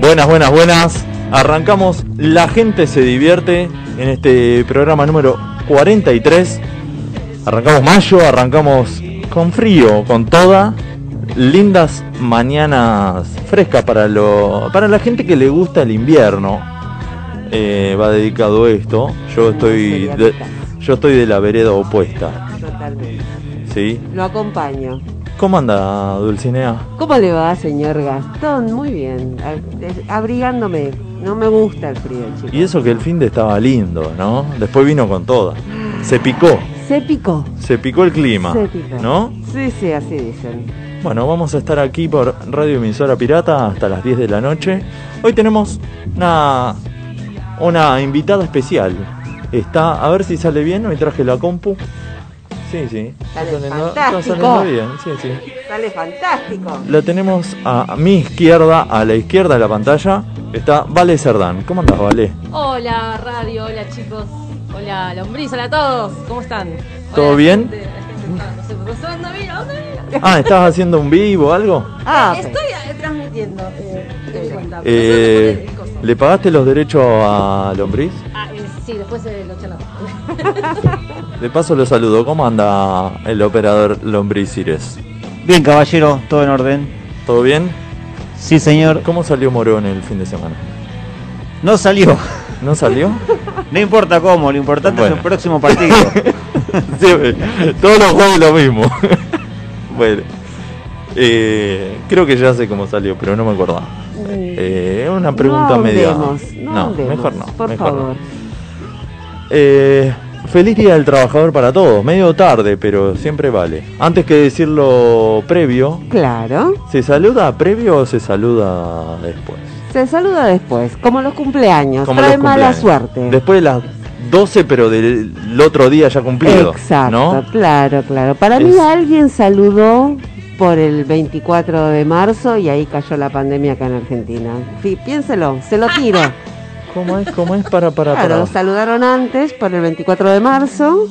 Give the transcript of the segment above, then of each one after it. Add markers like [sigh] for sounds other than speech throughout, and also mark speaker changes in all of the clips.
Speaker 1: Buenas, buenas, buenas. Arrancamos La gente se divierte en este programa número 43. Arrancamos mayo, arrancamos con frío, con toda. Lindas mañanas frescas para, lo, para la gente que le gusta el invierno. Eh, va dedicado esto. Yo estoy de, yo estoy de la vereda opuesta.
Speaker 2: Totalmente.
Speaker 1: ¿sí?
Speaker 2: Lo acompaño.
Speaker 1: ¿Cómo anda Dulcinea?
Speaker 2: ¿Cómo le va, señor Gastón? Muy bien. A- Abrigándome. No me gusta el frío, chicos.
Speaker 1: Y eso que el fin de estaba lindo, ¿no? Después vino con toda. Se picó,
Speaker 2: Se picó.
Speaker 1: se picó el clima,
Speaker 2: Se picó.
Speaker 1: ¿no?
Speaker 2: Sí, sí, así dicen.
Speaker 1: Bueno, vamos a estar aquí por Radio Emisora Pirata hasta las 10 de la noche. Hoy tenemos una, una invitada especial. Está, a ver si sale bien, hoy traje la compu. Sí, sí. Está
Speaker 2: Sale
Speaker 1: saliendo, está
Speaker 2: fantástico.
Speaker 1: saliendo bien, sí, sí.
Speaker 2: Sale fantástico.
Speaker 1: La tenemos a mi izquierda, a la izquierda de la pantalla, está Vale Cerdán. ¿Cómo andás,
Speaker 2: [laughs]
Speaker 1: Vale?
Speaker 3: Hola radio, hola chicos, hola lombriz, hola a todos, ¿cómo están?
Speaker 1: ¿Todo
Speaker 3: Hola,
Speaker 1: bien?
Speaker 3: gente, la gente está, no sé, ¿por qué son? ¿No vino? ¿No vino?
Speaker 1: Ah, ¿estás haciendo un vivo o algo?
Speaker 2: Ah,
Speaker 3: Estoy eh, transmitiendo. eh, de mi cuenta,
Speaker 1: Eh,
Speaker 3: pero solo por el coso.
Speaker 1: ¿Le pagaste los derechos a Lombriz?
Speaker 3: Ah, eh, sí, después eh, lo charlamos.
Speaker 1: De paso lo saludo. ¿Cómo anda el operador Lombriz Ires?
Speaker 4: Bien, caballero, todo en orden.
Speaker 1: ¿Todo bien?
Speaker 4: Sí, señor.
Speaker 1: ¿Cómo salió Morón el fin de semana?
Speaker 4: No
Speaker 1: [laughs]
Speaker 4: salió.
Speaker 1: ¿No
Speaker 2: [laughs]
Speaker 1: salió?
Speaker 4: No importa cómo, lo importante
Speaker 1: Bueno.
Speaker 4: es el próximo
Speaker 1: [laughs]
Speaker 4: partido.
Speaker 1: Sí, todos los juegos lo mismo. [laughs] bueno, eh, creo que ya sé cómo salió, pero no me acuerdo. Eh, una pregunta
Speaker 2: Mm. no
Speaker 1: media.
Speaker 2: ahondemos, No, ahondemos,
Speaker 1: mejor no.
Speaker 2: Por
Speaker 1: mejor no.
Speaker 2: favor.
Speaker 1: Eh, feliz Día del Trabajador para todos. Medio tarde, pero siempre vale. Antes que decirlo previo,
Speaker 2: Claro.
Speaker 1: ¿se saluda previo o se saluda después?
Speaker 2: Se saluda después. Como los cumpleaños.
Speaker 1: Como
Speaker 2: Trae
Speaker 1: los
Speaker 2: mala
Speaker 1: cumpleaños.
Speaker 2: suerte.
Speaker 1: Después de las 12, pero del otro día ya cumplido.
Speaker 2: Exacto,
Speaker 1: ¿no?
Speaker 2: claro, claro. Para mí
Speaker 1: Es-
Speaker 2: alguien saludó por el 24 de marzo y ahí cayó la pandemia acá en Argentina. Sí, piénselo, se lo
Speaker 1: [laughs]
Speaker 2: tiro.
Speaker 1: ¿Cómo es? ¿Cómo es? Para, para,
Speaker 2: Claro,
Speaker 1: para.
Speaker 2: saludaron antes por el 24 de marzo,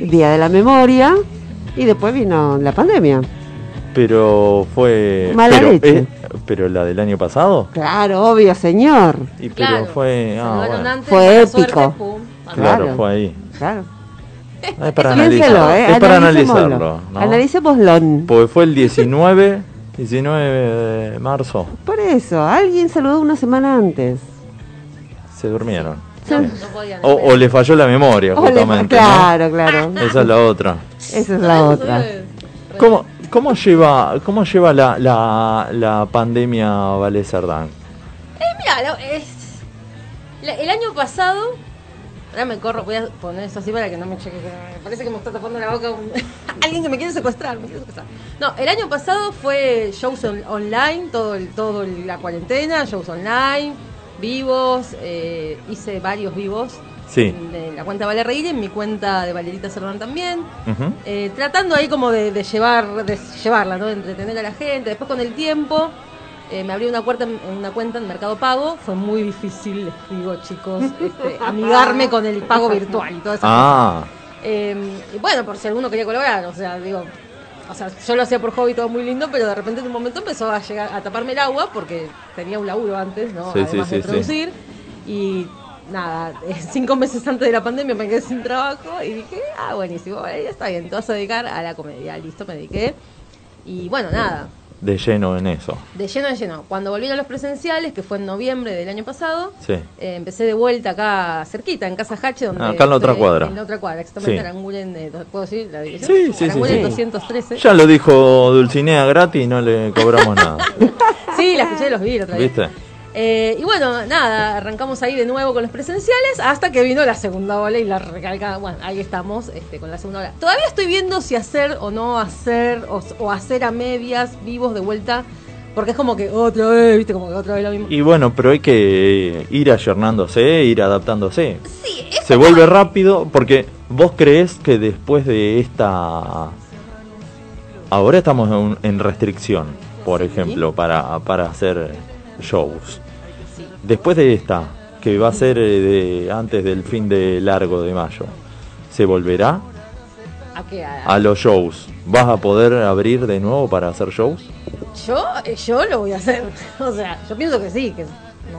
Speaker 2: Día de la Memoria, y después vino la pandemia.
Speaker 1: Pero fue.
Speaker 2: Mala
Speaker 1: pero,
Speaker 2: leche.
Speaker 1: eh, pero la del año pasado.
Speaker 2: Claro, obvio, señor.
Speaker 1: Y, pero
Speaker 3: [laughs] Claro,
Speaker 1: fue. ah,
Speaker 3: saludaron
Speaker 1: bueno.
Speaker 3: antes,
Speaker 2: Fue
Speaker 3: buena
Speaker 2: épico.
Speaker 3: suerte, pum, ah, no.
Speaker 1: Claro,
Speaker 2: Claro.
Speaker 1: fue
Speaker 2: [laughs]
Speaker 1: ahí.
Speaker 2: Claro.
Speaker 1: Ah, Es para
Speaker 2: Piénselo,
Speaker 1: analizarlo.
Speaker 2: ¿eh?
Speaker 1: Es para
Speaker 2: analicémoslo.
Speaker 1: analizarlo. ¿no?
Speaker 2: Analicémoslo.
Speaker 1: Porque fue el 19, 19 de marzo.
Speaker 2: Por eso, alguien saludó una semana antes.
Speaker 1: Se durmieron.
Speaker 2: Se-
Speaker 3: No, no podían.
Speaker 1: O, o le falló la memoria,
Speaker 2: Ole,
Speaker 1: justamente. ¿no?
Speaker 2: claro, claro.
Speaker 1: Esa es la otra.
Speaker 2: Esa es la otra.
Speaker 1: ¿Cómo, cómo lleva, cómo lleva la, la, la pandemia Vale Cerdán?
Speaker 3: Mira, es... la- el año pasado... Ahora me corro, voy a poner esto así para que no me cheque. que Me parece que me está tapando la boca un- [laughs] alguien que me quiere secuestrar, me quiere secuestrar. No, el año pasado fue shows on- online, todo el, todo el- la cuarentena, shows online, vivos, eh, hice varios vivos.
Speaker 1: Sí.
Speaker 3: En la cuenta de Vale Reír y en mi cuenta de Valerita Cerdán también.
Speaker 1: Ujú.
Speaker 3: Eh, tratando ahí como de, de llevar de llevarla, ¿no? De entretener a la gente. Después con el tiempo eh, me abrí una, puerta, en- una cuenta en Mercado Pago. Fue muy difícil, les digo chicos, este, amigarme con el pago virtual y todo eso.
Speaker 1: Ah,
Speaker 3: Em, y bueno, por si alguno quería colaborar, o sea, digo... O sea, yo lo hacía por hobby, todo muy lindo, pero de repente en un momento empezó a llegar a taparme el agua porque tenía un laburo antes, ¿no?
Speaker 1: Sí, sí,
Speaker 3: Además
Speaker 1: sí,
Speaker 3: de
Speaker 1: sí.
Speaker 3: producir. Y nada, eh, [laughs] cinco meses antes de la pandemia me quedé sin trabajo y dije, ah, buenísimo, bueno, ya está bien, te vas a dedicar a la comedia. Listo, me dediqué. Y bueno, nada,
Speaker 1: de lleno en eso.
Speaker 3: de lleno de lleno. Cuando volvieron los presenciales, que fue en noviembre del año pasado,
Speaker 1: Sí.
Speaker 3: eh, empecé de vuelta acá cerquita, en Casa Hache, donde...
Speaker 1: Ah, acá en la otra
Speaker 3: estoy-
Speaker 1: cuadra.
Speaker 3: En la otra cuadra, exactamente,
Speaker 1: Sí.
Speaker 3: Aranguren, eh, ¿puedo decir la división?
Speaker 1: Sí, sí, sí,
Speaker 3: Aranguren
Speaker 1: sí.
Speaker 3: 213.
Speaker 1: Ya lo dijo Dulcinea gratis, no le cobramos
Speaker 3: [laughs]
Speaker 1: nada.
Speaker 3: Sí, la escuché y los vi la otra vez.
Speaker 1: ¿Viste?
Speaker 3: Eh, y bueno, nada, arrancamos ahí de nuevo con los presenciales hasta que vino la segunda ola y la recalca. Bueno, ahí estamos este, con la segunda ola. Todavía estoy viendo si hacer o no hacer o, o hacer a medias vivos de vuelta, porque es como que otra vez, viste, como que otra vez lo mismo.
Speaker 1: Y bueno, pero hay que ir ayornándose, ir adaptándose.
Speaker 3: Sí, es
Speaker 1: Se vuelve rápido porque vos creés que después de esta... Ahora estamos en, en restricción, por ejemplo, para, para hacer shows.
Speaker 3: Sí.
Speaker 1: Después de esta, que va a ser eh, de, antes del fin de largo de mayo, ¿se volverá
Speaker 3: ¿A qué? A-
Speaker 1: a los shows? ¿Vas a poder abrir de nuevo para hacer shows?
Speaker 3: [laughs] Yo, eh, yo lo voy a hacer. O sea, yo pienso que sí, que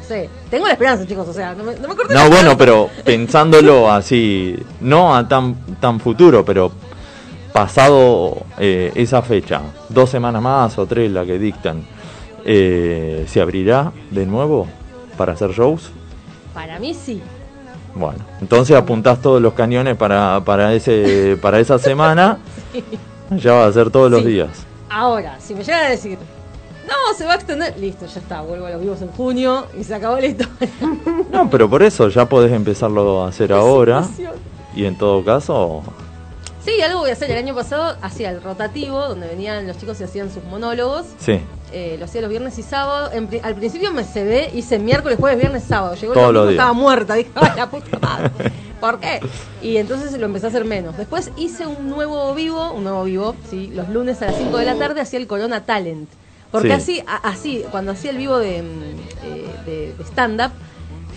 Speaker 3: sé. Tengo la esperanza, chicos, o sea, no me, no me corten la
Speaker 1: No, bueno,
Speaker 3: esperanza.
Speaker 1: pero pensándolo así, no a tan, tan futuro, pero pasado eh, esa fecha, dos semanas más o tres la que dictan, eh, ¿se abrirá de nuevo para hacer shows?
Speaker 3: Para mí sí.
Speaker 1: Bueno, entonces apuntás todos los cañones para, para, ese, para esa
Speaker 3: [laughs]
Speaker 1: semana, ya va a ser todos los
Speaker 3: Sí.
Speaker 1: días.
Speaker 3: Ahora, si me llegan a decir, no, se va a extender, listo, ya está, vuelvo a los vivos en junio y se acabó [laughs] la historia.
Speaker 1: No, pero por eso ya podés empezarlo a hacer ahora y en todo caso,
Speaker 3: Sí, algo voy a hacer. El año pasado hacía el rotativo, donde venían los chicos y hacían sus monólogos.
Speaker 1: sí,
Speaker 3: Eh, lo hacía los viernes y sábado. En pri- al principio me cebé, hice miércoles, jueves, viernes, sábado. Llegó el
Speaker 1: Todos los
Speaker 3: domingo,
Speaker 1: días.
Speaker 3: estaba muerta. [laughs] Dije, ¡ay, la puta madre! ¿Por qué? Y entonces lo empecé a hacer menos. Después hice un nuevo vivo, un nuevo vivo, sí, los lunes a las 5 de la tarde hacía el Corona Talent. Porque
Speaker 1: Sí.
Speaker 3: así, a- así, cuando hacía el vivo de, mm, eh, de- de stand-up,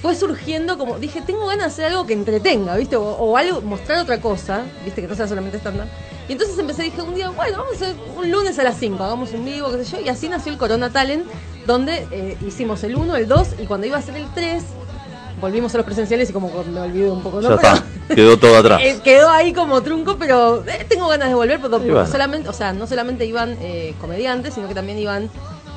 Speaker 3: fue surgiendo como, dije, tengo ganas de hacer algo que entretenga, ¿viste? O, o algo, mostrar otra cosa, ¿viste? Que no sea solamente stand-up. Y entonces empecé, dije, un día, bueno, vamos a hacer un lunes a las 5, hagamos un vivo, qué sé yo. Y así nació el Corona Talent, donde eh, hicimos el 1, el 2, y cuando iba a ser el 3, volvimos a los presenciales y como que me olvidé un poco, ¿no?
Speaker 1: ya
Speaker 3: Pero-
Speaker 1: está, quedó todo
Speaker 3: [laughs]
Speaker 1: atrás.
Speaker 3: eh, quedó ahí como trunco, pero eh, tengo ganas de volver porque
Speaker 1: Y bueno.
Speaker 3: solamente, o sea, no solamente iban eh, comediantes, sino que también iban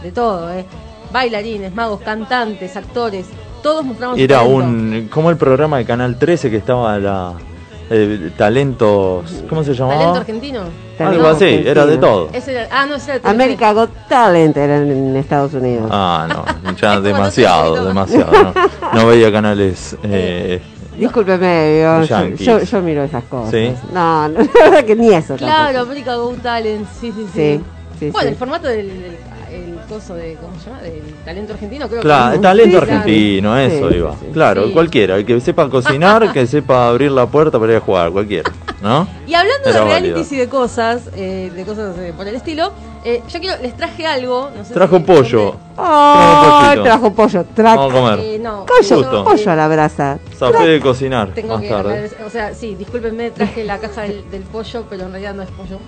Speaker 3: de todo, eh. Bailarines, magos, cantantes, actores, todos mostraban su
Speaker 1: Era
Speaker 3: talento.
Speaker 1: un. como el programa de Canal 13 que estaba la. eh, talentos. ¿Cómo se llamaba?
Speaker 3: talento argentino. Ah,
Speaker 1: Algo
Speaker 2: Talento
Speaker 1: así,
Speaker 2: argentino.
Speaker 1: era de todo.
Speaker 3: Ese era- ah, no, ese era el
Speaker 2: America Got Talent era en Estados Unidos.
Speaker 1: Ah, no, ya
Speaker 3: Como
Speaker 1: demasiado,
Speaker 3: no
Speaker 1: demasiado. No, No veía canales. eh,
Speaker 2: Discúlpeme, yo, yo,
Speaker 1: Yankees.
Speaker 2: yo- yo miro esas cosas.
Speaker 1: Sí.
Speaker 2: No, no, [laughs] la verdad que ni eso.
Speaker 3: Claro,
Speaker 2: tampoco.
Speaker 3: América Go Talent, sí, sí, sí.
Speaker 2: Sí, sí,
Speaker 3: bueno,
Speaker 2: sí.
Speaker 3: el formato del, del- el coso de, ¿cómo se llama? Del talento argentino, creo
Speaker 1: claro,
Speaker 3: que.
Speaker 1: el talento
Speaker 3: Sí, claro.
Speaker 1: argentino,
Speaker 2: Sí,
Speaker 1: eso
Speaker 2: sí,
Speaker 1: iba.
Speaker 2: sí.
Speaker 1: Claro,
Speaker 3: Sí.
Speaker 1: cualquiera. El que sepa cocinar, que sepa abrir la puerta para ir a jugar, cualquiera. ¿No?
Speaker 3: Y hablando
Speaker 1: Era
Speaker 3: de
Speaker 1: válido.
Speaker 3: realities y de cosas, eh, de cosas eh, por el estilo, eh, yo quiero, les traje algo. No sé
Speaker 1: Trajo
Speaker 3: si-
Speaker 1: pollo,
Speaker 2: Oh,
Speaker 1: pollito.
Speaker 2: trajo pollo. Trajo
Speaker 1: vamos a comer.
Speaker 3: Eh, no,
Speaker 1: Justo.
Speaker 2: pollo,
Speaker 3: no,
Speaker 2: pollo a la brasa.
Speaker 1: Zafé de cocinar
Speaker 3: Tengo
Speaker 1: más
Speaker 3: que
Speaker 1: tarde.
Speaker 3: o sea, sí, discúlpenme, traje la caja del, del pollo, pero en realidad no es pollo.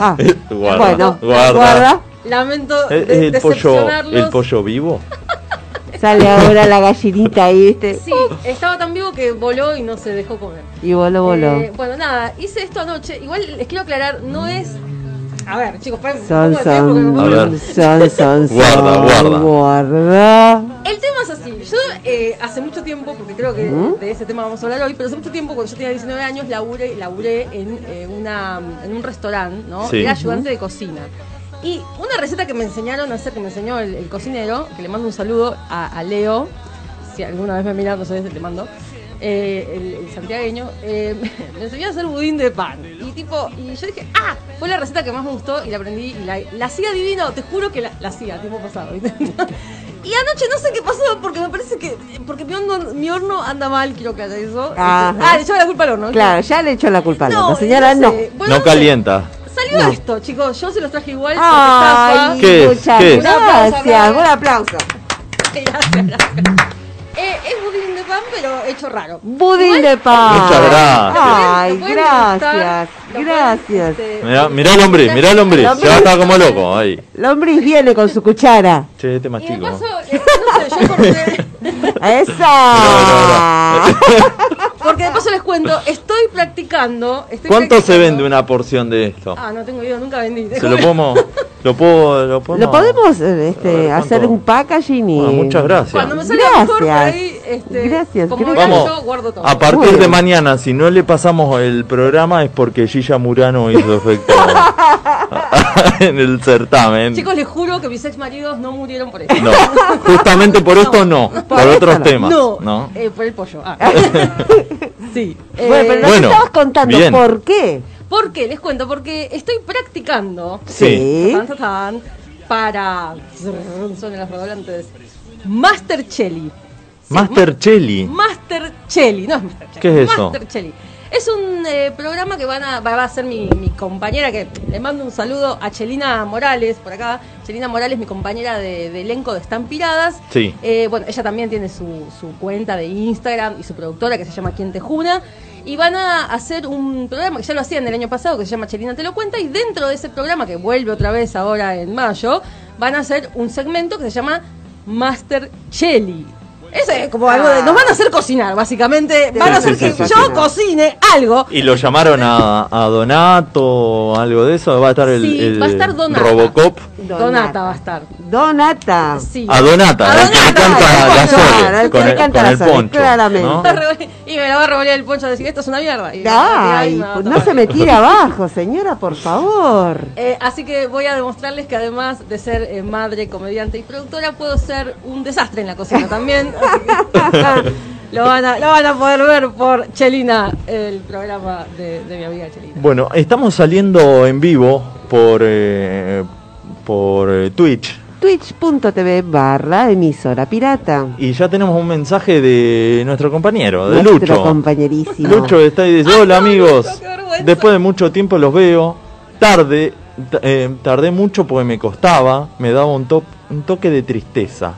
Speaker 2: Ah,
Speaker 1: [laughs] Guarda,
Speaker 2: bueno,
Speaker 1: guarda.
Speaker 2: guarda.
Speaker 3: Lamento
Speaker 1: ¿Es,
Speaker 3: de-
Speaker 1: es el, pollo,
Speaker 3: decepcionarlos.
Speaker 1: el pollo vivo?
Speaker 2: Sale ahora la gallinita ahí, ¿viste?
Speaker 3: Sí, estaba tan vivo que voló y no se dejó comer.
Speaker 2: Y voló, voló.
Speaker 3: Eh, bueno, nada, hice esto anoche. Igual les quiero aclarar, no es. A ver, chicos, paren,
Speaker 2: Son,
Speaker 3: pongo de pie porque me
Speaker 2: son,
Speaker 3: pongo-
Speaker 1: A ver.
Speaker 2: son,
Speaker 1: [laughs]
Speaker 2: son,
Speaker 1: Guarda,
Speaker 2: son,
Speaker 1: guarda.
Speaker 2: guarda.
Speaker 3: El tema es así. Yo eh, hace mucho tiempo, porque creo que de ese tema vamos a hablar hoy, pero hace mucho tiempo, cuando yo tenía 19 años, laburé, laburé en, eh, una, en un restaurante, ¿no?
Speaker 1: Sí.
Speaker 3: Era ayudante de cocina. Y una receta que me enseñaron a hacer, que me enseñó el, el cocinero, que le mando un saludo a, a Leo, si alguna vez me mira, no sé, le mando, eh, el, el santiagueño, eh, [laughs] me enseñó a hacer budín de pan. Y tipo, y yo dije, ah, fue la receta que más me gustó y la aprendí y la, la hacía divino, te juro que la, la hacía, tiempo pasado. ¿viste? [laughs] Y anoche no sé qué pasó porque me parece que, porque mi horno, mi horno anda mal, quiero que haya eso.
Speaker 2: Ajá.
Speaker 3: Ah, le echaba la culpa al horno. ¿viste?
Speaker 2: Claro, ya le echó la culpa a la
Speaker 3: No,
Speaker 2: otra señora, no.
Speaker 3: sé. [laughs] Bueno,
Speaker 1: No
Speaker 3: sé.
Speaker 1: calienta.
Speaker 3: Salió
Speaker 2: No.
Speaker 3: esto, chicos. Yo se los traje igual. porque
Speaker 2: Ay,
Speaker 3: estafa.
Speaker 1: ¿Qué es?
Speaker 2: muchas
Speaker 1: ¿Qué es?
Speaker 3: Un aplauso,
Speaker 2: gracias.
Speaker 3: aplauso.
Speaker 2: Un aplauso.
Speaker 3: Gracias, gracias. [laughs] Eh, es budín de pan, pero hecho raro.
Speaker 2: Budín de pan.
Speaker 1: Muchas gracias.
Speaker 2: Ay,
Speaker 3: Lo pueden
Speaker 2: gracias.
Speaker 3: degustar, lo
Speaker 2: Gracias.
Speaker 3: pueden, este,
Speaker 1: Mirá, mirá el hombre, mirá el hombre.
Speaker 2: El hombre.
Speaker 1: Se va a estar como loco ahí.
Speaker 2: Lombriz viene con su cuchara.
Speaker 1: Che, este más
Speaker 3: Y de
Speaker 1: chico.
Speaker 3: paso, eh, no sé, yo porque,
Speaker 1: [laughs]
Speaker 2: ¡Esa!
Speaker 3: [laughs] porque de paso les cuento, estoy practicando. Estoy
Speaker 1: ¿Cuánto se
Speaker 3: practicando-
Speaker 1: vende una porción de esto?
Speaker 3: Ah, no tengo idea, nunca vendí.
Speaker 1: ¿Se lo podemos? ¿Lo puedo? ¿Lo podemos?
Speaker 2: [laughs] ¿Lo podemos eh,
Speaker 1: A ver,
Speaker 2: este,
Speaker 1: ¿cuánto?
Speaker 2: hacer un packaging? Y...
Speaker 1: Bueno, muchas gracias.
Speaker 3: Cuando me salga mejor por
Speaker 2: Gracias.
Speaker 3: ahí, este,
Speaker 2: Gracias,
Speaker 3: como
Speaker 2: gracias.
Speaker 3: verán,
Speaker 1: Vamos, Ah,
Speaker 3: yo guardo todo.
Speaker 1: a partir
Speaker 2: Bueno.
Speaker 1: de mañana, si no le pasamos el programa es porque Gilla Murano hizo
Speaker 2: [laughs]
Speaker 1: efecto en el certamen.
Speaker 3: Chicos, les juro que mis ex maridos no murieron por eso.
Speaker 1: mm. No, justamente por esto no, por
Speaker 2: esto
Speaker 1: otros
Speaker 2: no.
Speaker 1: temas.
Speaker 3: No,
Speaker 1: ¿no?
Speaker 3: eh, por el pollo.
Speaker 2: [laughs]
Speaker 3: Ah. sí. eh,
Speaker 2: Bueno, pero no
Speaker 1: Bueno,
Speaker 2: me estabas contando
Speaker 1: bien.
Speaker 2: por qué.
Speaker 3: ¿Por qué? Les cuento, porque estoy practicando
Speaker 1: Sí.
Speaker 3: tan, tan, tan, para. Son los redoblantes. Master Chelly.
Speaker 1: Master Chelly.
Speaker 3: Master Chelly. No es Master Chelly.
Speaker 1: ¿Qué es eso?
Speaker 3: Master Chelly. Es un eh, programa que van a, va va a ser mi, mi compañera, que le mando un saludo a Chelina Morales, por acá. Chelina Morales, mi compañera de, de elenco de Estampiradas.
Speaker 1: Sí.
Speaker 3: Eh, bueno, ella también tiene su, su cuenta de Instagram y su productora que se llama Quien Te Jura. Y van a hacer un programa que ya lo hacían el año pasado, que se llama Chelina Te Lo Cuenta. Y dentro de ese programa, que vuelve otra vez ahora en mayo, van a hacer un segmento que se llama Master Chelly. Eso es como algo de. Nos van a hacer cocinar, básicamente. Van a
Speaker 2: Ah. Sí,
Speaker 3: hacer
Speaker 1: sí,
Speaker 3: que
Speaker 1: sí,
Speaker 3: yo
Speaker 2: sí.
Speaker 3: cocine algo.
Speaker 1: Y lo llamaron a, a Donato o algo de eso. Va a estar el,
Speaker 3: Sí,
Speaker 1: el
Speaker 3: va a estar Donato.
Speaker 1: Robocop.
Speaker 3: Donata, va a estar.
Speaker 2: Donata.
Speaker 3: Sí.
Speaker 1: A Donata,
Speaker 3: A
Speaker 1: el que le
Speaker 3: Donata,
Speaker 1: canta
Speaker 3: el
Speaker 1: la
Speaker 3: poncho. [laughs]
Speaker 1: Sole,
Speaker 2: Claro, el que
Speaker 1: con
Speaker 2: le
Speaker 1: el,
Speaker 2: canta
Speaker 1: con
Speaker 2: la
Speaker 1: el
Speaker 2: Sole,
Speaker 1: poncho.
Speaker 2: claramente.
Speaker 1: ¿no?
Speaker 3: Y me la va a revolver el poncho a decir, esto es una mierda. Y-
Speaker 2: Ay,
Speaker 3: y-
Speaker 2: pues no se me tire abajo, señora, por favor.
Speaker 3: Eh, así que voy a demostrarles que además de ser eh, madre, comediante y productora, puedo ser un desastre en la cocina
Speaker 2: [laughs]
Speaker 3: también. Así que lo, van a, lo van a poder ver por Chelina, el programa de, de mi amiga Chelina.
Speaker 1: Bueno, estamos saliendo en vivo por, eh, por eh, Twitch.
Speaker 2: Twitch.tv barra emisora pirata.
Speaker 1: Y ya tenemos un mensaje de nuestro compañero, de
Speaker 2: Nuestro
Speaker 1: Lucho.
Speaker 2: compañerísimo.
Speaker 1: Lucho está ahí y dice,
Speaker 3: Ay,
Speaker 1: hola
Speaker 3: no,
Speaker 1: amigos,
Speaker 3: Lucho, qué vergüenza".
Speaker 1: después de mucho tiempo los veo, tarde, t- eh, tardé mucho porque me costaba, me daba un, to- un toque de tristeza.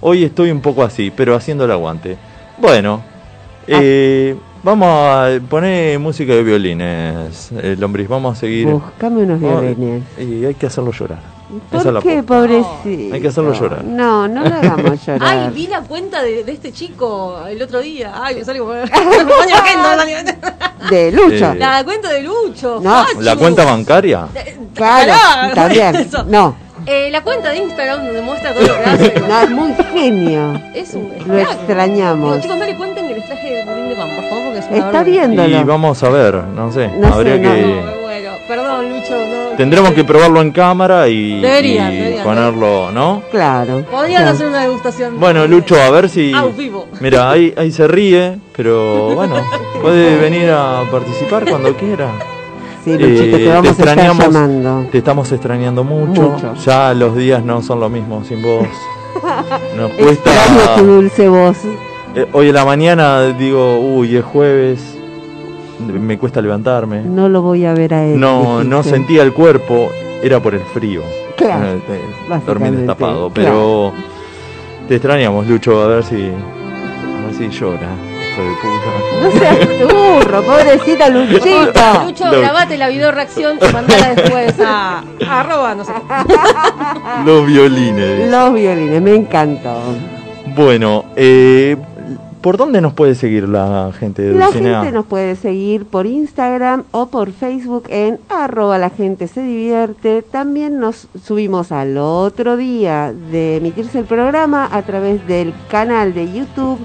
Speaker 1: Hoy estoy un poco así, pero haciendo el aguante. Bueno,
Speaker 2: Ah.
Speaker 1: eh, vamos a poner música de violines, eh, Lombriz, vamos a seguir.
Speaker 2: Búscame unos
Speaker 1: Vamos-
Speaker 2: violines.
Speaker 1: y hay que hacerlo llorar. Esa es
Speaker 2: ¿Por
Speaker 1: la
Speaker 2: qué,
Speaker 1: posta.
Speaker 2: pobrecito?
Speaker 1: Hay que hacerlo llorar.
Speaker 2: No, no lo
Speaker 1: [laughs]
Speaker 2: hagamos llorar.
Speaker 3: Ay, vi la cuenta de, de este chico el otro día. Ay, me sale
Speaker 2: [laughs]
Speaker 3: como. [laughs] Antonio Kendo, Antonio Kendo.
Speaker 2: De Lucho.
Speaker 1: Eh,
Speaker 3: la cuenta de Lucho.
Speaker 2: No.
Speaker 3: Fachu.
Speaker 1: ¿La cuenta bancaria?
Speaker 2: [laughs] Claro,
Speaker 3: Pará, [laughs]
Speaker 2: también.
Speaker 3: eso.
Speaker 2: No,
Speaker 3: Eh, la cuenta de Instagram donde muestra todo lo que hace.
Speaker 2: [laughs] no, es muy genio.
Speaker 3: Es un
Speaker 2: Lo
Speaker 3: Digo,
Speaker 2: extrañamos.
Speaker 3: chicos, no le cuenten que les traje budín de pan, por favor, porque es una
Speaker 2: Está
Speaker 3: vergüenza.
Speaker 1: Y
Speaker 2: viéndolo.
Speaker 1: vamos a ver, no sé,
Speaker 2: No sé,
Speaker 1: habría
Speaker 2: no.
Speaker 1: que...
Speaker 3: No, bueno, perdón, Lucho, no.
Speaker 1: Tendremos que probarlo en cámara y,
Speaker 3: Deberían,
Speaker 1: y
Speaker 3: deberían.
Speaker 1: ponerlo, ¿no?
Speaker 2: Claro.
Speaker 3: Podrían
Speaker 2: claro.
Speaker 3: hacer una degustación.
Speaker 1: Bueno, Lucho, a ver si.
Speaker 3: Au vivo.
Speaker 1: Mira, ahí, ahí se ríe, pero bueno, puede venir a participar cuando quiera.
Speaker 2: Sí, Luchito,
Speaker 1: Eh,
Speaker 2: te vamos a estar
Speaker 1: extrañamos,
Speaker 2: llamando.
Speaker 1: Te estamos extrañando mucho.
Speaker 2: Mucho.
Speaker 1: Ya los días no son lo mismo sin vos.
Speaker 2: [laughs]
Speaker 1: Nos cuesta.
Speaker 2: Extraño tu dulce voz.
Speaker 1: Eh, hoy en la mañana digo, uy, es jueves. Me cuesta levantarme.
Speaker 2: No lo voy a ver a él.
Speaker 1: No,
Speaker 2: [laughs]
Speaker 1: no
Speaker 2: dijiste.
Speaker 1: sentía el cuerpo, era por el frío.
Speaker 2: Claro,
Speaker 1: Eh, te-
Speaker 2: básicamente,
Speaker 1: Dormí destapado,
Speaker 2: claro.
Speaker 1: pero te extrañamos, Lucho, a ver si. A ver si llora, hijo de puta.
Speaker 2: No seas
Speaker 1: [laughs]
Speaker 2: turro, pobrecita Luchito.
Speaker 3: Lucho,
Speaker 1: Lu-
Speaker 3: grabate la video reacción y mandala después a.
Speaker 1: [laughs]
Speaker 3: Arroba, no sé.
Speaker 2: Ah.
Speaker 1: Los violines.
Speaker 2: Los violines, me encantó.
Speaker 1: Bueno, eh, ¿por dónde nos puede seguir la gente de
Speaker 2: La
Speaker 1: Dulcinea?
Speaker 2: gente nos puede seguir por Instagram o por Facebook en arroba la gente se divierte. También nos subimos al otro día de emitirse el programa a través del canal de YouTube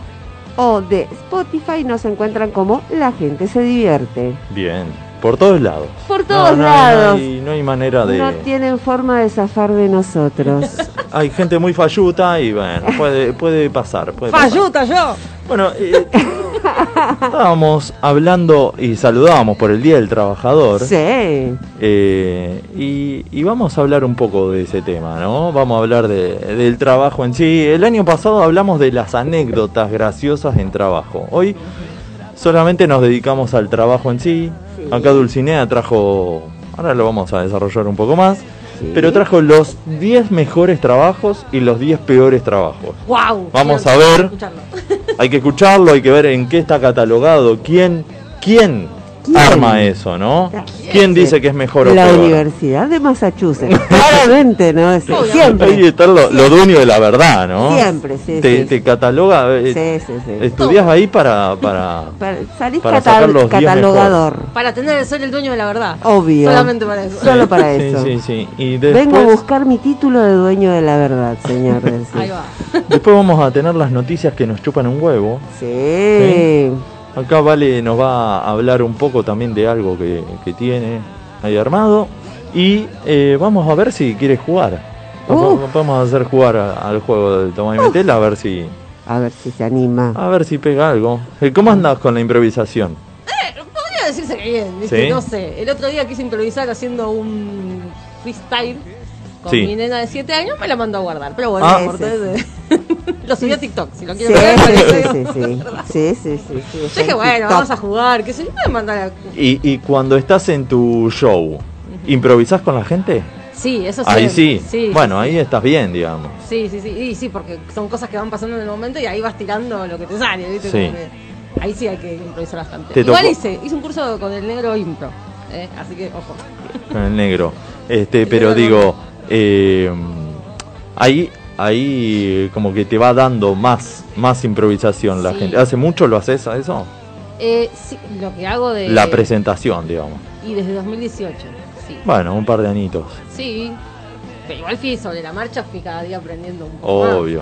Speaker 2: o de Spotify. Nos encuentran como la gente se divierte.
Speaker 1: Bien, por todos lados.
Speaker 2: Por todos
Speaker 1: no,
Speaker 2: lados.
Speaker 1: No hay, no hay manera de.
Speaker 2: No tienen forma de zafar
Speaker 1: [laughs]
Speaker 2: de nosotros.
Speaker 1: Hay gente muy falluta y bueno, puede, puede pasar. Puede pasar.
Speaker 3: Falluta yo.
Speaker 1: Bueno, eh, estábamos hablando y saludábamos por el Día del Trabajador.
Speaker 2: sí.
Speaker 1: eh, y, y vamos a hablar un poco de ese tema, ¿no? Vamos a hablar de- del trabajo en sí. El año pasado hablamos de las anécdotas graciosas en trabajo. Hoy solamente nos dedicamos al trabajo en sí. Acá Dulcinea trajo, ahora lo vamos a desarrollar un poco más, pero trajo los 10 mejores trabajos y los 10 peores trabajos.
Speaker 3: ¡Wow!
Speaker 1: Vamos a ver. Hay que escucharlo, hay que ver en qué está catalogado, quién, quién,
Speaker 2: ¿Quién?
Speaker 1: arma eso, ¿no? ¿Quién dice que es mejor o
Speaker 2: la
Speaker 1: peor?
Speaker 2: Universidad de Massachusetts. Claramente, ¿no?
Speaker 1: [laughs]
Speaker 2: Es-
Speaker 3: Obviamente.
Speaker 1: Ahí
Speaker 2: siempre.
Speaker 1: está lo, lo dueño de la verdad, ¿no?
Speaker 2: Siempre, sí,
Speaker 1: Te,
Speaker 2: sí.
Speaker 1: te cataloga, eh,
Speaker 2: Sí, sí, sí.
Speaker 1: estudias ahí para, para...
Speaker 2: Para- salís
Speaker 1: para
Speaker 2: catal-
Speaker 1: sacar los diez
Speaker 2: catalogador.
Speaker 3: Para tener, ser el dueño de la verdad.
Speaker 2: Obvio.
Speaker 3: Solamente para eso.
Speaker 2: Solo para
Speaker 1: Sí,
Speaker 2: eso.
Speaker 1: Sí, sí, Y
Speaker 2: Vengo a
Speaker 1: después,
Speaker 2: buscar mi título de dueño de la verdad,
Speaker 1: [laughs]
Speaker 2: señor. decís.
Speaker 3: Ahí va.
Speaker 1: después vamos a tener las noticias que nos chupan un huevo.
Speaker 2: Sí.
Speaker 1: Acá Vale nos va a hablar un poco también de algo que, que tiene ahí armado. Y eh, vamos a ver si quiere jugar. Vamos-
Speaker 3: Uh.
Speaker 2: Uf.
Speaker 1: Vamos a hacer jugar a- al juego del toma y metela a ver si
Speaker 2: A ver si se anima.
Speaker 1: a ver si pega algo. Eh, ¿Cómo andas con la improvisación?
Speaker 3: Podría decirse que bien, ¿viste?
Speaker 1: Sí.
Speaker 3: No sé. El otro día quise improvisar haciendo un freestyle con
Speaker 1: Sí.
Speaker 3: mi nena de 7 años, me la mandó a guardar. Pero bueno,
Speaker 1: Ah.
Speaker 3: no importa, es de- [laughs] lo subí a TikTok, si lo
Speaker 2: Sí,
Speaker 3: quieren
Speaker 2: sí,
Speaker 3: ver.
Speaker 2: sí,
Speaker 3: parece-
Speaker 2: sí, sí. Sí, sí, sí, sí,
Speaker 3: Yo dije,
Speaker 2: está en
Speaker 3: bueno, vamos a
Speaker 2: TikTok.
Speaker 3: jugar, qué sé yo, me mandaron a-
Speaker 1: Y, y cuando estás en tu show, ¿improvisás con la gente?
Speaker 3: Sí, eso sí.
Speaker 1: Ahí sí.
Speaker 3: sí
Speaker 1: Bueno, ahí estás bien, digamos.
Speaker 3: Sí, sí, sí, y sí, porque son cosas que van pasando en el momento y ahí vas tirando lo que te sale, ¿viste?
Speaker 1: Sí.
Speaker 3: Como que Ahí sí hay que improvisar bastante.
Speaker 1: Te
Speaker 3: Igual
Speaker 1: tocó-
Speaker 3: hice, hice un curso con el negro impro, ¿eh? así que ojo.
Speaker 1: Ah, con el negro. Este, pero digo, eh, ahí ahí como que te va dando más, más improvisación la
Speaker 3: Sí.
Speaker 1: gente. ¿Hace mucho lo haces a eso?
Speaker 3: Eh, sí, lo que hago de.
Speaker 1: La presentación, digamos.
Speaker 3: Y desde 2018, sí.
Speaker 1: Bueno, un par de anitos,
Speaker 3: Sí. Pero igual fui sobre la marcha, fui cada día aprendiendo un poco. más.
Speaker 1: obvio.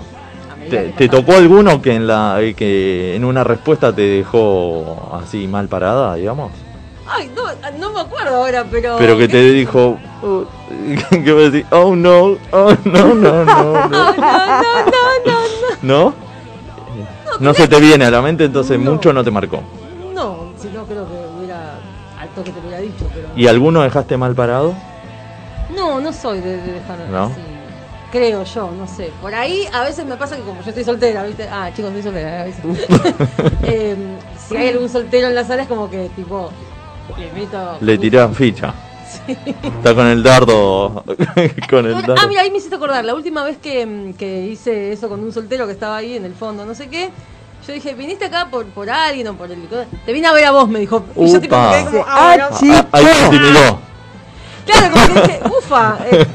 Speaker 3: A medida
Speaker 1: ¿Te,
Speaker 3: Ah, que
Speaker 1: te
Speaker 3: pasaba.
Speaker 1: tocó alguno que en, la, eh, que en una respuesta te dejó así mal parada, digamos?
Speaker 3: Ay, no, no me acuerdo ahora, pero.
Speaker 1: Pero
Speaker 3: [laughs]
Speaker 1: que te dijo,
Speaker 3: Uh.
Speaker 1: oh, [laughs] que vos decís, oh no, oh no, no,
Speaker 3: [laughs]
Speaker 1: no, no.
Speaker 3: No, no, no, no, no,
Speaker 1: ¿No? No se te viene a la mente, entonces
Speaker 3: No.
Speaker 1: mucho no te marcó.
Speaker 3: no. No, si no creo que hubiera. Al toque te lo hubiera dicho, pero.
Speaker 1: ¿Y alguno dejaste mal parado?
Speaker 3: No, no soy de, de dejar
Speaker 1: ¿No?
Speaker 3: así. Creo yo, no sé. Por ahí a veces me pasa que como yo estoy soltera, ¿viste? Ah, chicos, estoy soltera a
Speaker 1: [laughs]
Speaker 3: veces. Em, si hay algún soltero en la sala es como que tipo le meto
Speaker 1: Le tirás ficha. Está con el
Speaker 3: [laughs]
Speaker 1: dardo. con el
Speaker 3: Bueno, Ah,
Speaker 1: dardo.
Speaker 3: mira, ahí me hiciste acordar. La última vez que, mm, que hice eso con un soltero que estaba ahí en el fondo, no sé qué. Yo dije, viniste acá por, por alguien o por el. Te vine a ver a vos, me dijo. Y yo tipo
Speaker 1: Upa.
Speaker 3: me quedé como, ah,
Speaker 2: Ah,
Speaker 3: bueno.
Speaker 2: sí.
Speaker 1: Ah, Ahí se intimidó.
Speaker 3: Claro, como que dije, ufa.
Speaker 1: [laughs]
Speaker 3: eh,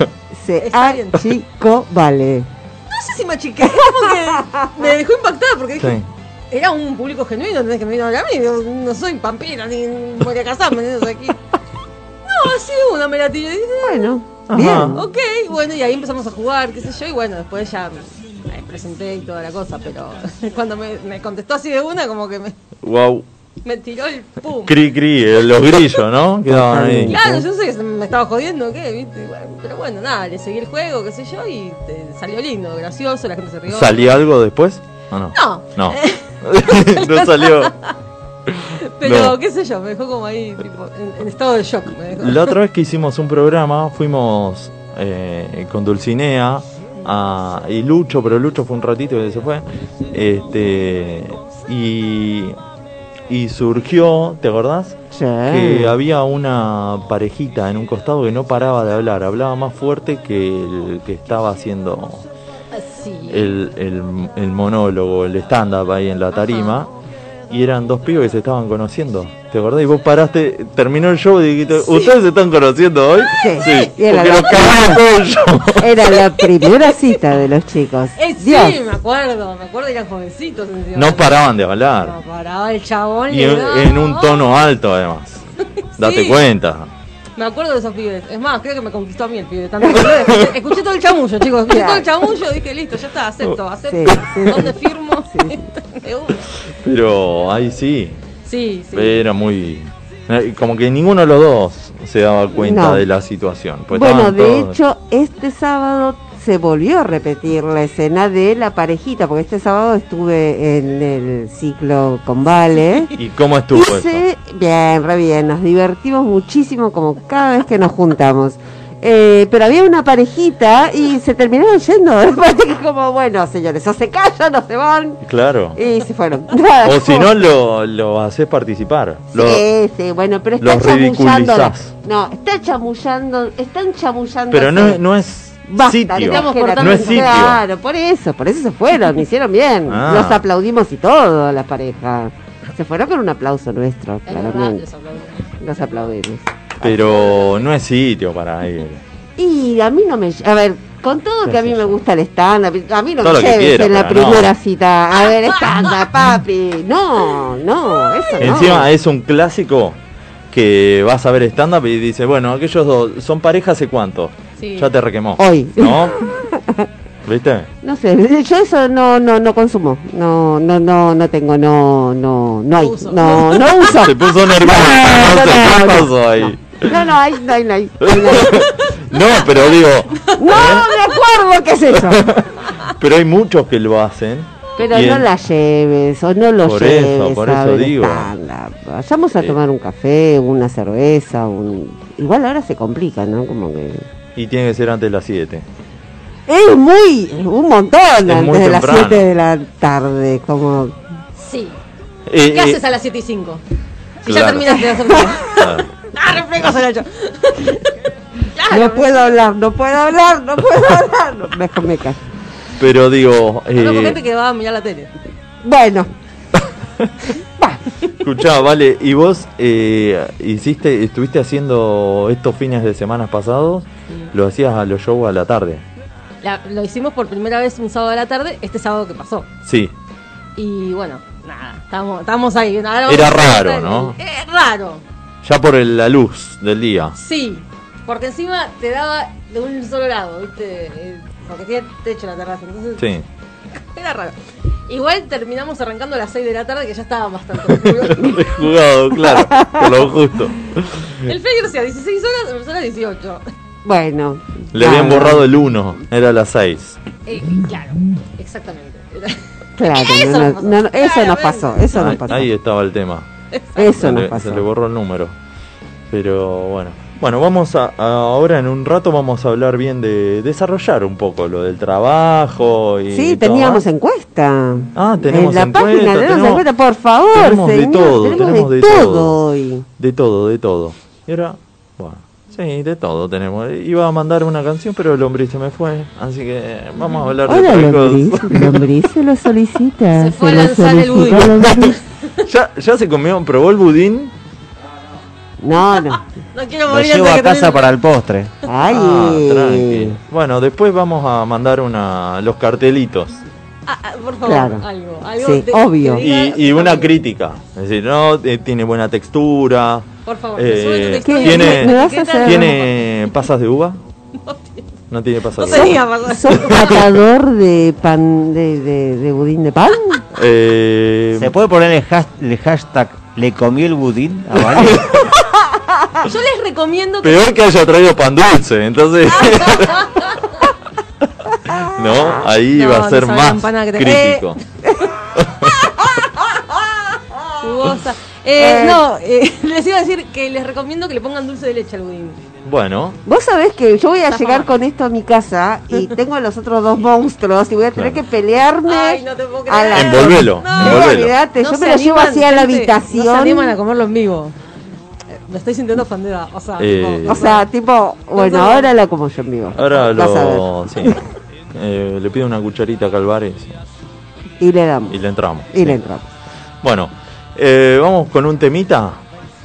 Speaker 2: Se
Speaker 3: Está bien.
Speaker 2: chico vale.
Speaker 3: no sé si me achiqué, como que me dejó impactada porque dije,
Speaker 1: Sí.
Speaker 3: era un público genuino, ¿entendés? Que me vino a hablar a mí, yo no soy pampera, ni voy a casarme, ¿entendés? Aquí. No, así de una me la tiré, y dije,
Speaker 2: Bueno,
Speaker 1: Ajá.
Speaker 2: bien.
Speaker 3: ok, bueno, y ahí empezamos a jugar, qué sé yo, y bueno, después ya me me presenté y toda la cosa, pero [laughs] cuando me, me contestó así de una, como que me,
Speaker 1: Wow.
Speaker 3: me tiró el pum.
Speaker 1: Cri cri, eh, los grillos, ¿no? Quedaban ahí.
Speaker 3: Claro, yo no sé que se- me estaba jodiendo, ¿qué? ¿Viste? Bueno, pero bueno, nada, le seguí el juego, qué sé yo, y eh, salió lindo, gracioso, la gente se rió.
Speaker 1: ¿Salió algo después? ¿O no?
Speaker 3: No. [laughs]
Speaker 1: No. no salió.
Speaker 3: Pero
Speaker 1: No.
Speaker 3: qué sé yo, me dejó como ahí, tipo, en, en estado de shock. Me dejó.
Speaker 1: La otra vez que hicimos un programa, fuimos eh, con Dulcinea a- y Lucho, pero Lucho fue un ratito que se fue. Este, y, y surgió, ¿te acordás?
Speaker 2: Sí.
Speaker 1: Que había una parejita en un costado que no paraba de hablar, hablaba más fuerte que el que estaba haciendo
Speaker 3: Así.
Speaker 1: el, el, el monólogo, el stand-up ahí en la tarima. Y eran dos pibes que se estaban conociendo. ¿Te acordás? Y vos paraste, terminó el show y dijiste, ¿ustedes se están conociendo hoy?
Speaker 2: Sí. Y era
Speaker 1: porque
Speaker 2: la-
Speaker 1: los cagaron todo el show.
Speaker 2: Era la primera cita de los chicos.
Speaker 3: Eh, sí,
Speaker 2: Dios.
Speaker 3: me acuerdo, me acuerdo, eran jovencitos. encima.
Speaker 1: No paraban de
Speaker 3: No
Speaker 1: hablar.
Speaker 3: paraba el chabón.
Speaker 1: Y
Speaker 3: le
Speaker 1: en,
Speaker 3: daba.
Speaker 1: en un tono alto además.
Speaker 2: [laughs]
Speaker 1: Date
Speaker 3: Sí.
Speaker 1: cuenta.
Speaker 3: Me acuerdo de esos pibes. Es más, creo que me conquistó a mí el pibe. Tanto que hablé, escuché, escuché todo el chamullo, chicos. Escuché
Speaker 2: Claro.
Speaker 3: todo el chamullo dije, listo, ya está, acepto, acepto.
Speaker 2: Sí, sí,
Speaker 3: ¿Dónde firmo?
Speaker 2: Sí,
Speaker 3: [laughs] De una.
Speaker 1: Pero ahí sí,
Speaker 3: Sí, sí.
Speaker 1: era muy... eh, Como que ninguno de los dos se daba cuenta
Speaker 2: No.
Speaker 1: de la situación. pues
Speaker 2: bueno,
Speaker 1: estaban
Speaker 2: de
Speaker 1: todos-
Speaker 2: hecho, este sábado se volvió a repetir la escena de la parejita, porque este sábado estuve en el ciclo con
Speaker 1: [laughs]
Speaker 2: Vale.
Speaker 1: ¿Y cómo estuvo
Speaker 2: Y
Speaker 1: eso?
Speaker 2: se- bien, re bien, nos divertimos muchísimo como cada vez que nos juntamos. Eh, pero había una parejita y se terminaron yendo. [laughs] Después de que como, bueno, señores, o se callan o se van.
Speaker 1: Claro.
Speaker 2: Y se fueron.
Speaker 1: [laughs]
Speaker 2: Nada,
Speaker 1: O si
Speaker 2: como-
Speaker 1: no, lo, lo haces participar. Lo-
Speaker 2: Sí, sí, bueno, pero está
Speaker 1: los
Speaker 2: chamullando.
Speaker 1: ridiculizás.
Speaker 2: No, está chamullando, están chamullando.
Speaker 1: pero no, no es
Speaker 2: Basta,
Speaker 1: sitio.
Speaker 3: Estamos
Speaker 2: digamos, que la-
Speaker 3: cortando
Speaker 1: No es sitio.
Speaker 2: Claro, por eso, por eso
Speaker 1: [laughs]
Speaker 2: se fueron, hicieron bien.
Speaker 1: Ah.
Speaker 2: Los aplaudimos y todo, la pareja. Se fueron con un aplauso nuestro,
Speaker 3: Es verdad,
Speaker 2: claramente.
Speaker 3: les aplaudo.
Speaker 2: Los aplaudimos.
Speaker 1: Pero no es sitio para ir.
Speaker 2: Y a mí no me. lle- A ver, con todo que a mí me gusta el stand-up, a mí no
Speaker 1: Todo
Speaker 2: me
Speaker 1: lo que
Speaker 2: lleves
Speaker 1: quiera,
Speaker 2: en la
Speaker 1: pero no.
Speaker 2: primera cita. A ver, stand-up,
Speaker 1: [laughs]
Speaker 2: papi. No, no, eso no.
Speaker 1: Encima es un clásico que vas a ver stand-up y dice, bueno, aquellos dos son pareja hace cuánto.
Speaker 3: Sí.
Speaker 1: Ya te requemó.
Speaker 2: Hoy.
Speaker 1: ¿No?
Speaker 2: [laughs]
Speaker 1: ¿Viste?
Speaker 2: No sé, yo eso no, no, no consumo. No, no, no, no tengo, no, no, no hay.
Speaker 3: Uso.
Speaker 2: No, no
Speaker 1: [laughs]
Speaker 2: uso.
Speaker 1: Se
Speaker 2: [laughs]
Speaker 1: puso nervioso. No, sé, ¿qué pasó ahí?
Speaker 2: No, no, hay, no
Speaker 1: [laughs]
Speaker 2: hay, no hay.
Speaker 1: No, pero digo,
Speaker 2: No, me acuerdo qué es eso.
Speaker 1: pero hay muchos que lo hacen.
Speaker 2: Pero
Speaker 1: y
Speaker 2: no
Speaker 1: en-
Speaker 2: la lleves, o no lo
Speaker 1: Por eso,
Speaker 2: lleves.
Speaker 1: por
Speaker 2: a
Speaker 1: eso
Speaker 2: ver
Speaker 1: digo.
Speaker 2: stand-up. Vayamos a
Speaker 1: Sí.
Speaker 2: tomar un café, una cerveza, un... Igual ahora se complica, ¿no? Como que...
Speaker 1: Y tiene que ser antes de las 7.
Speaker 2: Es muy, un montón, antes
Speaker 1: muy
Speaker 2: de las
Speaker 1: temprano.
Speaker 2: 7 de la tarde, como...
Speaker 3: Sí.
Speaker 1: Eh,
Speaker 3: ¿Qué
Speaker 1: eh,
Speaker 3: haces a las 7 y 5? Si ya
Speaker 1: Claro. Eh.
Speaker 3: terminaste de
Speaker 1: [laughs]
Speaker 3: hacer todo.
Speaker 1: claro.
Speaker 3: ¡Ah, reflejos al 8!
Speaker 2: No puedo hablar, no puedo hablar,
Speaker 1: [laughs]
Speaker 2: no puedo hablar. No, Mejor me callo.
Speaker 1: Pero digo, eh,
Speaker 3: No, porque gente que va a mirar la tele.
Speaker 2: Bueno. Va.
Speaker 1: Escuchá, vale, ¿y vos eh, hiciste, estuviste haciendo estos fines de semana pasados? Lo hacías a los shows a la tarde.
Speaker 3: La- lo hicimos por primera vez un sábado a la tarde, este sábado que pasó.
Speaker 1: Sí.
Speaker 3: Y bueno, nada, estamos, estamos ahí. Ahora
Speaker 1: Era
Speaker 3: vamos a
Speaker 1: raro,
Speaker 3: hacer-
Speaker 1: ¿no?
Speaker 3: Es raro,
Speaker 1: Ya por el- la luz del día.
Speaker 3: sí. Porque encima te daba de un solo lado, ¿viste? Eh, Porque tiene techo la terraza, entonces
Speaker 1: Sí.
Speaker 3: [laughs]
Speaker 1: [laughs]
Speaker 3: era raro. Igual terminamos arrancando a las 6 de la tarde, que ya estaba bastante oscuro.
Speaker 1: [laughs] He jugado, claro. Por lo justo.
Speaker 3: El Feyenoord hacía 16 horas, empezó a las 18.
Speaker 2: Bueno.
Speaker 1: Le habían
Speaker 2: nada.
Speaker 1: borrado el 1. Era las 6.
Speaker 3: Eh, claro, exactamente.
Speaker 2: Claro,
Speaker 3: Eso
Speaker 2: no, no,
Speaker 3: nos pasó.
Speaker 2: no, no, eso nos
Speaker 3: Claramente.
Speaker 2: pasó, eso nos pasó.
Speaker 1: Ahí estaba el tema.
Speaker 2: Eso
Speaker 1: se,
Speaker 2: nos
Speaker 1: le,
Speaker 2: pasó.
Speaker 1: se le borró el número. Pero bueno. Bueno, vamos a, a- ahora en un rato vamos a hablar bien de desarrollar un poco lo del trabajo Eh, y
Speaker 2: Sí,
Speaker 1: todo
Speaker 2: teníamos
Speaker 1: más.
Speaker 2: encuesta.
Speaker 1: Ah, tenemos
Speaker 2: En la
Speaker 1: encuesta,
Speaker 2: página tenemos,
Speaker 1: tenemos-
Speaker 2: encuesta, por favor.
Speaker 1: tenemos de
Speaker 2: señor,
Speaker 1: todo, tenemos de todo.
Speaker 2: hoy.
Speaker 1: De todo, de todo. Y ahora, bueno, sí, de todo tenemos. Iba a mandar una canción, pero el hombre se me fue. Así que vamos a hablar de
Speaker 2: Hola,
Speaker 1: otra
Speaker 2: Lombriz.
Speaker 1: [laughs] cosa.
Speaker 2: Lombriz se lo solicita.
Speaker 3: Se fue a
Speaker 2: lo
Speaker 3: lanzar el
Speaker 2: solicita,
Speaker 3: budín. [laughs]
Speaker 2: Lombriz.
Speaker 1: ¿Ya, ya se comió, probó el budín.
Speaker 2: No, no.
Speaker 3: No quiero
Speaker 4: Lo
Speaker 3: morir
Speaker 4: llevo
Speaker 3: antes
Speaker 4: a
Speaker 3: de que
Speaker 4: casa
Speaker 3: termine.
Speaker 4: para el postre.
Speaker 2: Ay.
Speaker 1: Ah, tranqui. Bueno, después vamos a mandar una los cartelitos
Speaker 3: Ah, ah, por favor,
Speaker 2: Claro.
Speaker 3: algo. algo
Speaker 2: Sí, obvio.
Speaker 3: que diga-
Speaker 1: y, y una crítica. Es decir, no, eh, tiene buena textura.
Speaker 3: Por favor,
Speaker 1: eh,
Speaker 3: sube tu textura.
Speaker 2: ¿Qué?
Speaker 1: tiene-
Speaker 2: ¿Me vas a
Speaker 3: ¿Qué tal?
Speaker 2: hacer?
Speaker 1: ¿Tiene pasas de uva? No tiene
Speaker 3: No
Speaker 1: pasas de uva.
Speaker 3: tenía pasado.
Speaker 2: ¿Sos catador de pan, de, de, de budín de pan?
Speaker 1: Eh,
Speaker 4: ¿Se puede poner el, has- el hashtag le comí el budín? a
Speaker 1: [laughs]
Speaker 4: Vane?
Speaker 3: Ah, Yo les recomiendo que.
Speaker 1: Peor que haya traído pan dulce, entonces.
Speaker 3: [laughs]
Speaker 1: no, ahí
Speaker 3: No,
Speaker 1: va a
Speaker 3: no
Speaker 1: ser
Speaker 3: sabe la
Speaker 1: más
Speaker 3: empanada que te-
Speaker 1: crítico.
Speaker 2: [laughs]
Speaker 3: jugosa. Eh,
Speaker 2: Eh.
Speaker 3: No, eh, [laughs] les iba a decir que les recomiendo que le pongan dulce de leche al budín.
Speaker 1: Bueno,
Speaker 2: Vos sabés que yo voy a
Speaker 3: Está
Speaker 2: llegar
Speaker 3: mal.
Speaker 2: con esto a mi casa y tengo a los otros dos monstruos y voy a tener
Speaker 1: Claro.
Speaker 2: que pelearme.
Speaker 3: Ay, no te puedo creer.
Speaker 2: a la-
Speaker 1: envolvelo,
Speaker 3: No.
Speaker 2: No,
Speaker 1: envolvelo.
Speaker 2: olvídate,
Speaker 3: No
Speaker 2: yo
Speaker 3: se
Speaker 2: me lo llevo
Speaker 3: animan,
Speaker 2: así a la
Speaker 3: gente,
Speaker 2: habitación.
Speaker 3: No se animan a comerlo en vivo. Eh, Me estoy sintiendo ofendida. O sea,
Speaker 1: Eh.
Speaker 3: tipo,
Speaker 2: O sea, tipo, bueno,
Speaker 3: no.
Speaker 2: ahora la como yo en vivo.
Speaker 1: Ahora
Speaker 2: Vas a ver.
Speaker 1: lo. sí. Eh, le pido una cucharita a Calvares
Speaker 2: Y le damos.
Speaker 1: y le entramos.
Speaker 2: Y le entramos.
Speaker 1: Bueno, eh, vamos con un temita.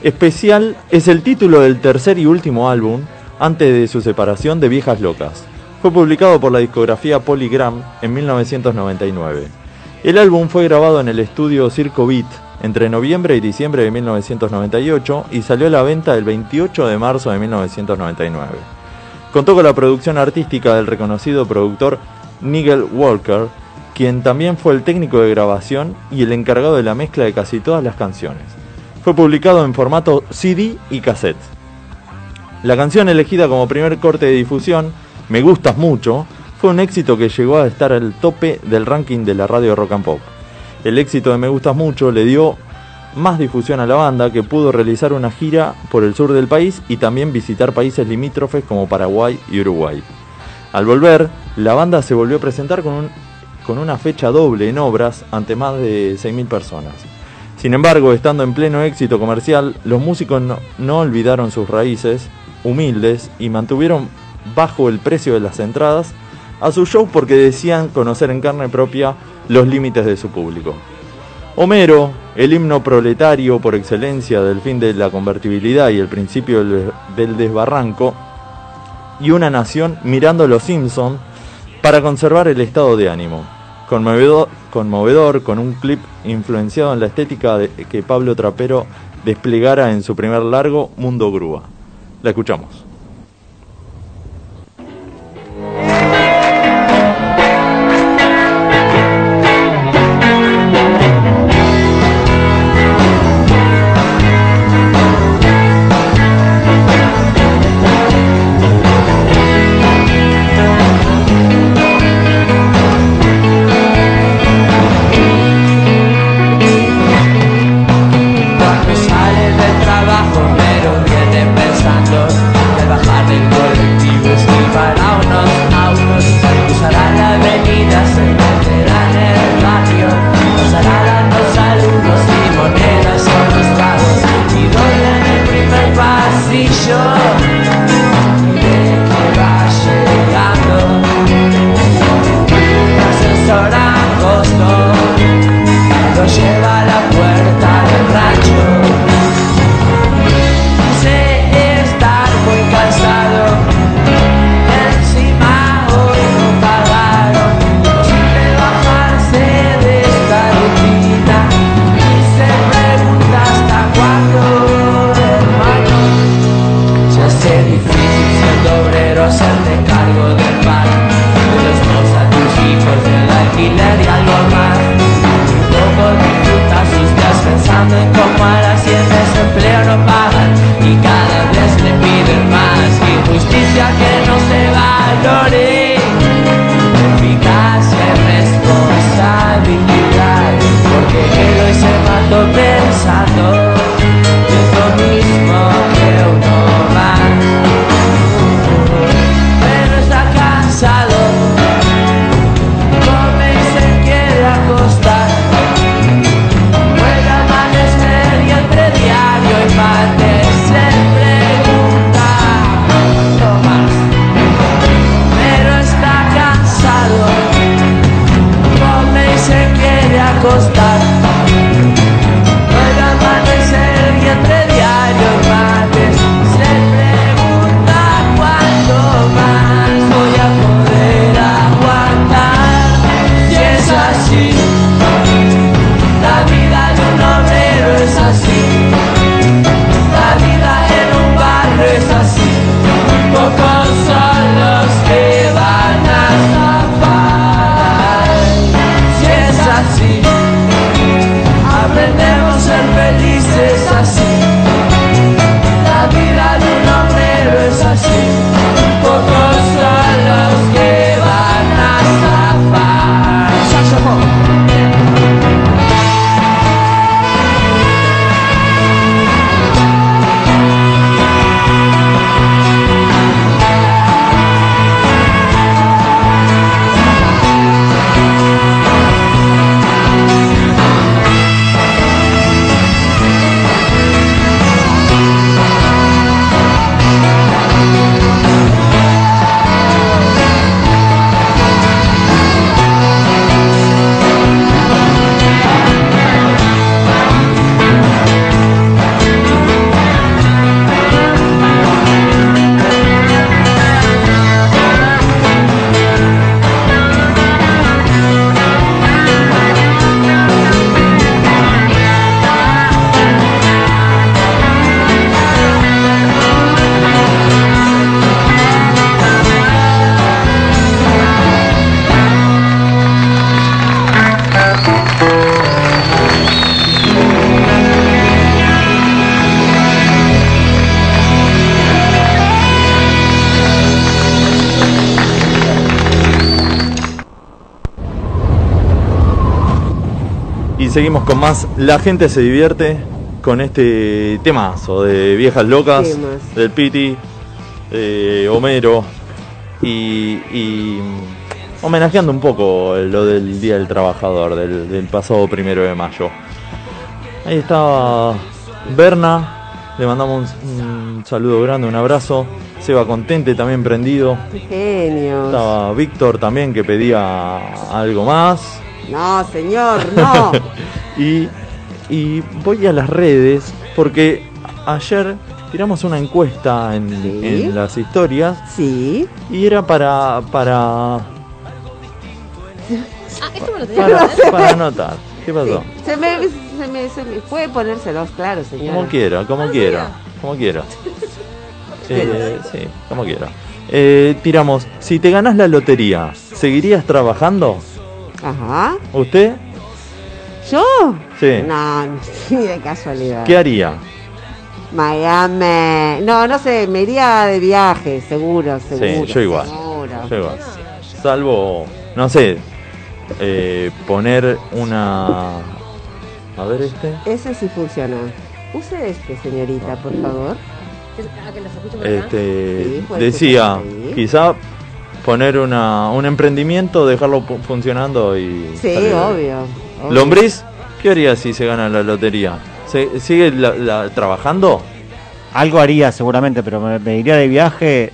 Speaker 1: Especial es el título del tercer y último álbum antes de su separación de Viejas Locas. Fue publicado por la discografía Polygram en 1999. El álbum fue grabado en el estudio Circo Beat entre noviembre y diciembre de 1998 y salió a la venta el 28 de marzo de 1999. Contó con la producción artística del reconocido productor Nigel Walker, quien también fue el técnico de grabación y el encargado de la mezcla de casi todas las canciones. Fue publicado en formato CD y cassette. La canción elegida como primer corte de difusión, Me Gustas Mucho, fue un éxito que llegó a estar al tope del ranking de la radio Rock and Pop. El éxito de Me Gustas Mucho le dio más difusión a la banda que pudo realizar una gira por el sur del país y también visitar países limítrofes como Paraguay y Uruguay. Al volver, la banda se volvió a presentar con, un- con una fecha doble en obras ante más de 6.000 personas. Sin embargo, estando en pleno éxito comercial, los músicos no, no olvidaron sus raíces, humildes, y mantuvieron bajo el precio de las entradas a su show porque decían conocer en carne propia los límites de su público. Homero, el himno proletario por excelencia del fin de la convertibilidad y el principio del- del desbarranco, y una nación mirando a los Simpson para conservar el estado de ánimo. Conmovedor, conmovedor con un clip influenciado en la estética de- que Pablo Trapero desplegara en su primer largo Mundo Grúa. La escuchamos.
Speaker 5: Cuando sales del trabajo, pero viene pensando que
Speaker 1: Y seguimos con más. La gente se divierte con este temazo de viejas locas,
Speaker 2: Temas.
Speaker 1: del Piti, eh, Homero. Y, y mm, homenajeando un poco lo del Día del Trabajador, del, del pasado primero de mayo. Ahí estaba Berna. Le mandamos un, un saludo grande, un abrazo. Seba Contente también prendido.
Speaker 2: Qué Genios.
Speaker 1: Estaba Víctor también que pedía algo más.
Speaker 2: No, señor,
Speaker 1: [laughs]
Speaker 2: no.
Speaker 1: Y, y voy a las redes porque ayer tiramos una encuesta en,
Speaker 2: Sí.
Speaker 1: en las historias
Speaker 2: Sí.
Speaker 1: y era para para
Speaker 3: Ah, esto me lo tenía que [laughs]
Speaker 1: para,
Speaker 3: poner.
Speaker 1: para anotar. ¿Qué pasó?
Speaker 2: sí. Se me, se me, se me- puede ponérselos, claro, señor.
Speaker 1: Como quiera, como
Speaker 3: Ah,
Speaker 1: quiera, como quiera. Eh, sí, como quiera. Eh, tiramos, si te ganas la lotería, ¿seguirías trabajando?
Speaker 2: Ajá.
Speaker 1: ¿Usted?
Speaker 2: ¿Yo?
Speaker 1: Sí.
Speaker 2: No, [laughs] no, ni de casualidad.
Speaker 1: ¿Qué haría?
Speaker 2: Miami. No, no sé, me iría de viaje, seguro, seguro.
Speaker 1: yo igual.
Speaker 2: seguro.
Speaker 1: Yo igual. Salvo, no sé, eh, poner una... A ver este.
Speaker 2: Ese sí funciona. Use este, señorita, por favor.
Speaker 3: Ah, que los escucho por acá.
Speaker 1: Este,
Speaker 2: Sí, puede
Speaker 1: decía,
Speaker 2: ser que sí.
Speaker 1: quizá poner una, un emprendimiento, dejarlo pu- funcionando y...
Speaker 2: Sí,
Speaker 1: salir.
Speaker 2: obvio. obvio.
Speaker 1: Lombriz, ¿qué haría si se gana la lotería? ¿Se- ¿Sigue la- la- trabajando?
Speaker 4: Algo haría seguramente, pero me, me iría de viaje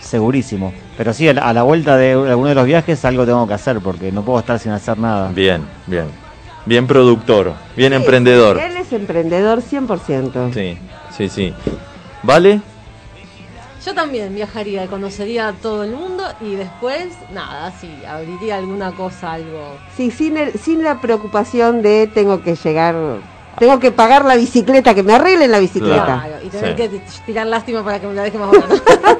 Speaker 4: segurísimo. Pero sí, a la, a la vuelta de alguno de los viajes algo tengo que hacer porque no puedo estar sin hacer nada.
Speaker 1: Bien, bien. Bien productor, bien
Speaker 2: Sí,
Speaker 1: emprendedor.
Speaker 2: Él es emprendedor 100%.
Speaker 1: Sí, sí, sí. ¿Vale?
Speaker 3: Yo también viajaría y conocería a todo el mundo y después, nada, sí, abriría alguna cosa, algo.
Speaker 2: Sí, sin, el- sin la preocupación de tengo que llegar, tengo que pagar la bicicleta, que me arreglen la bicicleta.
Speaker 1: Claro.
Speaker 3: y tener
Speaker 1: Sí.
Speaker 3: que t- tirar lástima para que me la deje más [laughs] barata.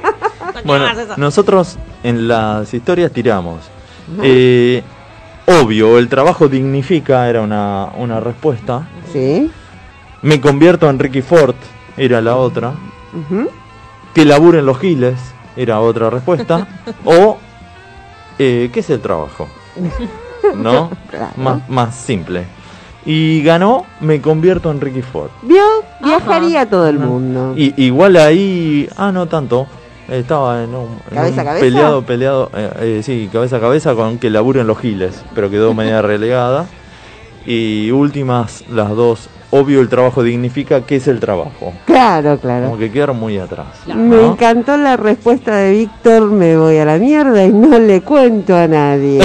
Speaker 3: No
Speaker 1: Bueno,
Speaker 3: hagas eso.
Speaker 1: nosotros en las historias tiramos. Eh, obvio, el trabajo dignifica, era una, una respuesta.
Speaker 2: ¿Sí?
Speaker 1: Me convierto en Ricky Ford, era la otra.
Speaker 2: Ujú.
Speaker 1: Que laburen los giles, era otra
Speaker 3: [laughs]
Speaker 1: respuesta. o, eh, ¿qué es el trabajo? ¿No?
Speaker 2: Claro.
Speaker 1: Más, más simple. Y ganó, me convierto en Ricky Ford.
Speaker 2: ¿Vio? Viajaría todo el mundo.
Speaker 1: Y, igual ahí, ah, no tanto. Estaba en un, en
Speaker 2: ¿Cabeza
Speaker 1: un
Speaker 2: a cabeza?
Speaker 1: peleado, peleado, eh, eh, sí, cabeza a cabeza con que laburen los giles, pero quedó media relegada. Y últimas, las dos, obvio el trabajo dignifica, ¿qué es el trabajo?
Speaker 2: Claro, claro.
Speaker 1: Como que quedaron muy atrás.
Speaker 2: Me
Speaker 1: ¿no?
Speaker 2: encantó la respuesta de Víctor, me voy a la mierda y no le cuento
Speaker 1: [laughs]
Speaker 2: a nadie.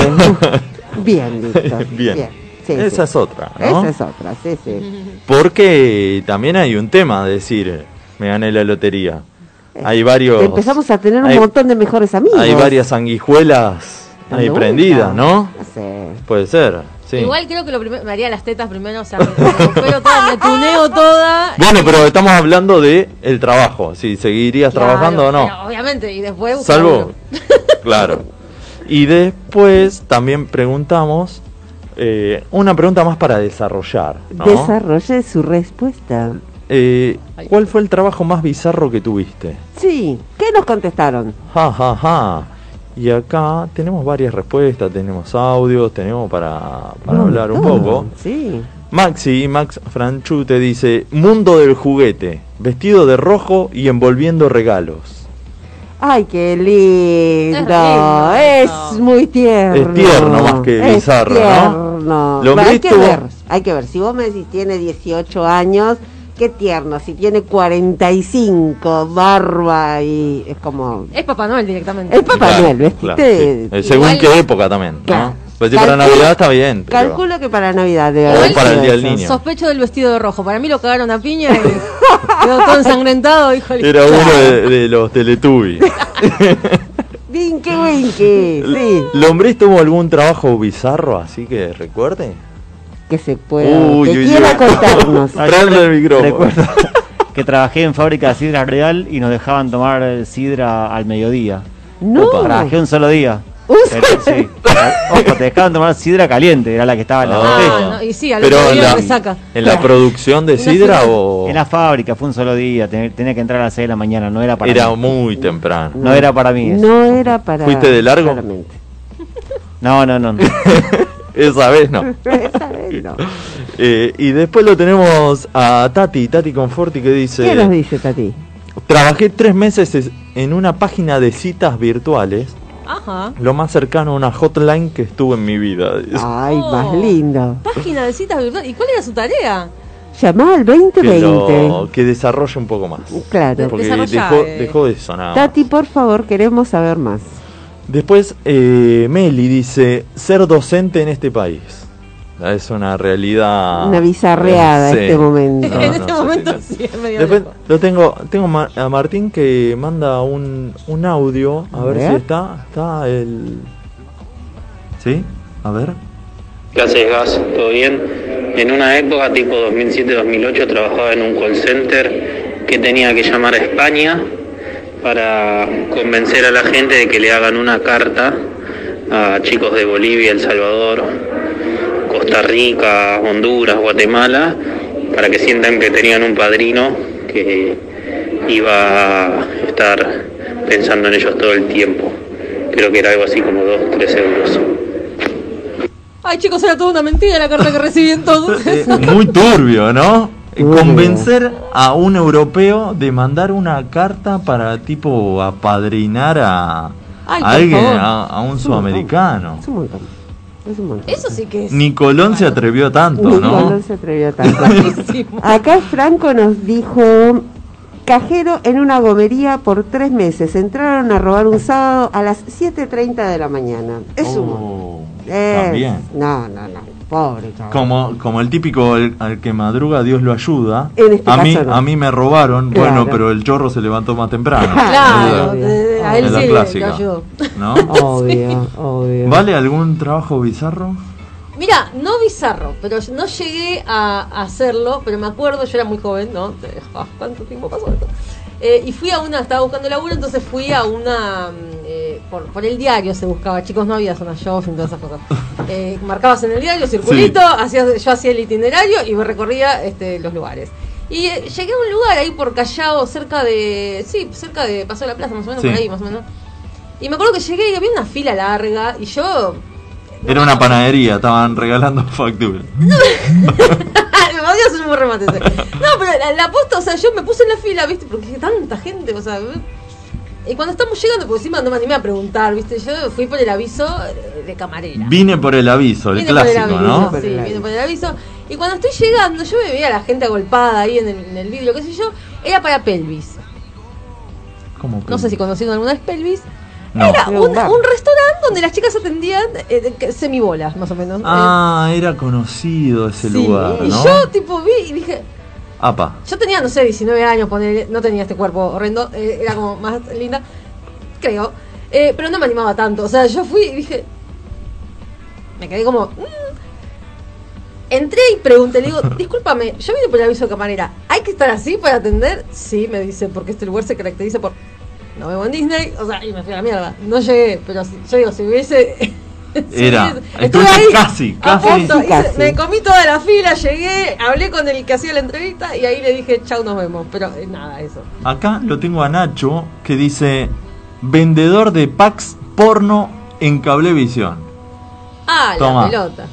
Speaker 2: bien, Víctor.
Speaker 1: [laughs] Bien.
Speaker 2: Sí,
Speaker 1: Esa
Speaker 2: sí.
Speaker 1: es otra, ¿no?
Speaker 2: Esa es otra, sí, sí.
Speaker 1: Porque también hay un tema, decir, me gané la lotería. Hay varios...
Speaker 2: Eh, Empezamos a tener un
Speaker 1: hay-
Speaker 2: montón de mejores amigos.
Speaker 1: Hay varias sanguijuelas
Speaker 2: Dando
Speaker 1: ahí
Speaker 2: vuelta.
Speaker 1: prendidas, ¿no?
Speaker 2: Sí.
Speaker 1: Puede ser, sí.
Speaker 3: Igual creo que lo primero, me haría las tetas primero, o sea, me, me recupero toda, me
Speaker 2: [laughs]
Speaker 3: tuneo toda.
Speaker 1: Bueno, pero estamos hablando de el trabajo, si seguirías
Speaker 3: Claro,
Speaker 1: trabajando o no.
Speaker 3: pero Obviamente, y después. buscar
Speaker 1: Salvo,
Speaker 3: uno.
Speaker 1: [laughs] claro. Y después también preguntamos eh, una pregunta más para desarrollar. ¿no?
Speaker 2: Desarrollé su respuesta.
Speaker 1: Eh, ¿Cuál fue el trabajo más bizarro que tuviste?
Speaker 2: Sí. ¿Qué nos contestaron?
Speaker 1: Ja, ja, ja. Y acá tenemos varias respuestas, tenemos audios, tenemos para, para hablar un
Speaker 2: montón.
Speaker 1: poco.
Speaker 2: Sí.
Speaker 1: Maxi, Max Franchu te dice, mundo del juguete, vestido de rojo y envolviendo regalos.
Speaker 2: Ay, qué lindo.
Speaker 3: Es lindo
Speaker 2: Es,
Speaker 3: eso.
Speaker 2: muy tierno.
Speaker 1: Es tierno más que
Speaker 2: Es
Speaker 1: bizarro, ¿no?
Speaker 2: tierno.
Speaker 1: Lombriz
Speaker 2: Pero hay que
Speaker 1: tuvo-
Speaker 2: ver, hay que ver. Si vos me decís tiene 18 años, qué tierno. Si tiene 45, barba y es como...
Speaker 3: Es Papá Noel directamente.
Speaker 2: Es Papá
Speaker 1: Claro,
Speaker 2: Noel, ¿viste?
Speaker 1: claro, sí. Eh, Según
Speaker 3: Igual-
Speaker 1: qué época también,
Speaker 2: Claro.
Speaker 1: ¿no? Pues si para
Speaker 2: Calculo-
Speaker 1: Navidad está bien. pero-
Speaker 2: Calculo que para Navidad debe
Speaker 1: O
Speaker 2: haber
Speaker 1: para el
Speaker 2: sido
Speaker 1: Día del
Speaker 2: eso.
Speaker 1: Niño.
Speaker 3: Sospecho del vestido de rojo. Para mí lo cagaron a piña
Speaker 2: [laughs]
Speaker 3: y quedó todo ensangrentado, híjole.
Speaker 1: Era uno de, de los Teletubbies.
Speaker 2: Dinky Winky, sí.
Speaker 1: [laughs] ¿Lombriz tuvo algún trabajo bizarro así que recuerde?
Speaker 2: Que se pueda,
Speaker 1: Uy,
Speaker 2: que
Speaker 1: uy,
Speaker 2: quiera
Speaker 1: uy. [laughs]
Speaker 2: contarnos.
Speaker 4: No, yo [laughs]
Speaker 1: Prende el micrófono. [laughs]
Speaker 4: Recuerdo que trabajé en fábrica de sidra real y nos dejaban tomar eh, sidra al mediodía.
Speaker 2: No.
Speaker 4: Trabajé un solo día.
Speaker 2: Uh. Un
Speaker 4: Pero sí. [laughs] Ojo, te dejaban tomar sidra caliente, era la que estaba en la
Speaker 1: Ah,
Speaker 4: botella.
Speaker 3: no, y sí, al
Speaker 1: Pero
Speaker 3: otro
Speaker 1: en
Speaker 3: día
Speaker 1: la,
Speaker 3: resaca.
Speaker 1: en la producción de
Speaker 3: Una
Speaker 1: Sidra
Speaker 3: sidra.
Speaker 1: o
Speaker 4: En la fábrica, fue un solo día, ten- tenía que entrar a las 6 de la mañana, no era para
Speaker 1: era
Speaker 4: mí.
Speaker 1: muy temprano.
Speaker 4: No era para mí. eso.
Speaker 2: No era para...
Speaker 1: ¿Fuiste de largo?
Speaker 2: claramente.
Speaker 4: No, no, no. no.
Speaker 1: [laughs] [laughs] Esa vez no.
Speaker 2: Esa vez no.
Speaker 1: Eh, y después lo tenemos a Tati, Tati Conforti, que dice...
Speaker 2: ¿Qué nos dice Tati?
Speaker 1: Trabajé tres meses es- en una página de citas virtuales,
Speaker 3: Ajá.
Speaker 1: lo más cercano a una hotline que estuve en mi vida. dice.
Speaker 2: Ay,
Speaker 3: Oh.
Speaker 2: más lindo.
Speaker 3: Página de citas virtuales. ¿Y cuál era su tarea?
Speaker 2: Llamá al
Speaker 1: que,
Speaker 2: 2020.
Speaker 1: lo- que desarrolle un poco más.
Speaker 2: Claro.
Speaker 1: Porque
Speaker 3: Desarrolla,
Speaker 1: dejó,
Speaker 3: eh.
Speaker 1: dejó de sonar.
Speaker 2: Tati, por favor, queremos saber más.
Speaker 1: Después eh, Meli dice, ser docente en este país. Es una realidad...
Speaker 2: Una bizarreada
Speaker 1: Sí.
Speaker 2: este momento.
Speaker 1: No,
Speaker 3: [laughs] en
Speaker 1: no,
Speaker 3: este
Speaker 1: sí,
Speaker 3: momento
Speaker 1: sí, sí.
Speaker 3: sí, es medio
Speaker 1: Después
Speaker 3: loco.
Speaker 1: lo tengo, tengo ma- a Martín que manda un, un audio, a
Speaker 2: A
Speaker 1: ver,
Speaker 2: ver.
Speaker 1: si está, está el... ¿Sí? A ver.
Speaker 3: [laughs]
Speaker 5: ¿Qué haces, Gas? ¿Todo bien? En una época, tipo 2007-2008, trabajaba en un call center que tenía que llamar a España para convencer a la gente de que le hagan una carta a chicos de Bolivia, El Salvador, Costa Rica, Honduras, Guatemala, para que sientan que tenían un padrino que iba a estar pensando en ellos todo el tiempo. Creo que era algo así como 2-3 euros.
Speaker 3: Ay, chicos, era toda una mentira la carta que recibí
Speaker 1: Eh, [laughs]
Speaker 3: entonces.
Speaker 1: muy turbio, ¿no? Eh,
Speaker 2: Turbio.
Speaker 1: Convencer a un europeo de mandar una carta para tipo apadrinar a,
Speaker 3: Ay,
Speaker 1: a
Speaker 3: por
Speaker 1: alguien,
Speaker 3: favor.
Speaker 1: a, a un
Speaker 2: Es un montón.
Speaker 1: sudamericano.
Speaker 2: Es un montón. Es un montón.
Speaker 3: Eso sí que es.
Speaker 1: Ni Colón se atrevió tanto,
Speaker 2: Nicolás
Speaker 1: ¿no?
Speaker 2: se
Speaker 1: [laughs]
Speaker 2: atrevió tanto.
Speaker 3: Buenísimo.
Speaker 2: Acá Franco nos dijo, cajero en una gomería por tres meses. Entraron a robar un sábado a las 7.30 de la mañana. Es un montón.
Speaker 1: Oh,
Speaker 2: Es-
Speaker 1: También.
Speaker 2: No, no, no. Pobre chaval.
Speaker 1: Como, como el típico al, al que madruga Dios lo ayuda.
Speaker 2: En este
Speaker 1: a, mí,
Speaker 2: caso no.
Speaker 1: a mí me robaron,
Speaker 2: Claro.
Speaker 1: bueno, pero el chorro se levantó más temprano.
Speaker 3: Claro,
Speaker 2: Obvio.
Speaker 3: de- a él
Speaker 1: Es la
Speaker 3: sí le- le
Speaker 1: clásica,
Speaker 3: ayudó.
Speaker 1: ¿no?
Speaker 2: [laughs] Obvio, obvio.
Speaker 1: ¿Vale algún trabajo bizarro?
Speaker 3: Mira, no bizarro, pero yo no llegué a hacerlo, pero me acuerdo, yo era muy joven, ¿no? Ah, ¿Cuánto tiempo pasó esto? Eh, y fui a una, estaba buscando laburo, entonces fui a una. mm, eh, por, por el diario se buscaba, chicos, no había zona shopping, todas esas cosas. Eh, marcabas en el diario, circulito,
Speaker 1: Sí.
Speaker 3: hacías, yo hacía el itinerario y me recorría este, los lugares. Y eh, llegué a un lugar ahí por Callao, cerca de. Sí, cerca de Paso de la Plaza, más o menos,
Speaker 1: Sí.
Speaker 3: por ahí, más o menos. Y me acuerdo que llegué y había una fila larga y yo
Speaker 1: Era una panadería, estaban regalando [laughs] facturas.
Speaker 3: [laughs] me mandé a hacer un buen remate. sí. No, pero la, la posta, o sea, yo me puse en la fila, ¿viste? Porque dije, tanta gente, o sea. ¿eh? Y cuando estamos llegando, porque encima no me animé a preguntar, ¿viste? Yo fui por el aviso eh, de camarera.
Speaker 1: Vine por el aviso, el
Speaker 3: Viene
Speaker 1: clásico,
Speaker 3: por el aviso,
Speaker 1: ¿no?
Speaker 2: Por
Speaker 3: Sí,
Speaker 2: el
Speaker 3: viene
Speaker 2: aviso.
Speaker 3: por el aviso. Y cuando estoy llegando, yo me veía a la gente agolpada ahí en el, en el vidrio, qué sé yo. Era para pelvis.
Speaker 1: ¿Cómo
Speaker 3: No sé si conocieron alguna vez pelvis.
Speaker 1: No.
Speaker 3: Era
Speaker 2: Era
Speaker 3: un,
Speaker 2: un bar.
Speaker 3: un restaurante donde las chicas atendían eh, de- que- semibolas, más o menos. Eh,
Speaker 1: Ah, era conocido ese
Speaker 3: sí.
Speaker 1: lugar,
Speaker 3: Y
Speaker 1: ¿no?
Speaker 3: yo, tipo, vi y dije,
Speaker 1: Apa.
Speaker 3: Yo tenía, no sé, 19 años, ponele, no tenía este cuerpo horrendo, eh, era como más linda, creo. Eh, pero no me animaba tanto, o sea, yo fui y dije. Me quedé como. mm. Entré y
Speaker 1: [laughs]
Speaker 3: pregunté, le digo, discúlpame, yo vine por el aviso de camarera, ¿hay que estar así para atender? Sí, me dice, porque este lugar se caracteriza por. No veo en Disney, o sea, y me fui a la mierda. No llegué, pero si- yo digo, si hubiese. [laughs] si
Speaker 1: Era.
Speaker 3: hubiese-
Speaker 1: Entonces, casi,
Speaker 3: a
Speaker 1: casi.
Speaker 3: punto, hice-
Speaker 2: Casi.
Speaker 3: me comí toda la fila, llegué, hablé con el que hacía la entrevista y ahí le dije, chau, nos vemos. Pero eh, nada, eso.
Speaker 1: Acá lo tengo a Nacho que dice vendedor de packs porno en cablevisión.
Speaker 3: Ah,
Speaker 1: Toma.
Speaker 3: la pelota.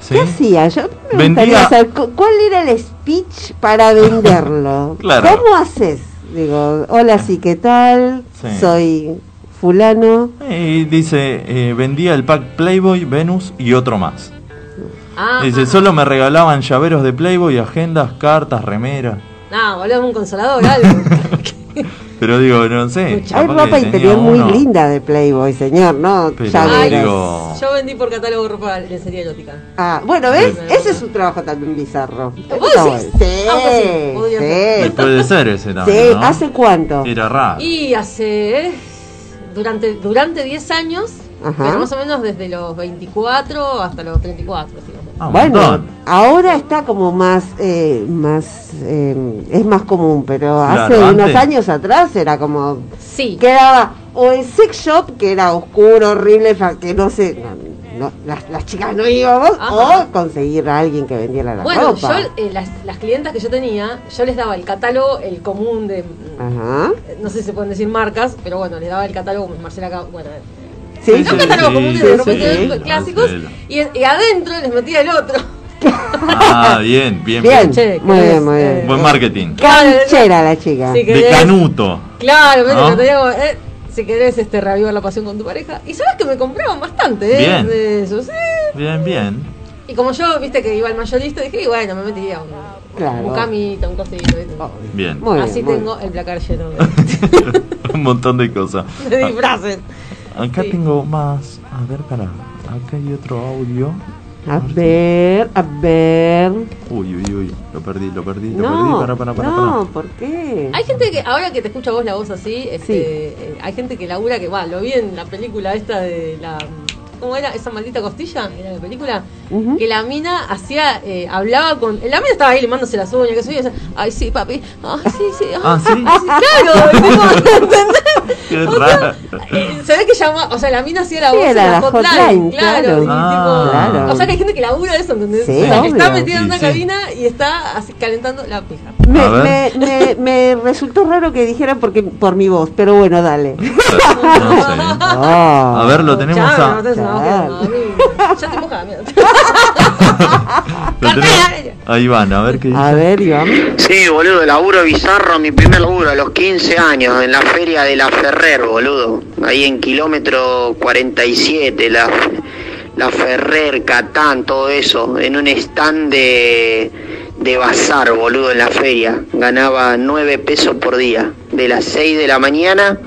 Speaker 1: ¿Sí?
Speaker 2: ¿Qué hacía? Yo me
Speaker 1: Vendía-
Speaker 2: gustaría saber cu- cuál era el speech para venderlo.
Speaker 1: [laughs] Claro.
Speaker 2: ¿Cómo haces? Digo, hola, sí, ¿qué tal?
Speaker 1: Sí.
Speaker 2: Soy fulano.
Speaker 1: Y dice, eh, vendía el pack Playboy, Venus y otro más.
Speaker 3: Ah,
Speaker 1: Dice, solo me regalaban llaveros de Playboy, agendas, cartas, remeras.
Speaker 3: no, boludo, un
Speaker 1: [laughs]
Speaker 3: consolador, algo.
Speaker 1: Pero digo, no sé.
Speaker 3: Hay
Speaker 2: Hay
Speaker 1: capaz que
Speaker 2: ropa
Speaker 1: tenía
Speaker 2: interior muy
Speaker 1: uno.
Speaker 2: linda de Playboy, señor, ¿no?
Speaker 1: Pero
Speaker 3: Ay,
Speaker 2: Llaveros.
Speaker 1: digo-
Speaker 3: yo vendí por catálogo ropa lencería erótica.
Speaker 2: Ah, bueno, ¿ves?
Speaker 3: Sí.
Speaker 2: Ese es un trabajo también bizarro.
Speaker 3: ¿Vos
Speaker 2: Está
Speaker 3: decís?
Speaker 2: bueno. Sí,
Speaker 3: Ah, pues sí, podría
Speaker 1: Y
Speaker 2: sí.
Speaker 1: puede ser ese también.
Speaker 2: Sí,
Speaker 1: ¿no?
Speaker 2: ¿hace cuánto?
Speaker 1: Era raro.
Speaker 3: Y hace. eh, Durante, durante 10 años,
Speaker 2: Ajá.
Speaker 3: pero más o menos desde los 24 hasta los 34. así más o menos.
Speaker 1: Ah, un
Speaker 2: Bueno,
Speaker 1: montón.
Speaker 2: ahora está como más, eh, más, eh, es más común, pero
Speaker 1: Claro,
Speaker 2: hace unos
Speaker 1: antes-
Speaker 2: años atrás era como
Speaker 3: Sí.
Speaker 2: quedaba o el sex shop que era oscuro, horrible, fa- que no sé, no- no- las, las chicas no íbamos,
Speaker 3: Ajá.
Speaker 2: o conseguir a alguien que vendiera la
Speaker 3: Bueno,
Speaker 2: ropa.
Speaker 3: yo, eh, las, las clientas que yo tenía, yo les daba el catálogo, el común de. mm,
Speaker 2: Ajá.
Speaker 3: no sé si se pueden decir marcas, pero bueno, les daba el catálogo como Marcela Cabo- bueno,
Speaker 2: Sí,
Speaker 3: no
Speaker 1: sí,
Speaker 3: catálogo
Speaker 1: sí,
Speaker 3: común de
Speaker 1: sí,
Speaker 3: repente
Speaker 1: sí.
Speaker 3: de clásicos
Speaker 1: Marcela.
Speaker 3: y, y adentro les metía el otro.
Speaker 1: Ah, bien, bien,
Speaker 2: Bien,
Speaker 1: bien.
Speaker 3: Che,
Speaker 2: muy
Speaker 3: ¿qué
Speaker 2: bien,
Speaker 3: es?
Speaker 2: muy bien.
Speaker 1: Buen marketing.
Speaker 2: Canchera la chica.
Speaker 3: Sí, que
Speaker 1: De
Speaker 3: es-
Speaker 1: Canuto.
Speaker 3: Claro, ¿ves?
Speaker 1: ¿No?
Speaker 3: Yo te digo, eh, si querés este, reavivar la pasión con tu pareja. Y sabes que me compraban bastante, ¿eh?
Speaker 1: Bien.
Speaker 3: De eso, sí.
Speaker 1: Bien, bien.
Speaker 3: Y como yo, viste que iba al mayorista, dije, y bueno, me metía un,
Speaker 2: Claro. Ah,
Speaker 3: un camita, un cosito. ¿viste?
Speaker 1: Bien.
Speaker 2: Muy bien,
Speaker 3: Así
Speaker 2: muy
Speaker 3: tengo el placar lleno
Speaker 2: [laughs]
Speaker 3: de,
Speaker 1: [laughs] Un montón de cosas.
Speaker 3: de disfraces.
Speaker 1: Ah, Acá
Speaker 3: Sí.
Speaker 1: tengo más. A ver, pará. Acá hay otro audio.
Speaker 2: bien. A ver, a ver.
Speaker 1: Uy, uy, uy. Lo perdí, lo perdí, lo
Speaker 2: No,
Speaker 1: perdí. Pará, pará, pará. pará.
Speaker 2: no, ¿por qué?
Speaker 3: Hay gente que, ahora que te escucha vos la voz así, este, eh, hay gente que labura que, va, lo vi en la película esta de la. ¿Cómo era? Esa maldita costilla, era la película.
Speaker 2: Ujú.
Speaker 3: Que la mina hacía, eh, hablaba con. La mina estaba ahí limándose las uñas, que soy, y decía, ay, sí, papi, ay, sí, sí, ay,
Speaker 1: Ah, ¿sí?
Speaker 3: sí, [laughs]
Speaker 1: [laughs]
Speaker 3: claro, ¿entendés?
Speaker 1: Qué raro.
Speaker 3: Eh, Se ve que llama, o sea, la mina hacía la
Speaker 2: Sí,
Speaker 3: voz
Speaker 2: era
Speaker 3: en
Speaker 2: la hotline, claro.
Speaker 3: claro. y
Speaker 1: Ah.
Speaker 3: tipo-
Speaker 2: Claro.
Speaker 3: O sea, que hay gente que labura de eso, ¿entendés?
Speaker 2: Sí,
Speaker 3: o sea, que está
Speaker 2: obvio.
Speaker 3: metida en
Speaker 1: Sí,
Speaker 3: una
Speaker 1: sí.
Speaker 3: cabina y está así calentando la
Speaker 2: [laughs]
Speaker 3: pija.
Speaker 2: Me,
Speaker 1: A
Speaker 2: me,
Speaker 1: ver.
Speaker 2: me, me resultó raro que dijeran porque por mi voz, pero bueno, dale. Ah.
Speaker 1: No sé.
Speaker 3: [laughs]
Speaker 1: A ver, lo tenemos
Speaker 3: Chao, no
Speaker 1: a.
Speaker 3: tenés una boca, no, amigo. Ya te mojaba, mira. [laughs]
Speaker 1: Lo tenemos a Iván, a ver qué
Speaker 2: A
Speaker 1: dice.
Speaker 2: ver, Iván.
Speaker 5: Sí, boludo, laburo bizarro, mi primer laburo a los 15 años, en la feria de la Ferrer, boludo. Ahí en kilómetro 47, la, la Ferrer, Catán, todo eso, en un stand de, de bazar, boludo, en la feria. Ganaba 9 pesos por día, de las 6 de la mañana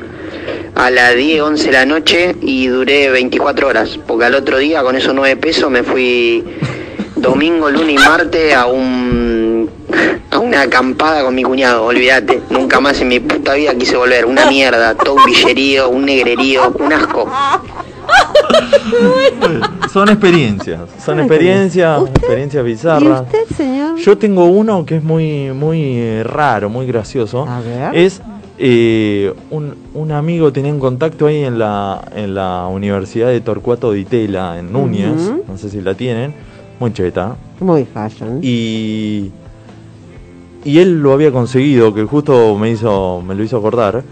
Speaker 5: a las 10, 11 de la noche y duré 24 horas, porque al otro día con esos 9 pesos me fui domingo, lunes y martes a un a una acampada con mi cuñado, olvídate, nunca más en mi puta vida quise volver, una mierda, todo un villerío, un negrerío, un asco.
Speaker 1: Son experiencias. Son experiencias,
Speaker 2: ¿Usted?
Speaker 1: experiencias
Speaker 2: ¿Y
Speaker 1: bizarras.
Speaker 2: usted, señor?
Speaker 1: Yo tengo uno que es muy, muy eh, raro, muy gracioso.
Speaker 2: A ver.
Speaker 1: Es eh, un, un amigo tenía un contacto ahí en la, en la Universidad de Torcuato de Itela, en Núñez.
Speaker 2: Ujú.
Speaker 1: No sé si la tienen. Muy cheta.
Speaker 2: Muy fashion.
Speaker 1: Y, y él lo había conseguido, que justo me, hizo, me lo hizo acordar.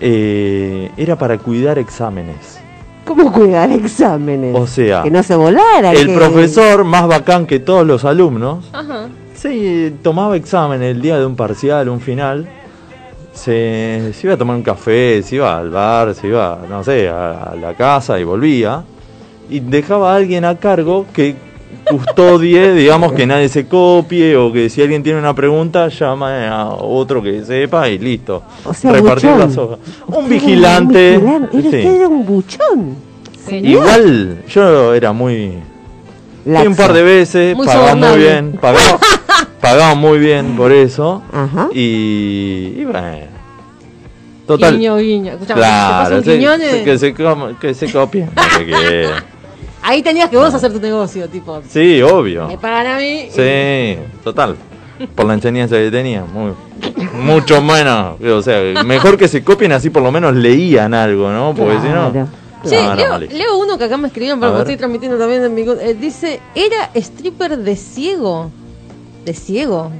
Speaker 1: eh, era para cuidar exámenes.
Speaker 2: ¿Cómo cuidar exámenes?
Speaker 1: O sea,
Speaker 2: que no se volara.
Speaker 1: El
Speaker 2: que-
Speaker 1: profesor, más bacán que todos los alumnos,
Speaker 3: Ajá.
Speaker 1: se eh, tomaba examen el día de un parcial, un final. Se, se iba a tomar un café, se iba al bar, se iba, no sé, a, a la casa y volvía. Y dejaba a alguien a cargo que custodie, [laughs] digamos, que nadie se copie o que si alguien tiene una pregunta, llama a otro que sepa y listo.
Speaker 2: O sea,
Speaker 1: Repartir
Speaker 2: buchón.
Speaker 1: las hojas.
Speaker 2: Usted era
Speaker 1: Un vigilante.
Speaker 2: vigilante. Era,
Speaker 1: sí.
Speaker 2: Usted era un buchón.
Speaker 1: Igual, yo era muy Fui un
Speaker 2: Laxo.
Speaker 1: par de veces,
Speaker 3: Muy
Speaker 1: pagaba muy
Speaker 3: sobornable.
Speaker 1: bien,
Speaker 3: [laughs]
Speaker 1: pagaba, pagaba muy bien por eso.
Speaker 3: ¿Ah?
Speaker 2: Ajá.
Speaker 1: Y, y bueno. Total.
Speaker 3: Guiño, guiño. Escuchame,
Speaker 1: claro,
Speaker 3: te paso un
Speaker 1: sí,
Speaker 3: guiñón, eh.
Speaker 1: que se, com- que se copien. no sé
Speaker 3: [laughs]
Speaker 1: qué.
Speaker 3: Ahí tenías que vos hacer tu negocio, tipo.
Speaker 1: Sí, obvio.
Speaker 3: Me pagan a mí.
Speaker 1: Sí, total. Por la enseñanza que tenía. Muy, mucho menos. O sea, mejor que se copien así por lo menos leían algo, ¿no? Porque si
Speaker 2: Claro.
Speaker 1: no...
Speaker 3: Che,
Speaker 1: no, no,
Speaker 3: leo,
Speaker 1: malísimo.
Speaker 3: leo uno que acá me escribieron,
Speaker 1: A
Speaker 3: pero lo
Speaker 1: ver.
Speaker 3: estoy transmitiendo también en mi. cu- eh, dice: Era stripper de ciego. De ciego.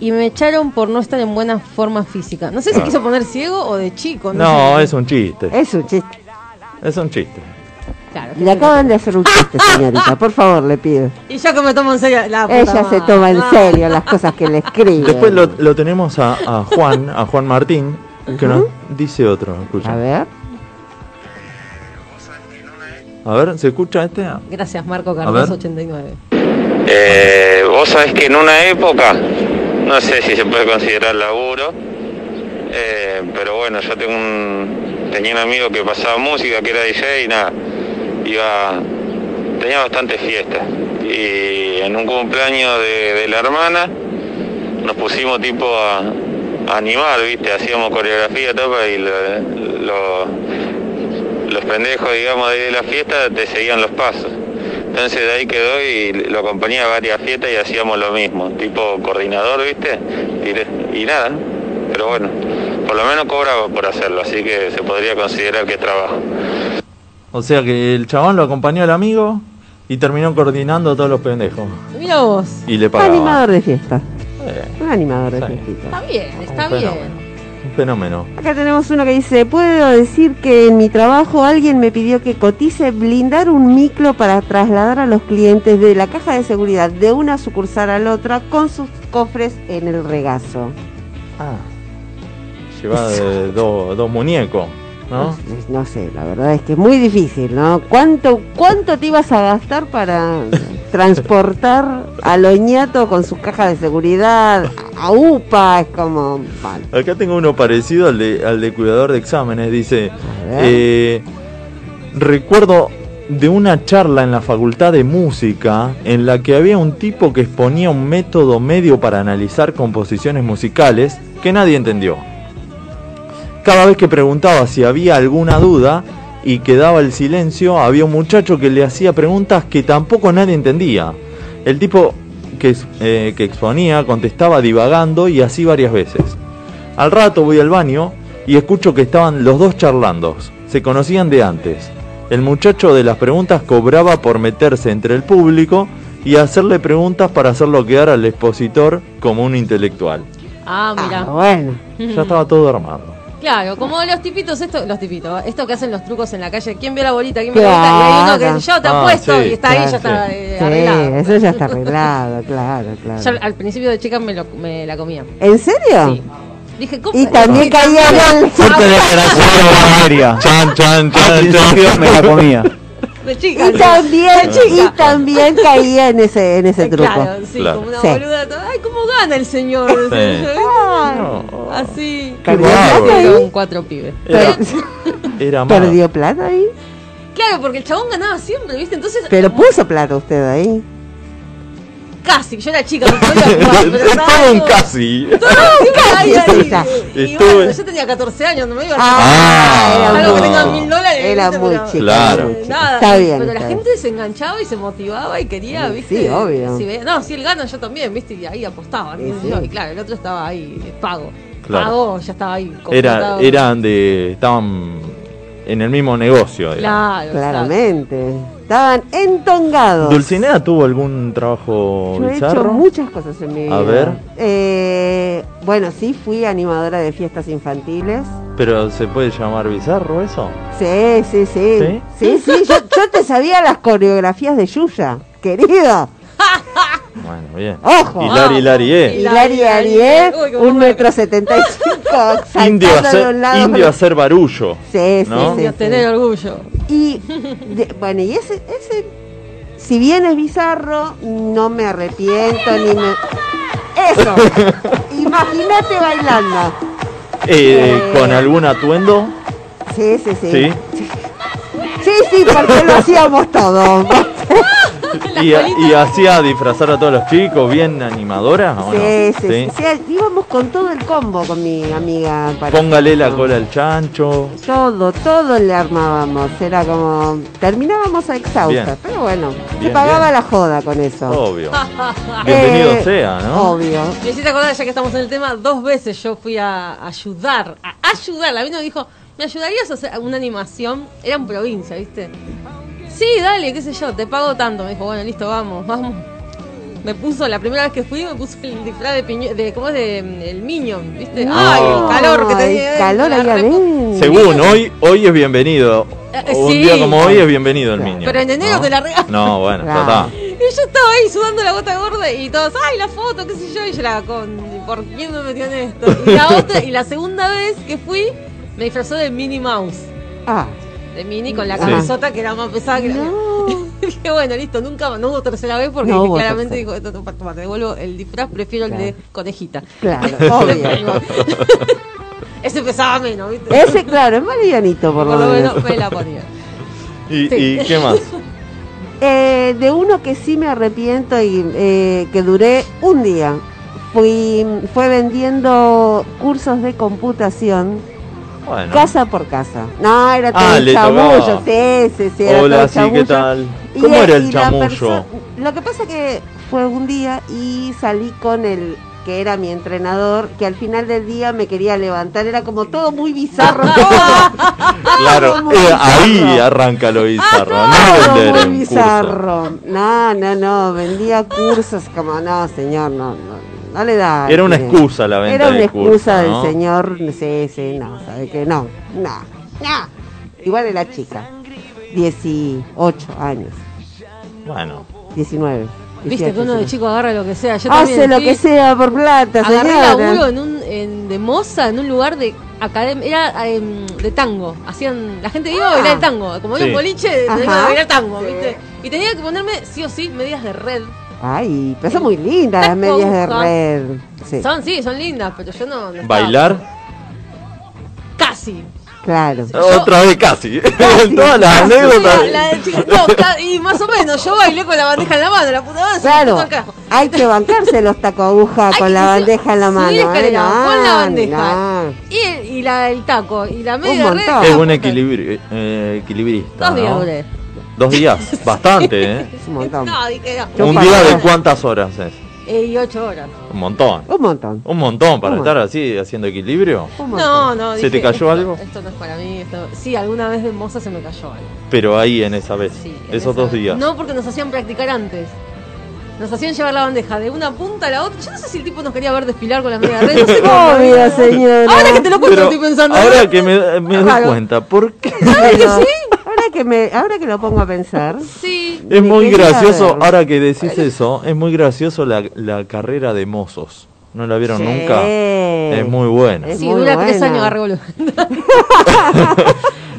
Speaker 3: Y me echaron por no estar en buena forma física. No sé si
Speaker 1: Ah.
Speaker 3: quiso poner ciego o de chico.
Speaker 1: no,
Speaker 3: sé.
Speaker 1: es un chiste.
Speaker 2: Es un chiste.
Speaker 1: Es un chiste.
Speaker 3: Claro.
Speaker 2: Le acaban de hacer un chiste, señorita. Por favor, le pido.
Speaker 3: Y yo que me tomo en serio. La puta
Speaker 2: Ella se
Speaker 3: madre.
Speaker 2: toma en
Speaker 3: Ah.
Speaker 2: serio las cosas que le escribe.
Speaker 1: Después lo, lo tenemos a, a Juan, a Juan Martín, que nos dice otro. Escucha.
Speaker 2: A ver.
Speaker 1: A ver, ¿se escucha este?
Speaker 3: Gracias, Marco
Speaker 1: ver.
Speaker 3: Carlos 89.
Speaker 5: Eh, vos sabés que en una época, no sé si se puede considerar laburo, eh, pero bueno, yo tengo un, tenía un amigo que pasaba música, que era DJ y nada, iba, tenía bastantes fiestas. Y en un cumpleaños de, de la hermana nos pusimos tipo a, a animar, ¿viste? Hacíamos coreografía, todo, y lo- lo, los pendejos, digamos, de ahí de la fiesta te seguían los pasos. Entonces de ahí quedó y lo acompañé a varias fiestas y hacíamos lo mismo, tipo coordinador, ¿viste? Y, le- y nada, pero bueno, por lo menos cobraba por hacerlo, así que se podría considerar que trabajo.
Speaker 1: O sea que el chabón lo acompañó al amigo y terminó coordinando a todos los pendejos.
Speaker 3: Mira vos.
Speaker 1: Y le
Speaker 2: Un
Speaker 1: pagaba.
Speaker 2: animador de fiesta.
Speaker 1: Eh,
Speaker 2: Un animador de
Speaker 1: Sí.
Speaker 2: fiestita.
Speaker 3: Está bien,
Speaker 1: un
Speaker 3: está
Speaker 1: fenómeno,
Speaker 3: bien.
Speaker 1: Un fenómeno.
Speaker 2: Acá tenemos uno que dice, puedo decir que en mi trabajo alguien me pidió que cotice blindar un micro para trasladar a los clientes de la caja de seguridad de una sucursal a la otra con sus cofres en el regazo.
Speaker 1: Ah. Lleva
Speaker 2: [laughs]
Speaker 1: de dos dos muñecos, ¿no?
Speaker 2: sé, no sé, la verdad es que es muy difícil, ¿no? ¿Cuánto, cuánto te ibas a gastar
Speaker 1: [laughs]
Speaker 2: para transportar a Loñato con su caja de seguridad a UPA? Es como... bueno,
Speaker 1: Acá tengo uno parecido al de, al de cuidador de exámenes. Dice,
Speaker 2: A ver.
Speaker 1: eh, recuerdo de una charla en la facultad de música en la que había un tipo que exponía un método medio para analizar composiciones musicales que nadie entendió. Cada vez que preguntaba si había alguna duda y quedaba el silencio, había un muchacho que le hacía preguntas que tampoco nadie entendía. El tipo que, es- eh, que exponía contestaba divagando y así varias veces. Al rato voy al baño y escucho que estaban los dos charlando. Se conocían de antes. El muchacho de las preguntas cobraba por meterse entre el público y hacerle preguntas para hacerlo quedar al expositor como un intelectual.
Speaker 3: Ah, mira.
Speaker 2: ah,
Speaker 3: [laughs]
Speaker 2: bueno.
Speaker 1: Ya estaba todo armado.
Speaker 3: Claro, como los tipitos, esto, los tipitos, esto que hacen los trucos en la calle, ¿quién vio la bolita? ¿Quién vio la bolita? Y hay uno
Speaker 2: Claro.
Speaker 3: que yo te
Speaker 1: Ah,
Speaker 3: apuesto
Speaker 1: sí,
Speaker 3: y está ahí, ya
Speaker 1: claro,
Speaker 3: está
Speaker 1: sí.
Speaker 3: eh,
Speaker 2: Sí,
Speaker 3: arreglado.
Speaker 2: eso
Speaker 3: [laughs]
Speaker 2: ya está arreglado, claro, claro.
Speaker 3: Yo al principio de chica me, lo- me la comía.
Speaker 2: ¿En serio?
Speaker 3: Sí. Dije, ¿cómo?
Speaker 2: Ah. Y también caía mal.
Speaker 1: Fuerte
Speaker 4: Materia.
Speaker 1: Chan,
Speaker 4: [laughs] Al
Speaker 1: chan, chan,
Speaker 4: principio
Speaker 1: chan.
Speaker 4: me la comía.
Speaker 3: De chica.
Speaker 2: [laughs] Y también, y
Speaker 3: chica.
Speaker 2: también caía en ese, en ese truco.
Speaker 3: Claro, sí,
Speaker 1: Claro.
Speaker 3: como una
Speaker 2: Sí.
Speaker 3: boluda. toda, Ay, ¿cómo gana el señor?
Speaker 1: Sí. No.
Speaker 3: [laughs] Así.
Speaker 1: Qué
Speaker 2: Perdió
Speaker 1: bárbaro.
Speaker 2: plata ahí.
Speaker 3: Con cuatro pibes.
Speaker 1: Era,
Speaker 2: Per-
Speaker 1: era amado. [laughs]
Speaker 2: perdió plata ahí.
Speaker 3: Claro, porque el chabón ganaba siempre, ¿viste? Entonces,
Speaker 2: Pero puso plata usted ahí.
Speaker 3: casi, yo era chica, no
Speaker 2: [laughs]
Speaker 3: podía jugar, pero
Speaker 1: Es
Speaker 3: estaba
Speaker 1: todo un
Speaker 3: todo-
Speaker 1: casi.
Speaker 3: Ay, ay,
Speaker 2: Está.
Speaker 3: ay. Y
Speaker 1: Estuve-
Speaker 3: bueno, yo tenía 14 años, no me iba a
Speaker 1: Ah,
Speaker 2: era
Speaker 3: algo que
Speaker 2: muy
Speaker 3: tenga
Speaker 2: chico.
Speaker 3: mil dólares.
Speaker 2: Era
Speaker 3: ¿viste?
Speaker 2: muy
Speaker 3: Pero-
Speaker 2: chico.
Speaker 1: Claro.
Speaker 2: muy chico.
Speaker 3: Nada,
Speaker 2: Está bien.
Speaker 3: pero la
Speaker 2: está
Speaker 3: gente se enganchaba y se motivaba y quería,
Speaker 2: Sí,
Speaker 3: ¿viste?
Speaker 2: sí, obvio.
Speaker 3: Si veía- no, si él gana, yo también, ¿viste? Y ahí apostaban.
Speaker 2: Sí,
Speaker 3: ¿no?
Speaker 2: sí.
Speaker 3: Y claro, el otro estaba ahí, eh, pago.
Speaker 1: Claro.
Speaker 3: Pagó, ya estaba ahí.
Speaker 1: Era,
Speaker 3: contratado.
Speaker 1: eran de. Estaban en el mismo negocio. digamos.
Speaker 3: Claro,
Speaker 2: Claramente. Estaban entongados.
Speaker 1: ¿Dulcinea tuvo algún trabajo
Speaker 2: Yo he hecho
Speaker 1: bizarro?
Speaker 2: muchas cosas en mi vida.
Speaker 1: A ver.
Speaker 2: Eh, bueno, sí, fui animadora de fiestas infantiles.
Speaker 1: ¿Pero se puede llamar bizarro eso?
Speaker 2: Sí, sí, sí.
Speaker 1: ¿Sí?
Speaker 2: Sí, sí. Yo, yo te sabía las coreografías de Yuya, querido.
Speaker 1: Bueno, bien.
Speaker 2: Ojo.
Speaker 1: Hilari, Hilari, eh.
Speaker 2: Hilari Arié, eh, un metro setenta y
Speaker 1: [laughs]
Speaker 2: cinco,
Speaker 1: Indio
Speaker 2: saltando de
Speaker 1: hacer,
Speaker 2: un lado.
Speaker 1: indio hacer barullo.
Speaker 2: Sí, sí,
Speaker 1: ¿no?
Speaker 2: sí,
Speaker 3: Indio,
Speaker 2: sí.
Speaker 3: tener orgullo.
Speaker 2: Y de- bueno, y ese, ese, si bien es bizarro, no me arrepiento ni me.
Speaker 1: [laughs]
Speaker 2: Eso. Imagínate bailando.
Speaker 1: Eh, ¿Con algún atuendo?
Speaker 2: Sí, sí, sí.
Speaker 1: Sí.
Speaker 2: [laughs] sí, sí, porque lo hacíamos todo.
Speaker 1: [laughs] Y, y hacía disfrazar a todos los chicos, bien animadora o no?
Speaker 2: Sí, sí, sí. Sí, íbamos con todo el combo con mi amiga. para-
Speaker 1: Póngale la
Speaker 2: No.
Speaker 1: cola al chancho.
Speaker 2: Todo, todo le armábamos. Era como. Terminábamos a exhaustas.
Speaker 1: Bien.
Speaker 2: Pero bueno, se
Speaker 1: Bien,
Speaker 2: pagaba
Speaker 1: bien.
Speaker 2: la joda con eso.
Speaker 1: Obvio.
Speaker 3: [laughs]
Speaker 1: Bienvenido
Speaker 2: Eh,
Speaker 1: sea, ¿no?
Speaker 2: Obvio.
Speaker 3: Me hiciste acordar, ya que estamos en el tema, dos veces yo fui a ayudar, a ayudar. La vino y dijo, ¿me ayudarías a hacer una animación? Era en provincia, ¿viste? Sí, dale, qué sé yo, te pago tanto. Me dijo, bueno, listo, vamos, vamos. Me puso, la primera vez que fui, me puso el disfraz de, piño- de ¿cómo es? De, mm, el Minion, ¿viste?
Speaker 1: No.
Speaker 3: Ay, el calor que
Speaker 2: Ay,
Speaker 3: tenía.
Speaker 2: El calor
Speaker 3: la
Speaker 2: ahí
Speaker 3: repu-
Speaker 2: adentro.
Speaker 1: Según hoy, hoy es bienvenido.
Speaker 3: Eh,
Speaker 1: Un
Speaker 3: sí.
Speaker 1: día como hoy es bienvenido el
Speaker 2: Claro.
Speaker 1: niño.
Speaker 3: Pero en enero
Speaker 1: ¿no?
Speaker 3: te la regalan.
Speaker 1: No, bueno, ya
Speaker 2: Claro.
Speaker 1: está.
Speaker 3: Y yo estaba ahí sudando la gota gorda y todos, ay, la foto, qué sé yo, y yo la con, ¿por qué me metió en esto? Y la otra, y la segunda vez que fui, me disfrazó de Minnie Mouse.
Speaker 2: Ah,
Speaker 3: De Minnie con la
Speaker 1: Sí.
Speaker 3: cabezota que era más pesada que la
Speaker 2: no.
Speaker 3: [laughs] Dije, bueno, listo, nunca más, no hubo tercera vez porque
Speaker 2: No hubo
Speaker 3: claramente
Speaker 2: tercera.
Speaker 3: dijo, esto toma, toma, te devuelvo el disfraz, prefiero
Speaker 2: Claro.
Speaker 3: el de
Speaker 2: [laughs]
Speaker 3: conejita.
Speaker 1: [laughs]
Speaker 2: Claro, obvio. [laughs]
Speaker 3: Obvio. Ese pesaba menos, ¿viste?
Speaker 2: Ese, claro, es más livianito, Eh, por, lo menos.
Speaker 3: me la
Speaker 2: [laughs]
Speaker 3: ponía.
Speaker 1: ¿Y,
Speaker 3: Sí.
Speaker 1: y qué más?
Speaker 2: Eh, de uno que sí me arrepiento y eh, que duré un día. Fui, fue vendiendo cursos de computación
Speaker 1: Bueno.
Speaker 2: casa por casa. No, era todo
Speaker 1: Ah,
Speaker 2: el
Speaker 1: le
Speaker 2: chamullo.
Speaker 1: tocaba.
Speaker 2: Sí, sí, sí. Era todo
Speaker 1: Hola,
Speaker 2: el
Speaker 1: sí, ¿qué
Speaker 2: chamullo.
Speaker 1: tal?
Speaker 2: Y-
Speaker 1: ¿Cómo era el
Speaker 2: y la
Speaker 1: chamullo?
Speaker 2: perso- Lo que pasa que fue un día y salí con el que era mi entrenador, que al final del día me quería levantar. Era como todo muy
Speaker 1: [laughs]
Speaker 2: bizarro. todo.
Speaker 1: Claro,
Speaker 2: muy
Speaker 1: eh,
Speaker 2: bizarro. Ah,
Speaker 1: ahí arranca lo bizarro. No
Speaker 2: Todo
Speaker 1: vender
Speaker 2: muy
Speaker 1: un curso.
Speaker 2: bizarro. No, no, no. Vendía cursos como, no, señor, no, no. no le da.
Speaker 1: Era una
Speaker 2: mire.
Speaker 1: excusa la venta
Speaker 2: Era una
Speaker 1: de
Speaker 2: excusa
Speaker 1: discurso,
Speaker 2: del
Speaker 1: ¿no?
Speaker 2: señor, sí, sí, no, sabe que no, no, no. Igual era chica, 18 años,
Speaker 1: Bueno,
Speaker 2: 19.
Speaker 3: Viste que uno de
Speaker 2: 18,
Speaker 3: chico agarra lo que sea. Yo
Speaker 2: Hace
Speaker 3: también
Speaker 2: lo
Speaker 3: fui-
Speaker 2: que sea por plata,
Speaker 3: Agarré laburo
Speaker 2: señora.
Speaker 3: en un, en- de moza en un lugar de academia, era em, de tango, hacían, la gente iba a bailar tango, como había
Speaker 1: Sí.
Speaker 3: un boliche,
Speaker 2: Ah. Ajá.
Speaker 3: tenía que bailar tango,
Speaker 2: Sí.
Speaker 3: ¿viste? Y tenía que ponerme sí o sí medidas de red.
Speaker 2: Ay, pero son muy lindas las
Speaker 3: Taco,
Speaker 2: medias de
Speaker 3: aguja.
Speaker 2: red. Sí,
Speaker 3: Son, sí, son lindas, pero yo no, no estaba-
Speaker 1: bailar.
Speaker 3: Casi.
Speaker 2: claro.
Speaker 3: Yo-
Speaker 1: Otra vez casi.
Speaker 3: [laughs]
Speaker 1: En Oh. [laughs] todas las anécdotas.
Speaker 3: Sí, la de chica- no, ca- y más o menos, yo bailé con la bandeja en la mano, la puta madre, se me
Speaker 2: Claro,
Speaker 3: puso al carajo.
Speaker 2: hay que bancarse los taco aguja
Speaker 3: Hay
Speaker 2: con
Speaker 3: que
Speaker 2: la
Speaker 3: subir-
Speaker 2: bandeja en la
Speaker 3: subir
Speaker 2: mano. ¿eh?
Speaker 3: escalera,
Speaker 2: No,
Speaker 3: con la bandeja.
Speaker 2: no.
Speaker 3: Y, el- y la, el taco, y la media
Speaker 2: Un
Speaker 3: red.
Speaker 2: montón.
Speaker 1: Es un equilibrio, eh, equilibrista.
Speaker 3: Ah, Dos días
Speaker 1: ¿no?
Speaker 3: duré.
Speaker 1: Dos
Speaker 3: [laughs]
Speaker 1: días. Bastante, ¿eh?
Speaker 2: Es un montón.
Speaker 3: No, dije, no.
Speaker 2: Yo
Speaker 1: Un
Speaker 2: para-
Speaker 1: día de cuántas horas es.
Speaker 3: Eh, Y ocho horas.
Speaker 1: Un montón.
Speaker 3: [laughs]
Speaker 2: Un montón.
Speaker 1: Un montón para
Speaker 2: Un
Speaker 1: estar así haciendo equilibrio.
Speaker 2: un montón.
Speaker 3: No, no.
Speaker 1: ¿Se te cayó
Speaker 3: esto-
Speaker 1: algo?
Speaker 3: Esto no es para mí. Esto... Sí, alguna vez de moza se me cayó algo.
Speaker 1: Pero ahí en esa vez,
Speaker 3: Sí, en
Speaker 1: esos
Speaker 3: esa-
Speaker 1: dos días.
Speaker 3: No, porque nos hacían practicar antes. Nos hacían llevar la bandeja de una punta a la otra. Yo no sé si el tipo nos quería ver desfilar con las medias red. No
Speaker 2: [laughs]
Speaker 3: sé cómo.
Speaker 2: Obvio, señora.
Speaker 3: Ahora que te lo cuento,
Speaker 1: Pero
Speaker 3: estoy pensando.
Speaker 1: ahora que me, me doy
Speaker 3: Claro.
Speaker 1: cuenta, ¿por
Speaker 3: [laughs]
Speaker 1: qué?
Speaker 2: Pero Ahora que, me, ahora que lo pongo a pensar,
Speaker 3: Sí.
Speaker 1: Es
Speaker 2: Me
Speaker 1: muy
Speaker 2: quería
Speaker 1: gracioso,
Speaker 2: ver.
Speaker 1: ahora que decís eso, es muy gracioso la, la carrera de mozos. ¿No la vieron
Speaker 2: Sí.
Speaker 1: nunca? Es muy buena.
Speaker 2: Es
Speaker 3: sí,
Speaker 2: muy
Speaker 3: dura tres
Speaker 2: buena.
Speaker 3: años agarré
Speaker 2: [laughs]
Speaker 3: boludo.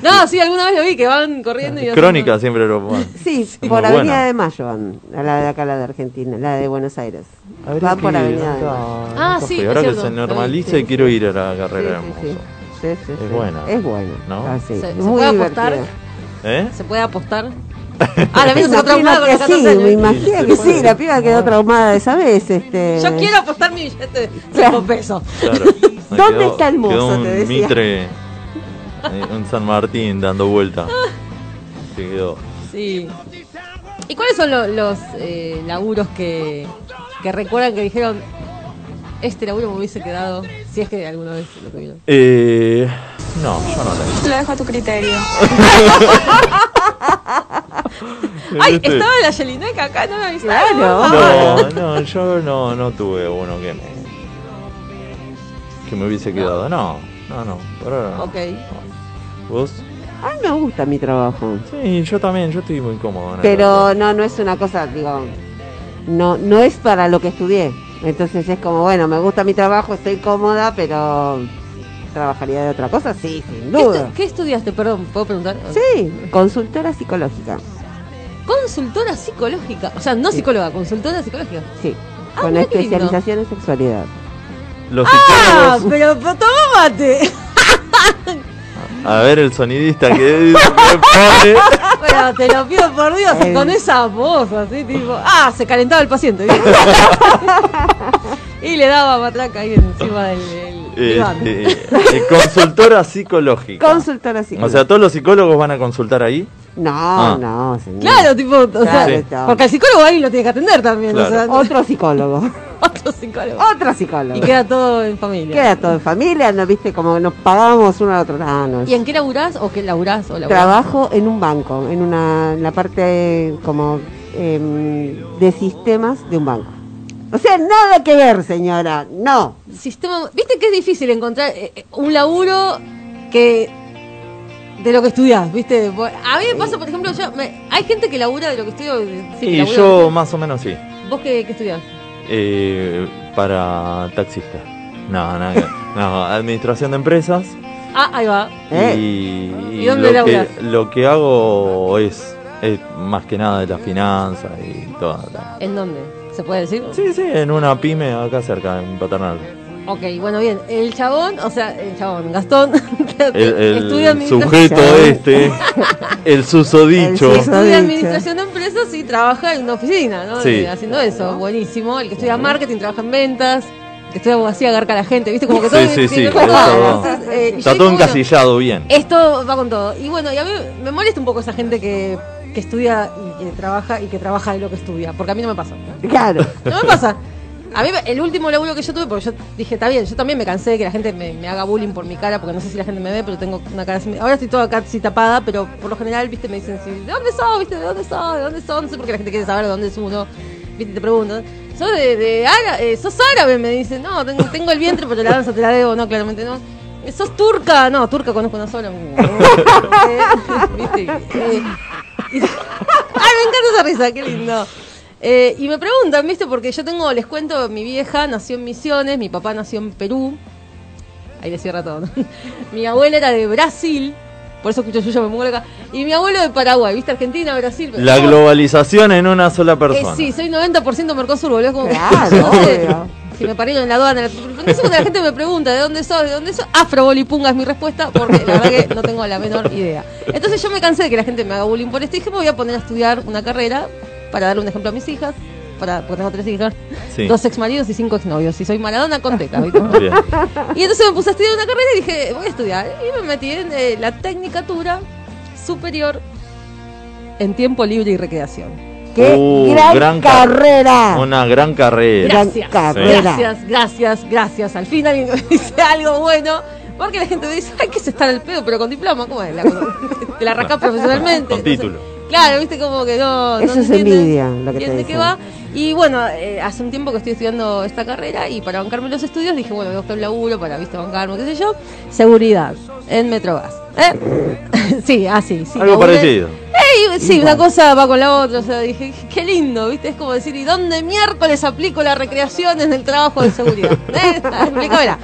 Speaker 3: no, sí, alguna vez lo vi que van corriendo y haciendo-
Speaker 1: Crónica siempre
Speaker 3: [laughs]
Speaker 1: lo ponen.
Speaker 2: sí,
Speaker 1: muy
Speaker 2: por Avenida
Speaker 1: buena.
Speaker 2: de Mayo van, a la de acá, la de Argentina, la de Buenos Aires.
Speaker 1: Habría
Speaker 2: Van por
Speaker 1: que ir
Speaker 2: Avenida de
Speaker 1: acá,
Speaker 2: Mayo.
Speaker 3: Ah,
Speaker 1: nunca
Speaker 3: sí,
Speaker 1: fui.
Speaker 3: es
Speaker 1: Ahora que
Speaker 3: cierto,
Speaker 1: se
Speaker 3: lo vi,
Speaker 1: normalice,
Speaker 3: sí,
Speaker 1: quiero ir a la carrera
Speaker 2: Sí,
Speaker 1: de
Speaker 2: sí,
Speaker 1: mozos.
Speaker 2: Sí, sí, sí.
Speaker 1: buena.
Speaker 2: Es buena.
Speaker 1: ¿No?
Speaker 2: Ah, sí.
Speaker 3: Se- se
Speaker 2: Muy
Speaker 3: puede
Speaker 2: divertida.
Speaker 3: apostar. [laughs]
Speaker 1: ¿Eh?
Speaker 3: ¿Se puede apostar? Ah, la
Speaker 2: Me
Speaker 3: mina se quedó traumada
Speaker 2: imagino
Speaker 3: con los
Speaker 2: que
Speaker 3: 14
Speaker 2: sí,
Speaker 3: años.
Speaker 2: me imagino
Speaker 1: Sí, se
Speaker 2: que sí,
Speaker 1: puede.
Speaker 2: la piba quedó traumada esa vez. Este...
Speaker 3: Yo quiero apostar mi billete de 5
Speaker 2: Claro.
Speaker 3: pesos.
Speaker 1: Claro. Me
Speaker 2: ¿Dónde está el mozo,
Speaker 1: quedó un
Speaker 2: te decía?
Speaker 1: Mitre, eh, un San Martín dando vuelta. Se quedó.
Speaker 3: Sí. ¿Y cuáles son lo- los eh, laburos que, que recuerdan que dijeron, este laburo me hubiese quedado, si es que alguna vez lo tuvieron?
Speaker 1: Eh, no, yo no la hice.
Speaker 6: Lo dejo a tu criterio.
Speaker 3: [laughs] ¡Ay,
Speaker 1: Este-
Speaker 3: estaba la Ah, Yelinaca acá! No me avisaron.
Speaker 2: Claro.
Speaker 1: No, no, yo no, no tuve uno que me. que me hubiese quedado. No, no, no. Por ahora no.
Speaker 3: Ok.
Speaker 1: No. ¿Vos?
Speaker 2: A mí me gusta mi trabajo.
Speaker 1: Sí, yo también, yo estoy muy cómodo. en el
Speaker 2: Pero no, no es una cosa, digo, no, no es para lo que estudié. Entonces es como, bueno, me gusta mi trabajo, estoy cómoda, pero trabajaría de otra cosa, sí, sin
Speaker 3: ¿Qué,
Speaker 2: duda.
Speaker 3: estu- qué estudiaste? Perdón, ¿puedo preguntar?
Speaker 2: Sí, consultora psicológica,
Speaker 3: Consultora psicológica. O sea, no psicóloga, consultora psicológica.
Speaker 2: sí,
Speaker 3: Ah,
Speaker 2: con
Speaker 3: mirá qué
Speaker 2: especialización en sexualidad.
Speaker 1: Los
Speaker 3: ¡Ah!
Speaker 1: psicólogos.
Speaker 3: Pero, pero tomate.
Speaker 1: A ver, el sonidista que
Speaker 3: [laughs]
Speaker 1: que pone.
Speaker 3: Pero te lo pido por Dios,
Speaker 2: Eh.
Speaker 3: con esa voz así, tipo, ah, se calentaba el paciente.
Speaker 2: [laughs]
Speaker 3: ¿viste? y le daba matraca ahí encima del, del diván.
Speaker 1: Este, eh, consultora psicológica.
Speaker 2: Consultora
Speaker 1: o
Speaker 2: psicológica.
Speaker 1: sea, todos los psicólogos van a consultar ahí.
Speaker 2: no,
Speaker 1: Ah.
Speaker 2: no, señor.
Speaker 3: Claro, tipo, o sea,
Speaker 2: Claro,
Speaker 1: sí.
Speaker 2: claro.
Speaker 3: porque al psicólogo ahí lo tiene que atender también,
Speaker 1: Claro.
Speaker 3: o sea, no-
Speaker 2: Otro
Speaker 3: [laughs]
Speaker 2: psicólogo,
Speaker 3: otro psicólogo.
Speaker 2: otra psicóloga.
Speaker 3: Y queda todo en familia.
Speaker 2: Queda todo en familia, ¿no viste? Como nos pagábamos uno al otro. Ah, no,
Speaker 3: ¿Y en qué laburás o qué laburás o laburás?
Speaker 2: Trabajo en un banco, en una en la parte como em, de sistemas de un banco. O sea, nada que ver, señora. No.
Speaker 3: Sistema, viste que es difícil encontrar eh, eh, un laburo que de lo que estudias, viste. A mí me pasa, por ejemplo, yo me- hay gente que labura de lo que estudio. eh, sí, que
Speaker 1: y
Speaker 3: labura-
Speaker 1: yo, más o menos, sí.
Speaker 3: ¿Vos qué, qué estudiás?
Speaker 1: Eh, para taxista. No, nada que- No, administración de empresas.
Speaker 3: Ah, ahí va.
Speaker 2: ¿Eh?
Speaker 1: Y,
Speaker 3: ¿Y dónde
Speaker 1: lo, que,
Speaker 3: laburás?
Speaker 1: lo que hago es, es más que nada de las finanzas y todo.
Speaker 3: ¿En dónde? ¿Se puede decir?
Speaker 1: Sí, sí, en una pyme acá cerca, en Paternal.
Speaker 3: Ok, bueno, bien. El chabón, o sea, el chabón, Gastón, [laughs]
Speaker 1: El, el
Speaker 3: estudia, administra-
Speaker 1: sujeto
Speaker 3: [laughs]
Speaker 2: Ya.
Speaker 1: este, el susodicho.
Speaker 2: El suso-
Speaker 3: estudia
Speaker 2: Dicho.
Speaker 3: administración de empresas y trabaja en una oficina, ¿no?
Speaker 1: Sí.
Speaker 3: Y Haciendo eso, buenísimo. El que estudia marketing, trabaja en ventas. El que estudia abogacía, agarca a la gente, ¿viste? Como que
Speaker 1: Sí,
Speaker 3: todo
Speaker 1: sí, sí,
Speaker 3: todo.
Speaker 1: eso.
Speaker 3: Entonces, eh, y yo
Speaker 1: Está
Speaker 3: digo,
Speaker 1: todo
Speaker 3: bueno,
Speaker 1: encasillado bien.
Speaker 3: Eh, Esto va con todo. Y bueno, y a mí me molesta un poco esa gente que, que estudia y que trabaja y que trabaja de lo que estudia, porque a mí no me pasa.
Speaker 1: [laughs]
Speaker 2: Claro.
Speaker 3: No me pasa. A mí me- el último laburo que yo tuve, porque yo dije, está bien, yo también me cansé de que la gente me, me haga bullying por mi cara, porque no sé si la gente me ve, pero tengo una cara así. Ahora estoy toda casi tapada, pero por lo general, viste, me dicen, sí, ¿de dónde sos? ¿Viste? ¿De dónde sos? ¿De dónde sos? No sé por qué la gente quiere saber de dónde es uno. Viste, te preguntan. ¿Sos, de, de ára- eh, ¿Sos árabe? Me dice, no, tengo, tengo el vientre, pero la danza te la debo, no, claramente no. Eh, ¿Sos turca? No, turca conozco una sola. [laughs] ¿Viste? Eh, [laughs] y- Ay, me encanta esa risa, qué lindo. Eh, y me preguntan, ¿viste? Porque yo tengo, les cuento, mi vieja nació en Misiones, mi papá nació en Perú. Ahí le cierra todo, ¿no? [laughs] Mi abuela era de Brasil, por eso escucho yo, me muero acá. Y mi abuelo de Paraguay, ¿viste? Argentina, Brasil.
Speaker 1: La
Speaker 3: todo.
Speaker 1: globalización en una sola
Speaker 3: Eh,
Speaker 1: persona.
Speaker 3: sí, soy 90% Mercosur, boludo. Como...
Speaker 2: Claro,
Speaker 3: Entonces,
Speaker 2: obvio.
Speaker 3: Si me parieron en la aduana. la- Porque eso cuando la gente me pregunta, ¿de dónde sos? ¿De dónde sos? Afrobolipunga es mi respuesta, porque la verdad que no tengo la menor idea. Entonces yo me cansé de que la gente me haga bullying por esto y dije, me voy a poner a estudiar una carrera para dar un ejemplo a mis hijas. Para, porque tengo tres hijas,
Speaker 1: Sí.
Speaker 3: dos exmaridos y cinco exnovios. Y soy Maradona con tecla, ¿viste?
Speaker 1: Bien.
Speaker 3: [laughs] Y entonces me puse a estudiar una carrera y dije, voy a estudiar. Y me metí en eh, la Tecnicatura Superior en Tiempo Libre y Recreación.
Speaker 2: ¡Qué
Speaker 1: Uh,
Speaker 2: gran,
Speaker 1: gran car-
Speaker 2: carrera!
Speaker 1: Una gran carrera.
Speaker 2: Gran
Speaker 3: Gracias,
Speaker 2: carrera.
Speaker 3: gracias, gracias, gracias. Al fin alguien [laughs] me dice algo bueno. Porque la gente me dice, ay, que se está el pedo, pero con diploma, ¿cómo es? La,
Speaker 2: [laughs]
Speaker 3: te la arrancás profesionalmente.
Speaker 1: Con título.
Speaker 3: claro, viste como que no.
Speaker 2: Eso
Speaker 3: no
Speaker 2: es
Speaker 3: entienden-
Speaker 2: envidia, lo que te
Speaker 3: entienden de qué
Speaker 2: dicen.
Speaker 3: va. Y bueno, eh, hace un tiempo que estoy estudiando esta carrera y para bancarme los estudios dije, bueno, voy a buscar un laburo para, viste, bancarme, qué sé yo. Seguridad en Metrogas.
Speaker 1: [laughs]
Speaker 3: ¿eh? sí, así, sí.
Speaker 1: Algo
Speaker 3: laburé-
Speaker 1: parecido.
Speaker 3: Ey, sí, una cosa va con la otra. O sea, dije, qué lindo, ¿viste? Es como decir, ¿y dónde miércoles aplico la recreación en el trabajo de seguridad?
Speaker 1: [laughs]
Speaker 3: ¿Eh? Explícamela.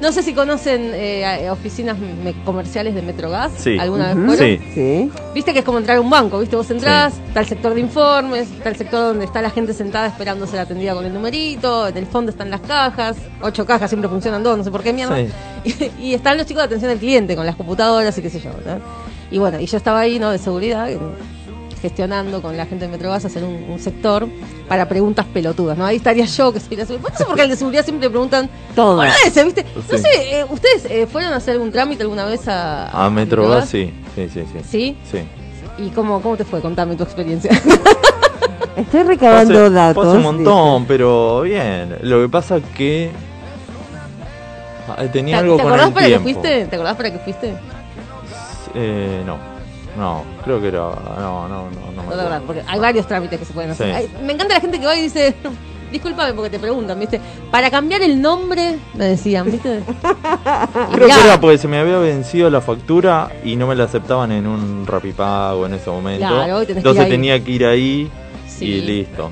Speaker 3: No sé si conocen eh, a- oficinas me- comerciales de Metrogas.
Speaker 1: Sí.
Speaker 3: ¿Alguna
Speaker 2: Ujú.
Speaker 3: vez fueron?
Speaker 1: Sí.
Speaker 2: ¿Mm? Sí.
Speaker 3: Viste que es como entrar a un banco, ¿viste? Vos entrás, está el sector de informes, está el sector donde está la gente sentada esperando ser atendida con el numerito, en el fondo están las cajas, ocho cajas, siempre funcionan dos, no sé por qué mierda. [laughs] Y, y están los chicos de atención al cliente con las computadoras y qué sé yo, ¿no? Y bueno, y yo estaba ahí, ¿no? De seguridad, eh, gestionando con la gente de Metrogas hacer un, un sector para preguntas pelotudas, ¿no? Ahí estaría yo que soy la seguridad. Por eso porque al de seguridad siempre le preguntan
Speaker 2: Todo.
Speaker 3: boludeces, ¿viste? No
Speaker 1: Sí.
Speaker 3: sé, eh, ¿ustedes eh, fueron a hacer algún trámite alguna vez a,
Speaker 1: A Metrogas, sí. Sí, sí, sí.
Speaker 3: ¿Sí?
Speaker 1: Sí.
Speaker 3: ¿Y cómo, cómo te fue? Contame tu experiencia.
Speaker 2: Estoy
Speaker 1: Pasa-
Speaker 2: recabando datos.
Speaker 1: pasa un montón, pero bien. Lo que pasa que. ah,
Speaker 3: [laughs] ¿Te,
Speaker 1: Tenía algo
Speaker 3: te
Speaker 1: con
Speaker 3: acordás
Speaker 1: el
Speaker 3: para
Speaker 1: tiempo.
Speaker 3: que fuiste? ¿Te acordás para que fuiste? No
Speaker 1: Eh, no. No, creo que era. No, no, no. No, me
Speaker 3: te
Speaker 1: acuerdo.
Speaker 3: acordás, porque hay varios trámites que se pueden hacer.
Speaker 1: Sí.
Speaker 3: Ay, me encanta la gente que va y dice, [laughs] discúlpame porque te preguntan, ¿viste? Para cambiar el nombre, me
Speaker 1: [laughs]
Speaker 3: decían, ¿viste? Y
Speaker 1: Creo que
Speaker 3: mirá,
Speaker 1: era porque se me había vencido la factura y no me la aceptaban en un rapipago en ese momento.
Speaker 3: Claro, y tenés que
Speaker 1: Entonces
Speaker 3: ir ahí.
Speaker 1: tenía que ir ahí
Speaker 3: Sí.
Speaker 1: y
Speaker 3: [laughs]
Speaker 1: listo.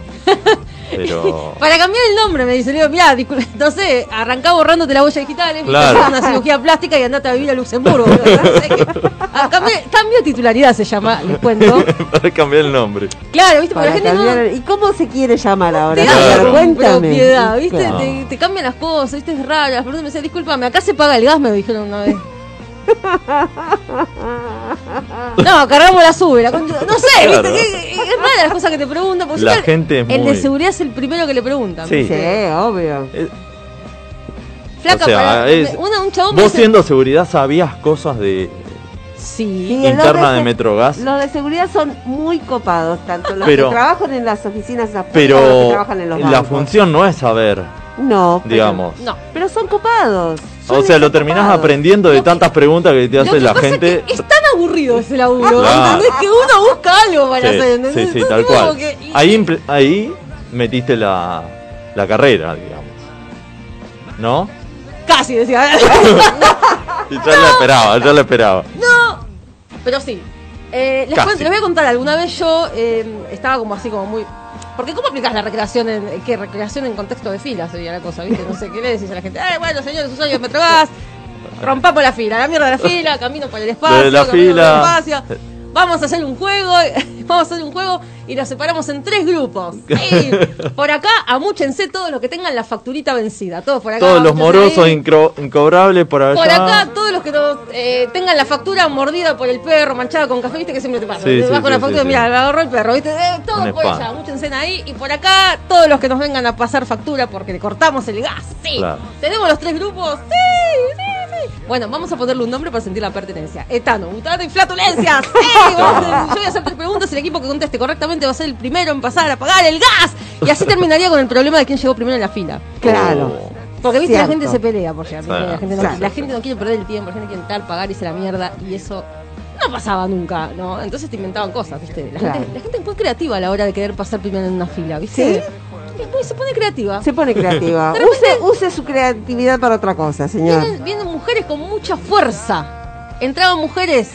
Speaker 1: Pero. [laughs]
Speaker 3: Para cambiar el nombre, me dice, le digo, mirá, disculpa, no sé, arrancá borrándote la huella digital, ¿eh?
Speaker 1: Claro.
Speaker 3: Hacé una cirugía plástica y andate a vivir a Luxemburgo. ¿verdad? [laughs] No sé qué. Ah, cambia- cambio de titularidad se llama, les
Speaker 1: [laughs]
Speaker 3: cuento.
Speaker 1: para cambiar el nombre.
Speaker 3: Claro, ¿viste? Porque
Speaker 2: Para
Speaker 3: la gente no,
Speaker 2: cambiar- ¿Y cómo se quiere llamar ahora?
Speaker 3: te
Speaker 1: Claro.
Speaker 3: da
Speaker 2: Claro,
Speaker 3: la
Speaker 2: Cuéntame.
Speaker 3: propiedad, ¿viste?
Speaker 1: Claro.
Speaker 3: Te, te cambian las cosas, ¿viste? Es raro. Las personas me decían, discúlpame, acá se paga el gas, me dijeron una [laughs] vez. No, cargamos la sube, la concha- No sé,
Speaker 1: Claro.
Speaker 3: ¿viste? Que- que- es rara las cosas que te preguntan. Porque
Speaker 1: La
Speaker 3: siempre
Speaker 1: gente es
Speaker 3: el
Speaker 1: muy-
Speaker 3: de seguridad es el primero que le preguntan.
Speaker 1: Sí.
Speaker 2: Sí, obvio.
Speaker 1: Eh,
Speaker 3: Flaca,
Speaker 1: O sea,
Speaker 3: para-
Speaker 1: es-
Speaker 3: una- un chabón me
Speaker 1: Vos
Speaker 3: dice,
Speaker 1: siendo seguridad sabías cosas de
Speaker 3: Sí.
Speaker 2: Sí, el
Speaker 1: interna
Speaker 2: hombre
Speaker 1: de
Speaker 2: se-
Speaker 1: Metrogas.
Speaker 2: Los de seguridad son muy copados, tanto los
Speaker 1: Pero-
Speaker 2: que trabajan en las oficinas afuera como los que
Speaker 1: Pero
Speaker 2: trabajan en los
Speaker 1: la
Speaker 2: bancos.
Speaker 1: función no es saber,
Speaker 2: No, pero-
Speaker 1: digamos.
Speaker 3: No.
Speaker 2: Pero son copados.
Speaker 1: O
Speaker 2: suelen
Speaker 1: sea, lo
Speaker 2: ser
Speaker 1: terminás
Speaker 2: copados.
Speaker 1: aprendiendo de
Speaker 3: Lo que-
Speaker 1: tantas preguntas que te
Speaker 3: Lo
Speaker 1: hace
Speaker 3: que
Speaker 1: la
Speaker 3: pasa es
Speaker 1: gente.
Speaker 3: que es tan aburrido ese laburo,
Speaker 1: Claro.
Speaker 3: ¿entendés? Que uno busca algo para hacer,
Speaker 1: Sí,
Speaker 3: ¿entendés?
Speaker 1: sí, sí,
Speaker 3: Entonces,
Speaker 1: tal
Speaker 3: como
Speaker 1: cual.
Speaker 3: que-
Speaker 1: Ahí, impl- ahí metiste la, la carrera, digamos.
Speaker 3: [laughs]
Speaker 1: ¿No?
Speaker 3: Casi decía.
Speaker 1: [laughs] Y ya la esperaba, ya la esperaba.
Speaker 3: Pero sí. Eh, les,
Speaker 1: Casi.
Speaker 3: cuento- les voy a contar, alguna vez yo eh, estaba como así, como muy. Porque ¿cómo aplicas la recreación en. eh, ¿Qué? Recreación en contexto de fila sería la cosa, ¿viste? No sé qué le decís a la gente. Eh, bueno, señores, usuarios, me trabás. Rompamos la fila, la mierda de la fila, camino por el espacio.
Speaker 1: Desde la
Speaker 3: camino por el
Speaker 1: fila.
Speaker 3: espacio. Vamos a hacer un juego, [laughs] vamos a hacer un juego y los separamos en tres
Speaker 1: [laughs]
Speaker 3: grupos. Sí. Por acá, amúchense todos los que tengan la facturita vencida. Todos por acá.
Speaker 1: Todos los
Speaker 3: amúchense
Speaker 1: morosos
Speaker 3: ahí.
Speaker 1: incro- incobrables por allá.
Speaker 3: Por acá, todos los que no, eh, tengan la factura mordida por el perro, manchada con café, viste que siempre te pasa.
Speaker 1: Sí,
Speaker 3: te
Speaker 1: sí,
Speaker 3: vas con
Speaker 1: sí,
Speaker 3: la factura,
Speaker 1: sí,
Speaker 3: mira,
Speaker 1: sí.
Speaker 3: la agarró el perro, viste. Eh,
Speaker 1: Un
Speaker 3: todos por
Speaker 1: spam.
Speaker 3: allá, mucha cena ahí. Y por acá, todos los que nos vengan a pasar factura porque le cortamos el gas, sí.
Speaker 1: Claro.
Speaker 3: Tenemos los tres grupos, sí, sí, sí. Bueno, vamos a ponerle un nombre para sentir la pertenencia. Etano, butano y flatulencia, sí.
Speaker 1: [laughs]
Speaker 3: Vamos a- Yo voy a hacer tres preguntas, el equipo que conteste correctamente va a ser el primero en pasar a pagar el gas. Y así terminaría con el problema de quién llegó primero en la fila.
Speaker 2: Claro.
Speaker 3: Porque viste,
Speaker 2: Cierto.
Speaker 3: la gente se pelea por llegar primero,
Speaker 1: Ah,
Speaker 3: la, gente no,
Speaker 1: claro.
Speaker 3: la gente no quiere perder el tiempo, la gente quiere entrar, pagar, irse a la mierda, y eso no pasaba nunca, ¿no? Entonces te inventaban cosas, viste. La,
Speaker 2: Claro.
Speaker 3: gente, la gente es muy creativa a la hora de querer pasar primero en una fila, ¿viste?
Speaker 2: ¿Sí?
Speaker 3: es muy- se pone creativa. [laughs]
Speaker 2: Se pone creativa.
Speaker 3: De repente-
Speaker 2: Use, use su creatividad para otra cosa, señor.
Speaker 3: Vienen, vienen mujeres con mucha fuerza. Entraban mujeres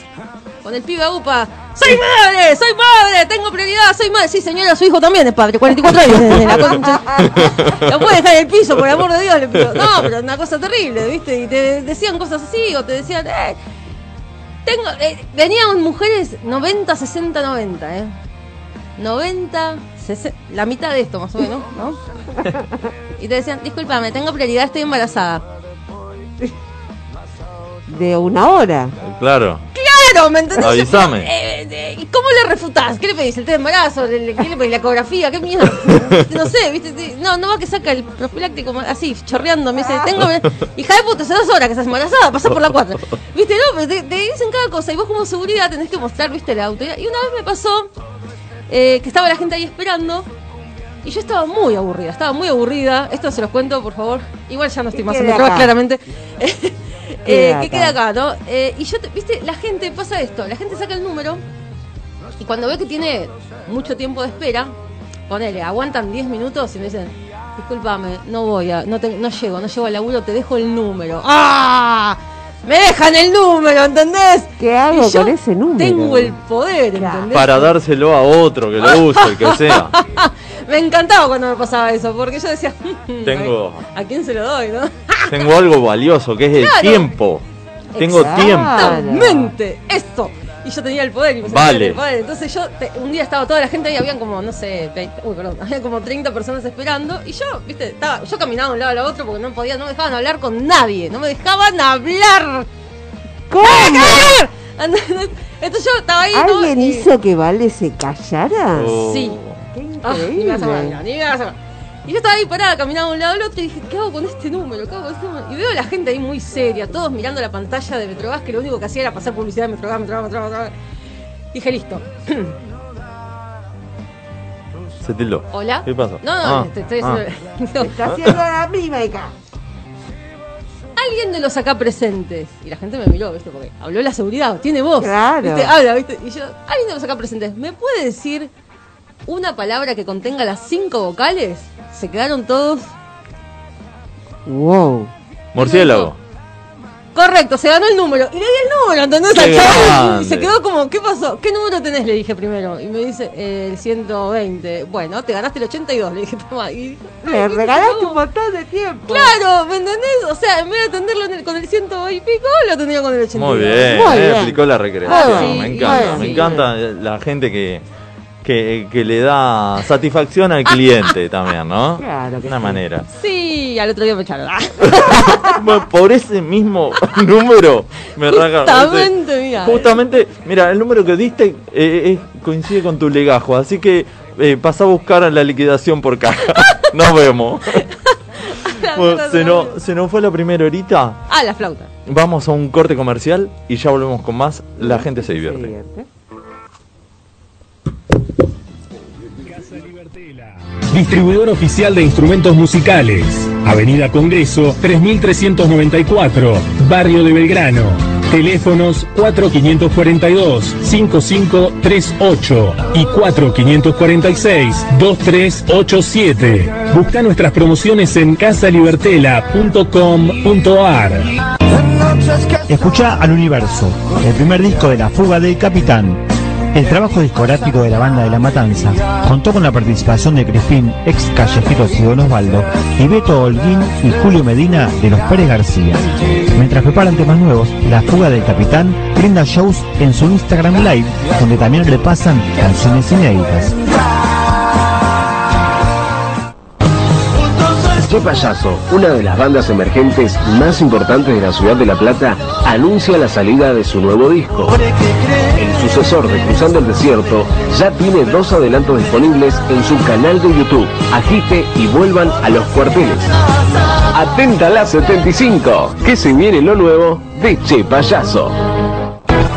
Speaker 3: con el pibe a UPA. ¡Soy madre! ¡Soy madre! ¡Tengo prioridad! ¡Soy madre! Sí, señora, su hijo también es padre. 44 años desde la concha. Lo puede dejar en el piso, por amor de Dios. Le pido. No, pero una cosa terrible, ¿viste? Y te decían cosas así o te decían... Eh, tengo, eh, venían mujeres 90, 60, 90, ¿eh? 90, 60, la mitad de esto más o menos, ¿no? Y te decían, discúlpame, tengo prioridad, estoy embarazada.
Speaker 2: De una hora.
Speaker 1: Claro.
Speaker 3: Claro, ¿me entendés?
Speaker 1: Avísame.
Speaker 3: Eh, eh, ¿Y cómo le refutás? ¿Qué le pedís? ¿El test de embarazo? ¿Le, le- qué le pedís? ¿La ecografía? ¿Qué mierda? No sé, ¿viste? Te- No, no va que saca el profiláctico ma- así, chorreando. Me dice, tengo. Hija de puta, hace dos horas que estás embarazada, pasá por la cuatro. ¿Viste? No, pero te, te dicen cada cosa y vos como seguridad tenés que mostrar, ¿viste? La autoridad. Y una vez me pasó eh, que estaba la gente ahí esperando. Y yo estaba muy aburrida, estaba muy aburrida. Esto se los cuento, por favor. Igual ya no estoy
Speaker 2: ¿Qué
Speaker 3: más
Speaker 2: queda
Speaker 3: en drogas,
Speaker 2: acá?
Speaker 3: claramente. Eh,
Speaker 2: Queda
Speaker 3: que
Speaker 2: acá.
Speaker 3: queda acá, ¿no? Eh, y yo, te- viste, la gente pasa esto, la gente saca el número y cuando ve que tiene mucho tiempo de espera, ponele, aguantan 10 minutos y me dicen, discúlpame, no voy a, no, te- no llego, no llego al laburo, te dejo el número. ¡Ah! Me dejan el número, ¿entendés?
Speaker 2: ¿Qué hago
Speaker 3: Y yo
Speaker 2: con ese número?
Speaker 3: Tengo el poder, ¿entendés?
Speaker 1: Para dárselo a otro que
Speaker 3: [laughs]
Speaker 1: lo use, el que sea.
Speaker 3: Me encantaba cuando me pasaba eso, porque yo decía, [laughs] "Mm,
Speaker 1: Tengo-
Speaker 3: ¿a a quién se lo doy, no?
Speaker 1: Tengo algo valioso que es el
Speaker 3: Claro.
Speaker 1: tiempo. Tengo
Speaker 2: Exacto.
Speaker 1: tiempo.
Speaker 3: Exactamente, eso. Y yo tenía el poder y me sentía
Speaker 1: Vale.
Speaker 3: con el poder. Entonces yo, te- un día estaba toda la gente ahí, habían como, no sé, 20 uy, perdón, [laughs] había como 30 personas esperando. Y yo, viste, estaba, yo caminaba de un lado al otro porque no podía, no me dejaban hablar con nadie, no me dejaban hablar. [laughs]
Speaker 2: ¿Cómo?
Speaker 3: ¿Entendés? Entonces yo estaba ahí, ¿no?
Speaker 2: ¿Alguien
Speaker 3: Y-
Speaker 2: hizo que Vale se callara?
Speaker 1: Oh.
Speaker 3: Sí.
Speaker 2: Qué
Speaker 3: Ah, ni me vas a
Speaker 2: increíble.
Speaker 3: mandar, ni me vas a mandar. Y yo estaba ahí parada, caminaba de un lado al otro y dije, ¿qué hago con este número? ¿Qué hago con este número? Y veo a la gente ahí muy seria, todos mirando la pantalla de Metrogas, que lo único que hacía era pasar publicidad de Metrogas, Metrogas, Metrogas, Metrogas. Dije, listo.
Speaker 1: Se tildó.
Speaker 3: ¿Hola?
Speaker 1: ¿Qué pasó?
Speaker 3: No, no,
Speaker 1: Ah,
Speaker 3: te estoy diciendo... [laughs] No.
Speaker 2: Está haciendo la mímica.
Speaker 3: alguien de los acá presentes. Y la gente me miró, ¿viste? Porque habló la seguridad, tiene voz.
Speaker 2: Claro.
Speaker 3: ¿Viste? Habla, ¿viste? Y yo, alguien de los acá presentes, ¿me puede decir una palabra que contenga las cinco vocales? Se quedaron todos.
Speaker 2: Wow.
Speaker 1: Murciélago.
Speaker 3: Correcto, se ganó el número. Y le di el número, ¿entendés?
Speaker 1: Qué
Speaker 3: Al chabón.
Speaker 1: grande.
Speaker 3: Y se quedó como, ¿qué pasó? ¿Qué número tenés? Le dije primero. Y me dice, eh, el 120. Bueno, te ganaste el 82. Le dije, toma. Y,
Speaker 2: Le
Speaker 3: Ay, ¿viste
Speaker 2: regalaste
Speaker 3: cómo?
Speaker 2: un montón de tiempo.
Speaker 3: Claro, ¿me entendés? O sea, en vez de atenderlo en el- con el ciento y pico, lo tenía con el 82.
Speaker 1: Muy bien, eh,
Speaker 2: Muy bien.
Speaker 1: aplicó la
Speaker 2: Ah,
Speaker 1: recreación.
Speaker 2: sí,
Speaker 1: me encanta,
Speaker 2: bueno,
Speaker 1: me
Speaker 2: sí.
Speaker 1: encanta la gente que, que, que le da satisfacción al
Speaker 2: [laughs]
Speaker 1: cliente también, ¿no?
Speaker 2: Claro que
Speaker 1: De una
Speaker 2: sí.
Speaker 1: manera.
Speaker 3: Sí, al otro día me echaron. Ah,
Speaker 1: [laughs] Bueno, Por ese mismo [laughs] número me rajaron.
Speaker 3: Justamente, mira. [laughs]
Speaker 1: Justamente, mira, el número que diste eh, es- coincide con tu legajo, así que eh, pasá a buscar la liquidación por caja. [laughs] Nos vemos.
Speaker 2: [laughs]
Speaker 1: Bueno, se, nos, se nos fue la primera horita.
Speaker 3: Ah, la flauta.
Speaker 1: Vamos a un corte comercial y ya volvemos con más. La gente se
Speaker 2: Se
Speaker 1: divierte.
Speaker 2: divierte.
Speaker 6: Distribuidor oficial de instrumentos musicales. Avenida Congreso 3394, Barrio de Belgrano. Teléfonos 4542-5538 y 4546-2387. Busca nuestras promociones en casalibertela.com.ar.
Speaker 7: Escucha al universo, el primer disco de La Fuga del Capitán. El trabajo discográfico de la banda de La Matanza contó con la participación de Crispín, ex callejeros y Don Osvaldo, y Beto Holguín y Julio Medina de los Pérez García. Mientras preparan temas nuevos, La Fuga del Capitán brinda shows en su Instagram Live, donde también repasan canciones inéditas.
Speaker 8: Che Payaso, una de las bandas emergentes más importantes de la ciudad de La Plata, anuncia la salida de su nuevo disco. El sucesor de Cruzando el Desierto ya tiene dos adelantos disponibles en su canal de YouTube. Agite y vuelvan a los cuarteles. Atenta a la 75, que se viene lo nuevo de Che Payaso.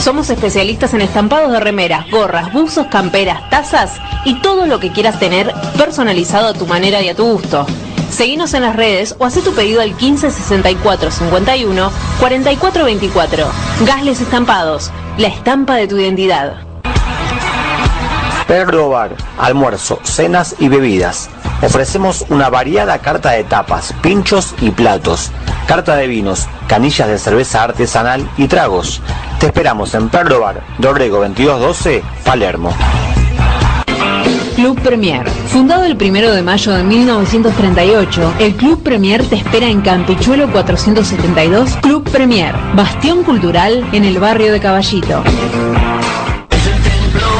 Speaker 9: Somos especialistas en estampados de remeras, gorras, buzos, camperas, tazas y todo lo que quieras tener personalizado a tu manera y a tu gusto. Seguinos en las redes o haz tu pedido al 15 64 51 44 24. Gasles Estampados, la estampa de tu identidad.
Speaker 10: Perro Bar, almuerzo, cenas y bebidas. Ofrecemos una variada carta de tapas, pinchos y platos, carta de vinos, canillas de cerveza artesanal y tragos. Te esperamos en Perro Bar, Dorrego 2212, Palermo.
Speaker 9: Club Premier. Fundado el 1 de mayo de 1938, el Club Premier te espera en Campichuelo 472, Club Premier, bastión cultural en el barrio de Caballito.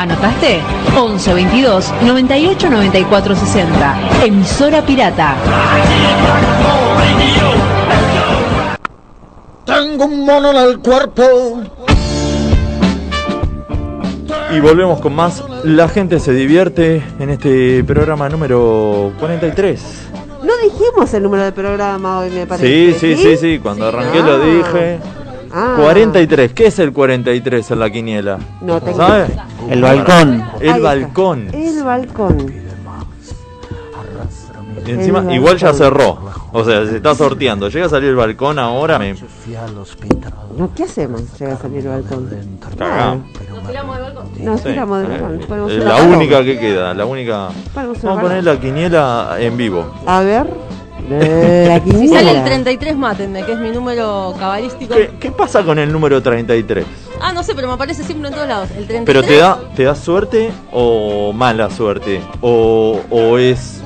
Speaker 9: ¿Anotaste? 11 22 98 94 60. Emisora Pirata.
Speaker 11: Tengo un mono en el cuerpo.
Speaker 1: Y volvemos con más. La gente se divierte en este programa número 43.
Speaker 2: No dijimos el número del programa hoy, me
Speaker 1: Sí,
Speaker 2: parece.
Speaker 1: sí, sí, sí. Cuando arranqué
Speaker 2: Ah.
Speaker 1: lo dije.
Speaker 2: Ah.
Speaker 1: 43. ¿Qué es el 43 en la quiniela?
Speaker 2: No tengo
Speaker 1: ¿Sabes?
Speaker 4: El balcón.
Speaker 2: Ahí está.
Speaker 1: El balcón.
Speaker 2: El balcón.
Speaker 1: Y encima,
Speaker 2: El
Speaker 1: igual ya
Speaker 2: balcón.
Speaker 1: cerró. O sea, se está sorteando. Llega a salir el balcón ahora, me
Speaker 2: No, ¿qué hacemos? Llega a salir el balcón. Ah.
Speaker 1: cagamos.
Speaker 3: Nos tiramos del balcón.
Speaker 2: Nos
Speaker 1: Sí.
Speaker 2: tiramos del balcón. ponemos
Speaker 1: Es
Speaker 2: una
Speaker 1: la
Speaker 2: paloma.
Speaker 1: única que queda, la única.
Speaker 2: Ponemos
Speaker 1: Vamos
Speaker 2: una
Speaker 1: a poner
Speaker 2: paloma.
Speaker 1: la quiniela en vivo.
Speaker 2: A ver.
Speaker 1: [laughs]
Speaker 2: La
Speaker 3: Si
Speaker 2: quiniela.
Speaker 3: sale el 33, mátenme, que es mi número cabalístico.
Speaker 1: ¿Qué, qué pasa con el número 33?
Speaker 3: Ah, no sé, pero me aparece siempre en todos lados. El 33.
Speaker 1: ¿Pero te da, te da suerte o mala suerte? ¿O, o es.?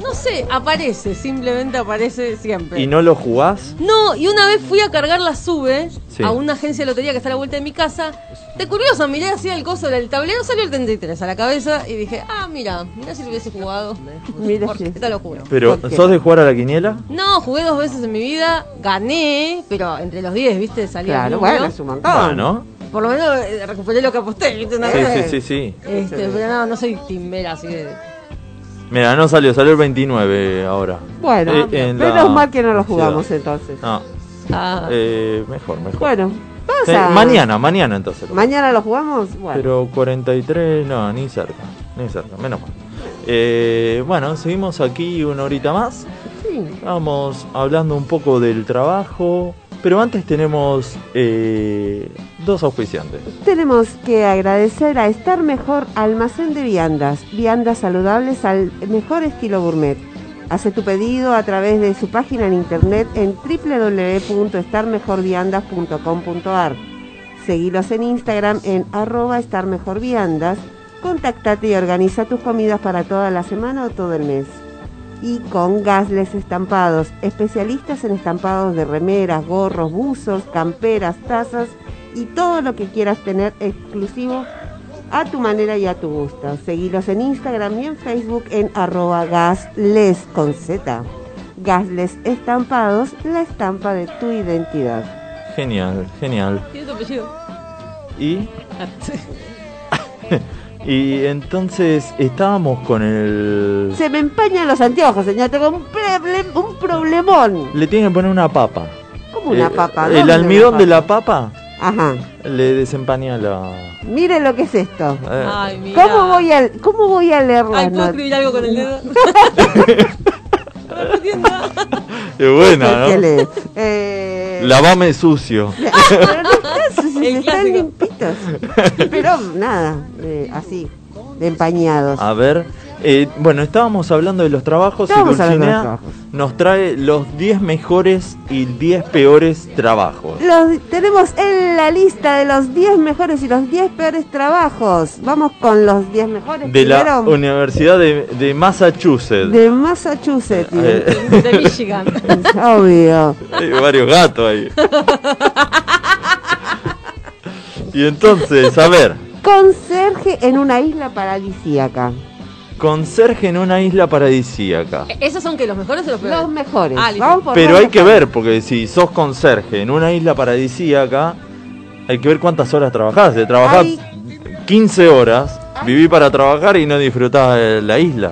Speaker 3: No sé, aparece, simplemente aparece siempre.
Speaker 1: ¿Y no lo jugás?
Speaker 3: No, y una vez fui a cargar la sube
Speaker 1: Sí.
Speaker 3: a una agencia de lotería que está a la vuelta de mi casa. De curiosa, miré así el coso del tablero, salió el 33 a la cabeza y dije, ah, mira, mira si lo hubiese jugado.
Speaker 2: [laughs] Mira
Speaker 3: Porque
Speaker 2: si-
Speaker 3: te lo juro.
Speaker 1: ¿Pero
Speaker 2: ¿Por qué?
Speaker 1: sos de jugar a la quiniela?
Speaker 3: No, jugué dos veces en mi vida, gané, pero entre los 10, ¿viste? Salí el
Speaker 2: Claro,
Speaker 3: número.
Speaker 2: bueno, es un montón.
Speaker 1: Bueno.
Speaker 3: Por lo menos eh, recuperé lo que aposté, ¿viste? Una
Speaker 1: Ah, Sí,
Speaker 3: vez.
Speaker 1: sí, sí,
Speaker 2: Eh.
Speaker 1: sí.
Speaker 3: Este, pero no, no soy timbera así de.
Speaker 1: Mira, no salió, salió el 29 ahora.
Speaker 2: Bueno,
Speaker 1: Eh, en
Speaker 2: menos
Speaker 1: la
Speaker 2: mal que no lo jugamos
Speaker 1: ciudad.
Speaker 2: entonces.
Speaker 1: No,
Speaker 3: Ah.
Speaker 1: eh, mejor, mejor.
Speaker 2: Bueno, vamos
Speaker 1: Eh,
Speaker 2: a...
Speaker 1: mañana, mañana entonces.
Speaker 2: ¿Mañana lo jugamos? Bueno.
Speaker 1: Pero 43, no, ni cerca, ni cerca, menos mal. Eh, bueno, seguimos aquí una horita más.
Speaker 2: Sí.
Speaker 1: Vamos hablando un poco del trabajo, pero antes tenemos eh, dos auspiciantes.
Speaker 2: Tenemos que agradecer a Estar Mejor Almacén de Viandas, viandas saludables al mejor estilo gourmet. Hace tu pedido a través de su página en internet en www.estarmejorviandas.com.ar. Seguilos en Instagram en arroba estar mejor viandas. Contactate y organiza tus comidas para toda la semana o todo el mes. Y con Gasles Estampados, especialistas en estampados de remeras, gorros, buzos, camperas, tazas y todo lo que quieras tener exclusivo a tu manera y a tu gusto. Seguilos en Instagram y en Facebook en arroba gasles con Z. Gasles Estampados, la estampa de tu identidad.
Speaker 1: Genial, genial.
Speaker 3: Tiene tu apellido.
Speaker 2: [laughs]
Speaker 1: Y, [laughs] y entonces estábamos con el...
Speaker 2: Se me empañan los anteojos, señor. Tengo un, problem- un problemón.
Speaker 1: Le tienen que poner una papa.
Speaker 2: Como una
Speaker 1: Eh,
Speaker 2: papa.
Speaker 1: El
Speaker 2: ¿dónde
Speaker 1: almidón
Speaker 2: una
Speaker 1: de la papa
Speaker 2: Ajá.
Speaker 1: le desempaña la...
Speaker 2: Mire lo que es esto.
Speaker 1: eh,
Speaker 3: Ay, mira.
Speaker 2: ¿Cómo voy a, cómo voy a leer las
Speaker 3: Ay, ¿puedo
Speaker 2: notas?
Speaker 3: escribir algo con el
Speaker 2: [laughs]
Speaker 3: dedo? [laughs]
Speaker 1: Qué buena, ¿no? [laughs]
Speaker 2: Excelente. Eh,
Speaker 1: Lavame sucio.
Speaker 2: pero no está sucio,
Speaker 3: [laughs] El
Speaker 2: están
Speaker 3: clásico.
Speaker 2: limpitos. Pero nada, eh, así, de empañados.
Speaker 1: A ver, eh, bueno, estábamos hablando de los trabajos y
Speaker 2: Estábamos hablando de
Speaker 1: Dulcinea
Speaker 2: los trabajos.
Speaker 1: nos trae los 10 mejores y 10 peores trabajos.
Speaker 2: Los, tenemos en la lista de los 10 mejores y los 10 peores trabajos. Vamos con los 10 mejores.
Speaker 1: De la
Speaker 2: primero,
Speaker 1: Universidad de, de Massachusetts.
Speaker 2: de Massachusetts.
Speaker 1: Eh, [laughs]
Speaker 3: De Michigan. [laughs]
Speaker 2: Es obvio.
Speaker 1: hay varios gatos
Speaker 2: [laughs]
Speaker 1: ahí. y entonces, a ver,
Speaker 2: Conserje en una isla paradisíaca.
Speaker 1: conserje en una isla paradisíaca.
Speaker 3: ¿Esos son que los mejores o los peores?
Speaker 2: Los mejores.
Speaker 3: Ah, listo.
Speaker 2: Vamos por
Speaker 1: Pero
Speaker 2: los
Speaker 1: hay que
Speaker 2: mejores.
Speaker 1: ver, porque si sos conserje en una isla paradisíaca, hay que ver cuántas horas trabajás. De trabajar
Speaker 2: Ay.
Speaker 1: 15 horas, viví para trabajar y no disfrutás de la isla.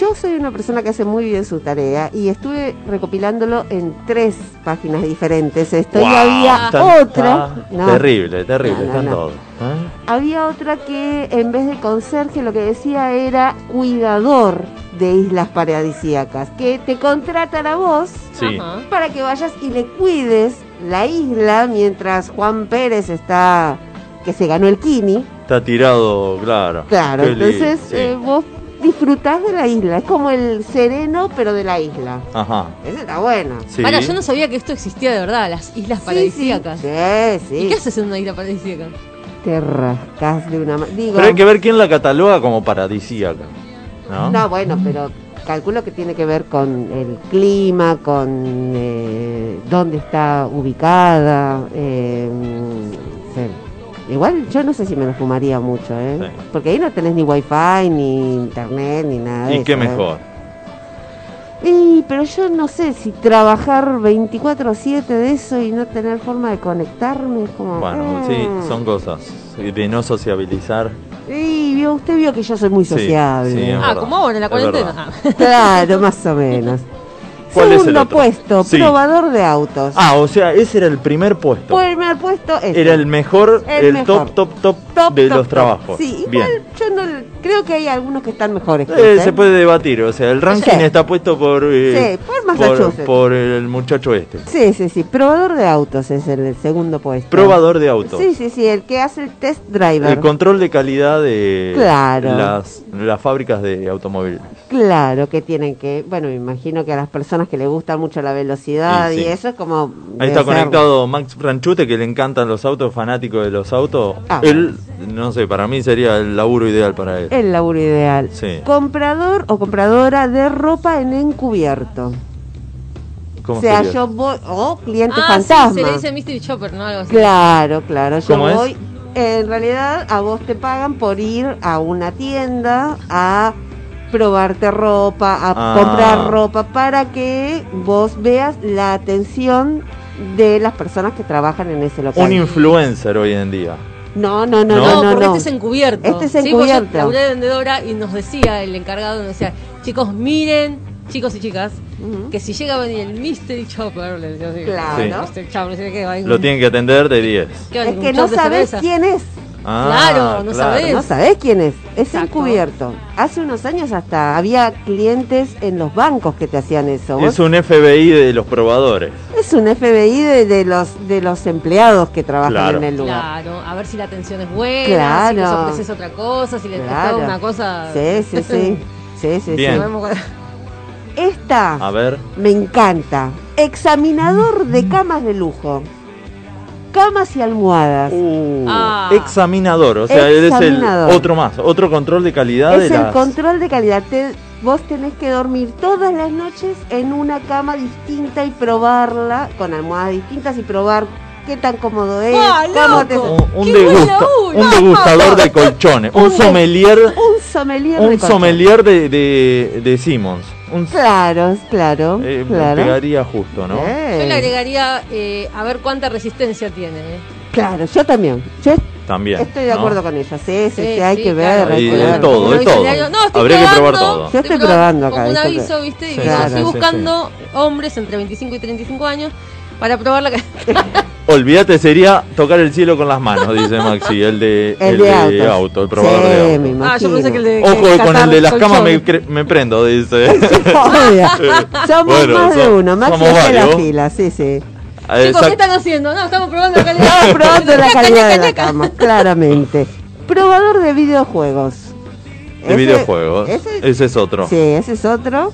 Speaker 2: Yo soy una persona que hace muy bien su tarea y estuve recopilándolo en tres páginas diferentes. Esto y
Speaker 1: Guau,
Speaker 2: había
Speaker 1: está-
Speaker 2: Ah. otra.
Speaker 1: está
Speaker 2: no,
Speaker 1: Terrible, terrible,
Speaker 2: No, no,
Speaker 1: están
Speaker 2: no.
Speaker 1: todos. ¿eh?
Speaker 2: Había otra que en vez de conserje lo que decía era cuidador de islas paradisíacas, que te contratan a vos
Speaker 1: Sí.
Speaker 3: Ajá.
Speaker 2: para que vayas y le cuides la isla mientras Juan Pérez está que se ganó el Kini.
Speaker 1: Está tirado, claro.
Speaker 2: Claro,
Speaker 1: Qué lindo,
Speaker 2: entonces
Speaker 1: sí.
Speaker 2: eh, vos disfrutás de la isla, es como el sereno pero de la isla.
Speaker 1: Ajá.
Speaker 2: Eso está bueno.
Speaker 1: Sí.
Speaker 3: Ahora, yo no sabía que esto existía de verdad, las islas paradisíacas.
Speaker 2: Sí,
Speaker 3: ¿Y
Speaker 2: sí.
Speaker 3: qué haces en una isla paradisíaca?
Speaker 2: Te rascas de una ma- Digo,
Speaker 1: Pero hay que ver quién la cataloga como paradisíaca. ¿no?
Speaker 2: no, bueno, pero calculo que tiene que ver con el clima, con eh, dónde está ubicada. eh, sí. Igual yo no sé si me lo fumaría mucho, ¿eh?
Speaker 1: Sí.
Speaker 2: Porque ahí no tenés ni wifi, ni internet, ni nada. de
Speaker 1: y qué
Speaker 2: eso, ¿eh?
Speaker 1: mejor.
Speaker 2: Y, pero yo no sé si trabajar 24/7 de eso y no tener forma de conectarme es como...
Speaker 1: Bueno,
Speaker 2: mm.
Speaker 1: sí, son cosas. De no sociabilizar.
Speaker 2: Sí, vio, usted vio que yo soy muy
Speaker 1: Sí,
Speaker 2: sociable.
Speaker 1: sí, Es
Speaker 3: Ah,
Speaker 1: verdad,
Speaker 3: como ahora, en la
Speaker 1: es
Speaker 3: cuarentena. Ah.
Speaker 2: [laughs] Claro, más o menos.
Speaker 1: [laughs] ¿Cuál es el
Speaker 2: Segundo
Speaker 1: otro?
Speaker 2: puesto,
Speaker 1: Sí.
Speaker 2: probador de autos.
Speaker 1: Ah, o sea, ese era el primer puesto.
Speaker 2: Primer puesto ese.
Speaker 1: Era el mejor,
Speaker 2: El
Speaker 1: el,
Speaker 2: mejor.
Speaker 1: top, top, top,
Speaker 2: Top,
Speaker 1: de
Speaker 2: top,
Speaker 1: los
Speaker 2: top.
Speaker 1: trabajos.
Speaker 2: Sí,
Speaker 1: Bien.
Speaker 2: igual yo no creo que hay algunos que están mejores que
Speaker 1: Eh,
Speaker 2: este.
Speaker 1: se puede debatir, o sea, el ranking
Speaker 2: Sí.
Speaker 1: está puesto por, eh,
Speaker 2: Sí, por Massachusetts.
Speaker 1: por el muchacho este.
Speaker 2: Sí, sí, sí, probador de autos es el, el segundo puesto.
Speaker 1: Probador de autos.
Speaker 2: Sí, sí, sí, el que hace el test
Speaker 1: El
Speaker 2: driver.
Speaker 1: control de calidad de
Speaker 2: Claro.
Speaker 1: las, las fábricas de automóviles.
Speaker 2: Claro que tienen que, bueno, me imagino que a las personas que les gusta mucho la velocidad
Speaker 1: Sí,
Speaker 2: y
Speaker 1: sí.
Speaker 2: eso es como...
Speaker 1: Ahí
Speaker 2: debe
Speaker 1: está
Speaker 2: ser-
Speaker 1: conectado Max Franchute, que le encantan los autos, fanático de los autos.
Speaker 2: Ah.
Speaker 1: Él, no sé, para mí sería el laburo ideal para él.
Speaker 2: El laburo ideal.
Speaker 1: Sí.
Speaker 2: Comprador o compradora de ropa en encubierto.
Speaker 1: ¿Cómo
Speaker 2: o Eh, sea,
Speaker 1: sería?
Speaker 2: yo voy... O cliente
Speaker 3: Ah, sí,
Speaker 2: fantasma.
Speaker 3: se le dice Mystery Chopper, ¿no? Algo así.
Speaker 2: Claro, claro, yo
Speaker 1: ¿Cómo es?
Speaker 2: voy... En realidad a vos te pagan por ir a una tienda a probarte ropa, a
Speaker 1: Ah.
Speaker 2: comprar ropa para que vos veas la atención de las personas que trabajan en ese local.
Speaker 1: Un influencer hoy en día.
Speaker 2: No, no, no,
Speaker 1: No,
Speaker 2: no, no.
Speaker 3: porque
Speaker 2: no.
Speaker 3: este es encubierto.
Speaker 2: Este es
Speaker 3: Sí, porque yo
Speaker 2: encubierto.
Speaker 3: laburé de vendedora y nos decía el encargado, nos decía, chicos, miren, chicos y chicas,
Speaker 2: Ujú.
Speaker 3: que si llega a venir el Mystery Chopper, le decía así,
Speaker 2: Claro.
Speaker 3: el Mystery Chopper, no sé qué, va a ir
Speaker 1: Lo
Speaker 3: un-
Speaker 1: tienen que atender de 10.
Speaker 3: ¿qué va a ir
Speaker 2: Es
Speaker 3: un
Speaker 2: que
Speaker 3: shot
Speaker 2: no
Speaker 3: de
Speaker 2: sabes
Speaker 3: cerveza?
Speaker 2: quién es.
Speaker 1: Ah,
Speaker 3: Claro, no sabés.
Speaker 2: No sabes quién es. Es
Speaker 3: Exacto.
Speaker 2: encubierto. Hace unos años hasta había clientes en los bancos que te hacían eso. Vos-
Speaker 1: Es un FBI de los probadores.
Speaker 2: Es un FBI de, de los de los empleados que trabajan
Speaker 1: Claro.
Speaker 2: en el lugar.
Speaker 3: Claro, a ver si la atención es buena,
Speaker 2: Claro.
Speaker 3: si les ofreces otra cosa, si les
Speaker 2: Claro.
Speaker 3: toca una cosa.
Speaker 2: Sí, sí, [laughs] sí. Sí, sí,
Speaker 1: Bien.
Speaker 2: sí. Esta
Speaker 1: A ver,
Speaker 2: me encanta. Examinador de camas de lujo. camas y almohadas.
Speaker 3: Ah.
Speaker 1: Examinador, o sea,
Speaker 2: Examinador.
Speaker 1: es el otro más, otro control de calidad
Speaker 2: Es
Speaker 1: de
Speaker 2: el
Speaker 1: las...
Speaker 2: control de calidad. Te- vos tenés que dormir todas las noches en una cama distinta y probarla con almohadas distintas y probar qué tan cómodo es,
Speaker 3: ¡Ah,
Speaker 2: cómo te-
Speaker 1: un, un
Speaker 3: ¡Qué
Speaker 1: degusta-
Speaker 3: buena
Speaker 1: un
Speaker 3: uva!
Speaker 1: degustador de colchones, un
Speaker 2: Un-
Speaker 1: sommelier,
Speaker 2: Un sommelier de
Speaker 1: un
Speaker 2: colchón.
Speaker 1: sommelier de, de, de Simmons. Un,
Speaker 2: Claro, claro,
Speaker 1: eh,
Speaker 2: claro.
Speaker 1: Pegaría justo, ¿no?
Speaker 2: Eh,
Speaker 3: Yo le agregaría eh, a ver cuánta resistencia tiene. ¿eh?
Speaker 2: Claro, yo también. Yo
Speaker 1: También.
Speaker 2: estoy de
Speaker 1: ¿no?
Speaker 2: acuerdo con ella. Sí, sí, sí,
Speaker 3: Sí,
Speaker 2: hay
Speaker 3: sí,
Speaker 2: que ver.
Speaker 3: claro.
Speaker 2: hay
Speaker 1: Y
Speaker 2: que
Speaker 1: de
Speaker 2: ver.
Speaker 1: todo,
Speaker 3: Uno
Speaker 1: de
Speaker 3: dice,
Speaker 1: todo.
Speaker 3: "Ay, no, estoy
Speaker 1: Habría que
Speaker 3: probando".
Speaker 1: probar todo.
Speaker 2: Yo estoy probando acá,
Speaker 3: Como un
Speaker 2: dijo
Speaker 3: aviso, ¿viste?
Speaker 1: Sí,
Speaker 3: Digo, yo
Speaker 2: claro,
Speaker 3: estoy
Speaker 1: sí,
Speaker 3: buscando hombres entre 25 y 35 años para probar la ca-
Speaker 1: Olvídate, sería tocar el cielo con las manos,
Speaker 2: [laughs]
Speaker 1: dice Maxi, el de,
Speaker 2: El, de, autos.
Speaker 1: auto, el probador
Speaker 2: sí,
Speaker 1: de
Speaker 2: me
Speaker 1: auto.
Speaker 2: imagino.
Speaker 3: Ah, yo pensé que el de.
Speaker 1: Ojo,
Speaker 3: que
Speaker 1: con el de las
Speaker 3: catar
Speaker 1: camas me,
Speaker 3: colchones.
Speaker 1: cre- me prendo, dice. [laughs]
Speaker 2: [laughs] Obvio. Somos
Speaker 1: Bueno,
Speaker 2: más de
Speaker 1: so-
Speaker 2: uno, más
Speaker 1: somos
Speaker 2: que la
Speaker 1: varios.
Speaker 2: fila, sí, sí.
Speaker 3: Chicos,
Speaker 1: Exact-
Speaker 3: ¿qué están haciendo? No, estamos probando la calidad. [laughs]
Speaker 2: Estamos probando la
Speaker 3: Ñaca,
Speaker 2: calidad de
Speaker 3: ñaca,
Speaker 2: la
Speaker 3: ñaca.
Speaker 2: cama, claramente. Probador de videojuegos.
Speaker 1: de videojuegos. Ese,
Speaker 2: Ese,
Speaker 1: es otro.
Speaker 2: sí, ese es otro.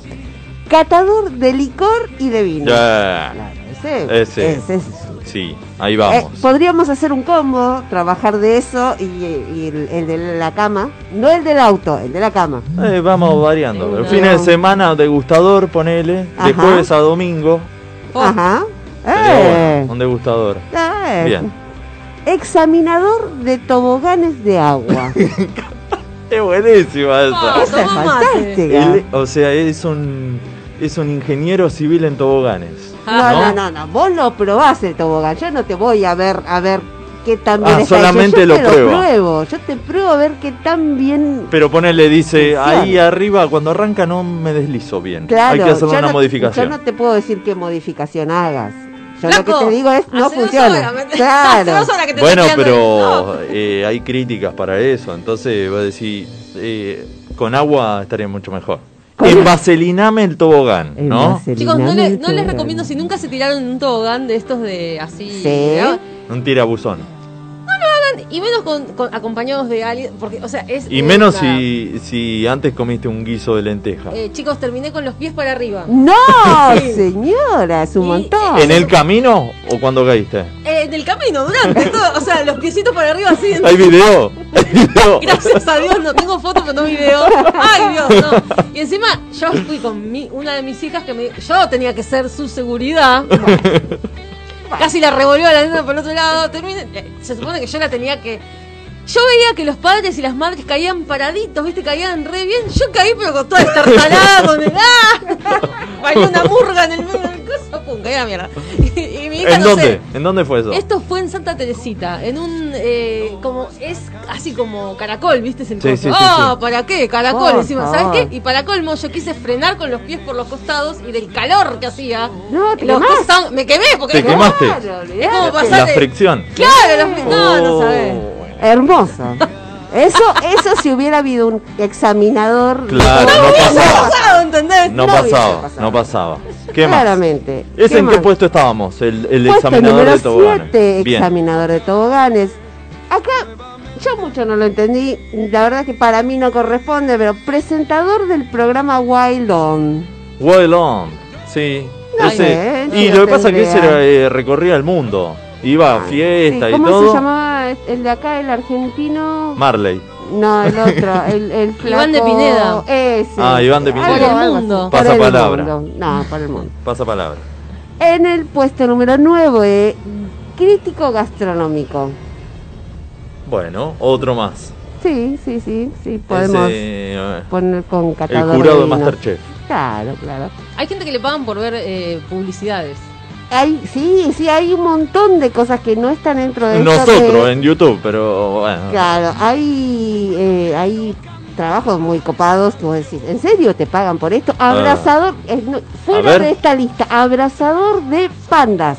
Speaker 2: Catador de licor y de vino.
Speaker 1: Ya,
Speaker 2: Claro, ese,
Speaker 1: Ese.
Speaker 2: ese es-
Speaker 1: sí, ahí
Speaker 2: Eh,
Speaker 1: vamos.
Speaker 2: podríamos hacer un combo, trabajar de eso y, y el, el de la cama. No el del auto, el de la cama.
Speaker 1: Eh, vamos variando. El
Speaker 3: No.
Speaker 1: fin de semana, degustador, ponele. De
Speaker 2: Ajá.
Speaker 1: jueves a domingo.
Speaker 3: Oh.
Speaker 2: Ajá.
Speaker 1: Sería
Speaker 2: Eh.
Speaker 1: bueno, un degustador.
Speaker 2: Ah, eh.
Speaker 1: Bien.
Speaker 2: Examinador de toboganes de agua.
Speaker 1: Es buenísima
Speaker 3: Ah,
Speaker 1: esa.
Speaker 2: Esa es
Speaker 3: toma mate.
Speaker 2: fantástica.
Speaker 1: Él, o sea, es un, es un ingeniero civil en toboganes.
Speaker 3: Ah,
Speaker 1: ¿no?
Speaker 2: No, no, no, no, vos lo probás el tobogán, yo no te voy a ver a ver qué tan bien
Speaker 1: Ah,
Speaker 2: está hecho.
Speaker 1: solamente
Speaker 2: yo
Speaker 1: lo
Speaker 2: te
Speaker 1: prueba.
Speaker 2: pruebo, yo te pruebo a ver qué tan bien
Speaker 1: Pero ponele, dice,
Speaker 2: Funciona.
Speaker 1: ahí arriba cuando arranca no me deslizo bien.
Speaker 2: claro.
Speaker 1: Hay que hacerle
Speaker 2: yo
Speaker 1: una
Speaker 2: no-
Speaker 1: modificación.
Speaker 2: Yo no te puedo decir qué modificación hagas. Yo lo
Speaker 3: Flaco,
Speaker 2: que te digo es no
Speaker 3: hace dos
Speaker 2: funciona.
Speaker 3: horas, ¿me- [laughs] hace
Speaker 2: claro.
Speaker 3: dos horas que te
Speaker 1: Bueno,
Speaker 3: estoy peleando.
Speaker 1: pero eh, hay críticas para eso, entonces va a decir, eh, con agua estaría mucho mejor.
Speaker 2: Con-
Speaker 1: Envaseliname el tobogán,
Speaker 2: El
Speaker 1: ¿no?
Speaker 2: vaselina
Speaker 3: Chicos, no, le-
Speaker 2: del
Speaker 3: no les
Speaker 2: tobogán.
Speaker 3: recomiendo si nunca se tiraron en un tobogán de estos de así.
Speaker 2: Sí.
Speaker 3: ¿no?
Speaker 1: Un tirabuzón.
Speaker 3: Y menos con, con- acompañados de alguien. Porque, o sea, es.
Speaker 1: Y
Speaker 3: es
Speaker 1: menos
Speaker 3: una-
Speaker 1: si, si antes comiste un guiso de lenteja.
Speaker 3: Eh, chicos, terminé con los pies para arriba.
Speaker 2: No,
Speaker 3: [laughs] Sí.
Speaker 2: señora, es un
Speaker 3: Y-
Speaker 2: montón.
Speaker 1: ¿En el camino o cuando
Speaker 3: [laughs]
Speaker 1: caíste?
Speaker 3: Eh, en el camino,
Speaker 1: [laughs]
Speaker 3: durante todo. O sea, los piecitos para arriba así.
Speaker 1: ¿Hay video? [laughs] ¿Hay video?
Speaker 3: [laughs] Gracias a Dios, no tengo fotos, pero no video. Ay, Dios, no. Y encima, yo fui con mi- una de mis hijas que me. Yo tenía que ser su seguridad. Casi la revolvió a la nena por el otro lado. Terminé- eh, se supone que yo la tenía que. Yo veía que los padres y las madres caían paraditos, ¿viste? Caían re bien. Yo caí, pero con toda estartalada, con el. ¡Ah! Bailé una murga en el medio del coso, pum, caí a la mierda. Y, y mi hija
Speaker 1: ¿En
Speaker 3: no
Speaker 1: dónde?
Speaker 3: sé.
Speaker 1: ¿En dónde fue eso?
Speaker 3: Esto fue en Santa Teresita, en un eh, como es así como caracol, ¿viste? Es el
Speaker 1: Sí,
Speaker 3: coso.
Speaker 1: sí, sí,
Speaker 3: Ah,
Speaker 1: sí.
Speaker 3: ¿para qué? Caracol
Speaker 2: Por
Speaker 3: encima,
Speaker 2: favor.
Speaker 3: ¿sabes qué? Y para colmo yo quise frenar con los pies por los costados y del calor que hacía.
Speaker 2: No, te
Speaker 3: los
Speaker 2: quemás.
Speaker 3: costados estaban- me quemé porque
Speaker 1: ¿Te
Speaker 3: como-
Speaker 1: quemaste?
Speaker 2: Claro, olvidate.
Speaker 3: ¿Cómo pasó?
Speaker 1: La
Speaker 3: pasate.
Speaker 1: fricción.
Speaker 3: Claro, los no, no sabes.
Speaker 1: Oh.
Speaker 3: [laughs]
Speaker 2: Hermoso. Eso, eso si hubiera habido un examinador.
Speaker 1: Claro, no pasaba.
Speaker 3: Pasado, ¿entendés?
Speaker 1: No
Speaker 2: No hubiese
Speaker 1: pasaba,
Speaker 2: pasado.
Speaker 1: no pasaba. ¿Qué más?
Speaker 2: Claramente.
Speaker 1: ¿Es en qué
Speaker 2: más?
Speaker 1: puesto estábamos? El, el
Speaker 2: Puesto
Speaker 1: examinador
Speaker 2: número
Speaker 1: de toboganes.
Speaker 2: siete,
Speaker 1: Bien.
Speaker 2: examinador de toboganes. Acá yo mucho no lo entendí, la verdad que para mí no corresponde, pero presentador del programa Wild On.
Speaker 1: Well on. Sí.
Speaker 2: No
Speaker 1: Ese-
Speaker 2: sé,
Speaker 1: y
Speaker 2: yo
Speaker 1: lo
Speaker 2: no
Speaker 1: que pasa es que
Speaker 2: tengo
Speaker 1: ese
Speaker 2: idea.
Speaker 1: era, eh, recorría el mundo. Iba a
Speaker 2: Sí,
Speaker 1: Ah, fiesta y
Speaker 2: ¿Cómo se
Speaker 1: todo.
Speaker 2: llamaba el de acá, el argentino?
Speaker 1: Marley.
Speaker 2: no,
Speaker 1: [laughs]
Speaker 2: el otro, el, el flaco.
Speaker 3: Iván de Pineda.
Speaker 2: Ese.
Speaker 1: Ah, Iván de Pineda.
Speaker 2: Algo,
Speaker 3: Por el
Speaker 2: algo
Speaker 3: mundo.
Speaker 2: así.
Speaker 1: Pasa
Speaker 2: Por el
Speaker 1: palabra.
Speaker 2: mundo. No, por el mundo.
Speaker 1: Pasa palabra.
Speaker 2: En el puesto número 9, crítico gastronómico.
Speaker 1: Bueno, otro más.
Speaker 2: Sí, sí, sí, sí, podemos
Speaker 1: Ese, eh,
Speaker 2: poner con
Speaker 1: el
Speaker 2: catador
Speaker 1: jurado de
Speaker 2: vino.
Speaker 1: Masterchef.
Speaker 2: Claro, claro.
Speaker 3: Hay gente que le pagan por ver eh, publicidades.
Speaker 2: Hay, sí, sí, hay un montón de cosas que no están dentro de esto
Speaker 1: Nosotros ¿eh?
Speaker 2: que-
Speaker 1: en YouTube, pero bueno.
Speaker 2: Claro, hay, eh, hay trabajos muy copados que vos decís, ¿en serio te pagan por esto? Abrazador, es no- fuera
Speaker 1: Ah. ver.
Speaker 2: de esta lista, abrazador de pandas.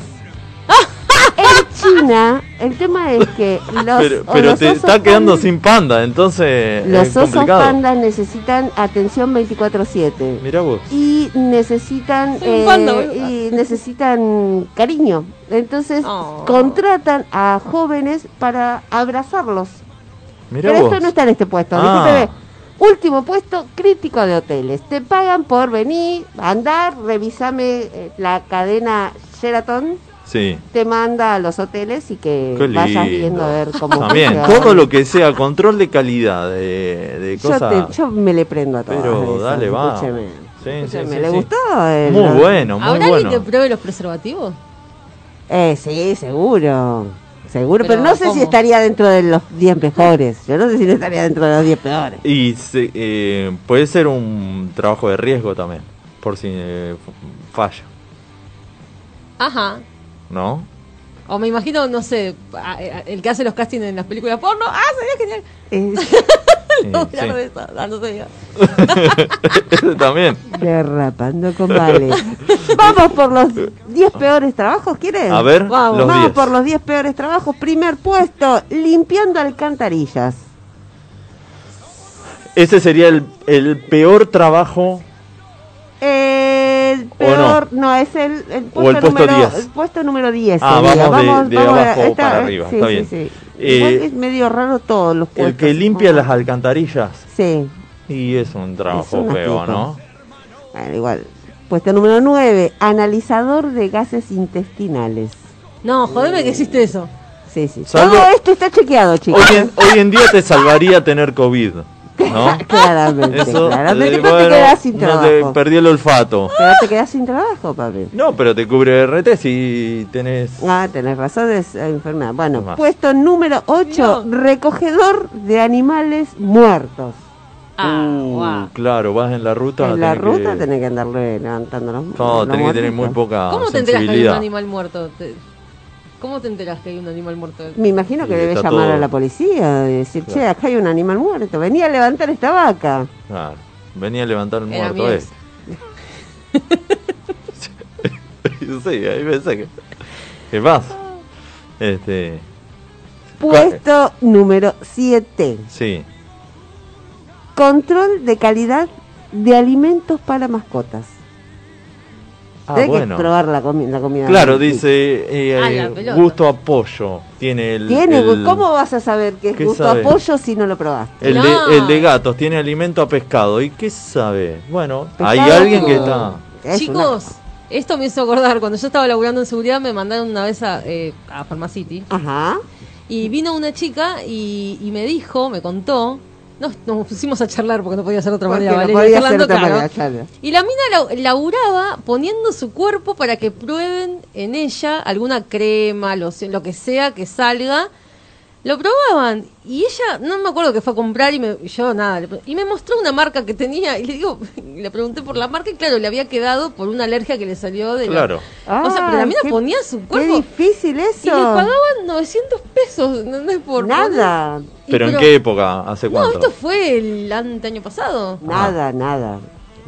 Speaker 2: en China, el tema es
Speaker 1: [laughs]
Speaker 2: que los,
Speaker 1: Pero,
Speaker 2: o
Speaker 1: pero
Speaker 2: los
Speaker 1: te
Speaker 2: osos
Speaker 1: está quedando
Speaker 2: pandas-
Speaker 1: sin panda, entonces
Speaker 2: Los
Speaker 1: es
Speaker 2: osos
Speaker 1: complicado.
Speaker 2: pandas necesitan atención 24/7.
Speaker 1: Mirá vos.
Speaker 2: y necesitan eh,
Speaker 3: Soy un panda, boluda.
Speaker 2: y necesitan cariño. Entonces
Speaker 3: Oh.
Speaker 2: contratan a jóvenes para abrazarlos.
Speaker 1: Mirá
Speaker 2: Pero
Speaker 1: vos.
Speaker 2: esto no está en este puesto,
Speaker 1: Ah.
Speaker 2: discúlpeme. Último puesto, crítico de hoteles. Te pagan por venir, andar, revisame eh, la cadena Sheraton.
Speaker 1: Sí.
Speaker 2: te manda a los hoteles y que
Speaker 1: Qué
Speaker 2: vayas
Speaker 1: lindo.
Speaker 2: viendo a ver cómo
Speaker 1: También,
Speaker 2: funciona.
Speaker 1: todo lo que sea control de calidad, de, de
Speaker 2: yo,
Speaker 1: cosas.
Speaker 2: te- yo me le prendo a todo.
Speaker 1: Pero dale, va.
Speaker 2: Escúcheme.
Speaker 1: Sí,
Speaker 2: Escúcheme,
Speaker 1: sí, sí,
Speaker 2: ¿Le
Speaker 1: sí.
Speaker 2: gustó? el-
Speaker 1: Muy bueno, muy
Speaker 3: ¿Habrá
Speaker 1: bueno.
Speaker 3: alguien que pruebe los preservativos?
Speaker 2: Eh, sí, seguro. Seguro, pero,
Speaker 3: Pero,
Speaker 2: no sé si
Speaker 3: ¿cómo?
Speaker 2: estaría dentro de los 10 mejores. Yo no sé si no estaría dentro de los 10 peores.
Speaker 1: Y se- eh, puede ser un trabajo de riesgo también, por si eh, f- falla,
Speaker 3: Ajá. [laughs]
Speaker 1: ¿no?
Speaker 3: O me imagino, no sé, a- a- el que hace los castings en las películas porno. ¡Ah, sería genial! [laughs]
Speaker 1: [laughs]
Speaker 2: Eh,
Speaker 3: No,
Speaker 1: Sí,
Speaker 3: mirá
Speaker 1: [laughs] sí.
Speaker 3: de eso, no, no sé.
Speaker 1: Eso también.
Speaker 2: derrapando con
Speaker 1: [laughs]
Speaker 2: vale. Vamos por los 10 peores trabajos, ¿quieres?
Speaker 1: A ver,
Speaker 2: Vamos,
Speaker 1: los
Speaker 2: vamos
Speaker 1: 10.
Speaker 2: por los 10 peores trabajos. Primer puesto, limpiando alcantarillas.
Speaker 1: Ese sería el, el peor trabajo.
Speaker 2: El
Speaker 1: ¿O no?
Speaker 2: peor, no? es el, el puesto,
Speaker 1: el puesto
Speaker 2: número,
Speaker 1: 10.
Speaker 2: el puesto número 10.
Speaker 1: Ah,
Speaker 2: sería.
Speaker 1: vamos de- de abajo para arriba,
Speaker 2: sí,
Speaker 1: está
Speaker 2: sí,
Speaker 1: bien.
Speaker 2: sí.
Speaker 1: Eh,
Speaker 2: Igual es medio raro todos los puestos.
Speaker 1: El que limpia las alcantarillas.
Speaker 2: Sí,
Speaker 1: Y es un trabajo
Speaker 2: una
Speaker 1: feo,
Speaker 2: pipa.
Speaker 1: ¿no?
Speaker 2: bueno, igual. Puesto número 9, analizador de gases intestinales.
Speaker 3: No, jodeme que existe eso.
Speaker 2: Sí, sí.
Speaker 1: Salvo-
Speaker 2: Todo esto está chequeado, chicos.
Speaker 1: Hoy en, hoy en día te salvaría tener COVID,
Speaker 2: [laughs]
Speaker 1: ¿no?
Speaker 2: Claramente,
Speaker 1: Eso,
Speaker 2: claramente.
Speaker 1: eh,
Speaker 2: pero
Speaker 1: bueno,
Speaker 2: te quedás sin
Speaker 1: no
Speaker 2: trabajo.
Speaker 1: te perdí el olfato.
Speaker 2: Pero te quedás sin trabajo, papi.
Speaker 1: No, pero te cubre RT si tenés...
Speaker 2: Ah, tenés razón, es eh, enfermedad. Bueno,
Speaker 1: Tomás.
Speaker 2: puesto número 8, recogedor de animales muertos.
Speaker 3: Ah,
Speaker 1: Uh,
Speaker 3: guau.
Speaker 1: Claro, vas en la ruta.
Speaker 2: en la
Speaker 1: tenés
Speaker 2: ruta
Speaker 1: que-
Speaker 2: tenés que andarle levantando los
Speaker 1: No,
Speaker 2: los
Speaker 1: tenés que tener muy
Speaker 2: muertitos.
Speaker 1: poca
Speaker 3: ¿Cómo te enteras que hay un
Speaker 1: ah, sensibilidad.
Speaker 3: animal muerto? Te- ¿Cómo te enteras que hay un animal muerto?
Speaker 2: Me imagino que
Speaker 1: Y
Speaker 2: debe
Speaker 1: está
Speaker 2: llamar
Speaker 1: todo-
Speaker 2: a la policía y decir, che,
Speaker 1: Claro.
Speaker 2: acá hay un animal muerto, venía a levantar esta vaca.
Speaker 1: Claro, venía a levantar el
Speaker 3: Era
Speaker 1: muerto,
Speaker 3: mi
Speaker 1: eh.
Speaker 3: ex.
Speaker 1: [laughs] sí, ahí pensé que. ¿Qué pasa? Este.
Speaker 2: Puesto número 7,
Speaker 1: Sí.
Speaker 2: control de calidad de alimentos para mascotas.
Speaker 1: Ah,
Speaker 2: Tenés
Speaker 1: bueno.
Speaker 2: que probar la, comi- la comida.
Speaker 1: Claro,
Speaker 2: Sí.
Speaker 1: dice. eh,
Speaker 3: Ah,
Speaker 1: eh,
Speaker 3: la pelota.
Speaker 1: gusto a pollo. Tiene el.
Speaker 2: Tiene,
Speaker 1: el-
Speaker 2: ¿Cómo vas a saber que es
Speaker 1: ¿Qué
Speaker 2: gusto
Speaker 1: sabe?
Speaker 2: a pollo si no lo probaste?
Speaker 1: El,
Speaker 3: No.
Speaker 1: de, el de gatos tiene alimento a pescado. ¿Y qué sabe? Bueno, hay
Speaker 2: Pescado.
Speaker 1: alguien que está.
Speaker 2: Es
Speaker 3: Chicos, esto me hizo acordar. Cuando yo estaba laburando en seguridad, me mandaron una vez a, eh, a Pharmacity.
Speaker 2: una- Ajá.
Speaker 3: Y vino una chica y, y me dijo, me contó. Nos, nos pusimos a charlar porque no podía ser de otra
Speaker 2: Porque
Speaker 3: manera,
Speaker 2: no
Speaker 3: Valeria,
Speaker 2: podía
Speaker 3: charlando,
Speaker 2: ser otra
Speaker 3: claro.
Speaker 2: manera, claro.
Speaker 3: Y la mina lau- laburaba poniendo su cuerpo para que prueben en ella alguna crema, loción, lo que sea que salga. Lo probaban y ella, no me acuerdo que fue a comprar y me, y yo nada, le pre- y me mostró una marca que tenía y le digo, [laughs] le pregunté por la marca y claro, le había quedado por una alergia que le salió de la-
Speaker 1: Claro.
Speaker 3: o sea, pero la
Speaker 2: Ay,
Speaker 3: mina
Speaker 2: Ah, qué-
Speaker 3: ponía su
Speaker 2: Qué
Speaker 3: cuerpo
Speaker 2: difícil eso.
Speaker 3: y le pagaban 900 pesos, ¿entendés? Por
Speaker 2: nada,
Speaker 3: poner- y
Speaker 1: ¿Pero en qué época? ¿Hace
Speaker 3: No,
Speaker 1: cuánto?
Speaker 3: esto fue el ante- año pasado.
Speaker 2: nada, nada,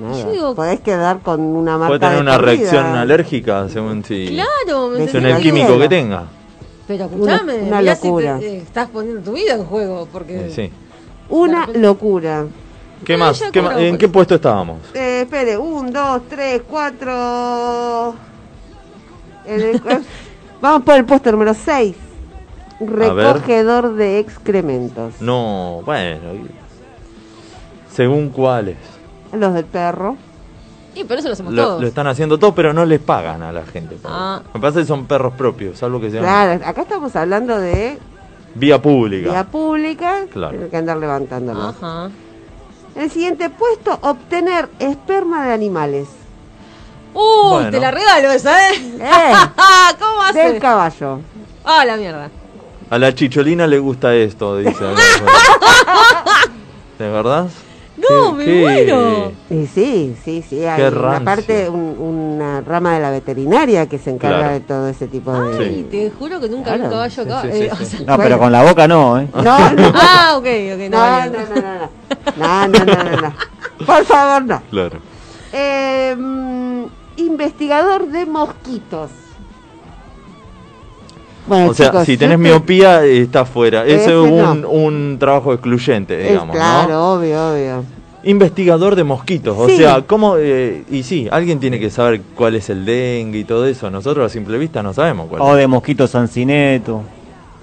Speaker 2: nada.
Speaker 3: Yo digo-
Speaker 2: Podés quedar con una marca
Speaker 1: Ah. Puede tener
Speaker 2: de
Speaker 1: una
Speaker 2: comida.
Speaker 1: reacción alérgica según si.
Speaker 3: Claro, me
Speaker 2: De
Speaker 1: según
Speaker 3: entendés?
Speaker 1: el
Speaker 2: Claro.
Speaker 1: químico que tenga.
Speaker 3: Pero escuchame,
Speaker 2: Una- una
Speaker 3: mirá si
Speaker 2: locura.
Speaker 3: te- eh, estás poniendo tu vida en juego, porque...
Speaker 1: Eh, Sí.
Speaker 2: Una locura.
Speaker 1: ¿Qué
Speaker 3: Ah,
Speaker 1: más?
Speaker 3: ya
Speaker 1: ¿Qué más?
Speaker 3: cobramos.
Speaker 1: ¿En qué puesto estábamos?
Speaker 2: Eh, espere, un, dos, tres, cuatro. En el-
Speaker 1: [laughs]
Speaker 2: eh, Vamos por el puesto número 6.
Speaker 1: ver.
Speaker 2: Recogedor de excrementos.
Speaker 1: No, bueno. y- Según cuáles. Mm.
Speaker 2: Los del perro.
Speaker 3: Y por eso lo hacemos
Speaker 1: Lo,
Speaker 3: todos.
Speaker 1: lo están haciendo todos, pero no les pagan a la gente. por
Speaker 3: Ah.
Speaker 1: eso. Me parece que son perros propios, salvo que sean
Speaker 2: Claro, acá estamos hablando de
Speaker 1: vía pública.
Speaker 2: vía pública.
Speaker 1: Claro. Ah.
Speaker 2: Tienen que andar levantándolo.
Speaker 3: Ajá.
Speaker 2: El siguiente puesto, obtener esperma de animales.
Speaker 3: Uy,
Speaker 1: Bueno.
Speaker 3: te la regalo esa, ¿eh?
Speaker 2: Eh.
Speaker 3: [laughs] ¿Cómo
Speaker 2: Del
Speaker 3: haces?
Speaker 2: caballo.
Speaker 3: Ah, la mierda.
Speaker 1: A la chicholina le gusta esto,
Speaker 3: [laughs]
Speaker 1: dice. acá. ¿De verdad?
Speaker 3: No, me muero.
Speaker 2: Y sí, sí, sí. Hay
Speaker 1: Qué
Speaker 2: una
Speaker 1: rancio.
Speaker 2: parte, un- una rama de la veterinaria que se encarga
Speaker 1: Claro.
Speaker 2: de todo ese tipo de.
Speaker 3: Ay,
Speaker 1: Sí.
Speaker 3: te juro que nunca vi un
Speaker 2: Claro.
Speaker 3: caballo acá.
Speaker 1: Sí, sí,
Speaker 3: eh,
Speaker 1: sí,
Speaker 3: o sea- [laughs]
Speaker 4: No, pero con la boca no, ¿eh?
Speaker 2: No, no, no,
Speaker 1: [laughs]
Speaker 3: Ah, ok, ok. No,
Speaker 2: no,
Speaker 3: vale.
Speaker 2: no, no, no, no, no, no, no, [laughs] no. Por favor, no.
Speaker 1: Claro.
Speaker 2: Eh, mm, investigador de mosquitos. Bueno,
Speaker 1: o sea,
Speaker 2: chicos, este
Speaker 1: si
Speaker 2: yo
Speaker 1: tenés
Speaker 2: te-
Speaker 1: miopía, eh, estás fuera. Ese
Speaker 2: Ese
Speaker 1: es un,
Speaker 2: no.
Speaker 1: un trabajo excluyente,
Speaker 2: Eh,
Speaker 1: digamos,
Speaker 2: Claro,
Speaker 1: ¿no?
Speaker 2: obvio, obvio.
Speaker 1: Investigador de mosquitos. O
Speaker 2: Sí.
Speaker 1: sea, ¿cómo...? eh, y sí, alguien tiene que saber cuál es el dengue y todo eso. Nosotros a simple vista no sabemos cuál
Speaker 4: O de mosquito sancineto,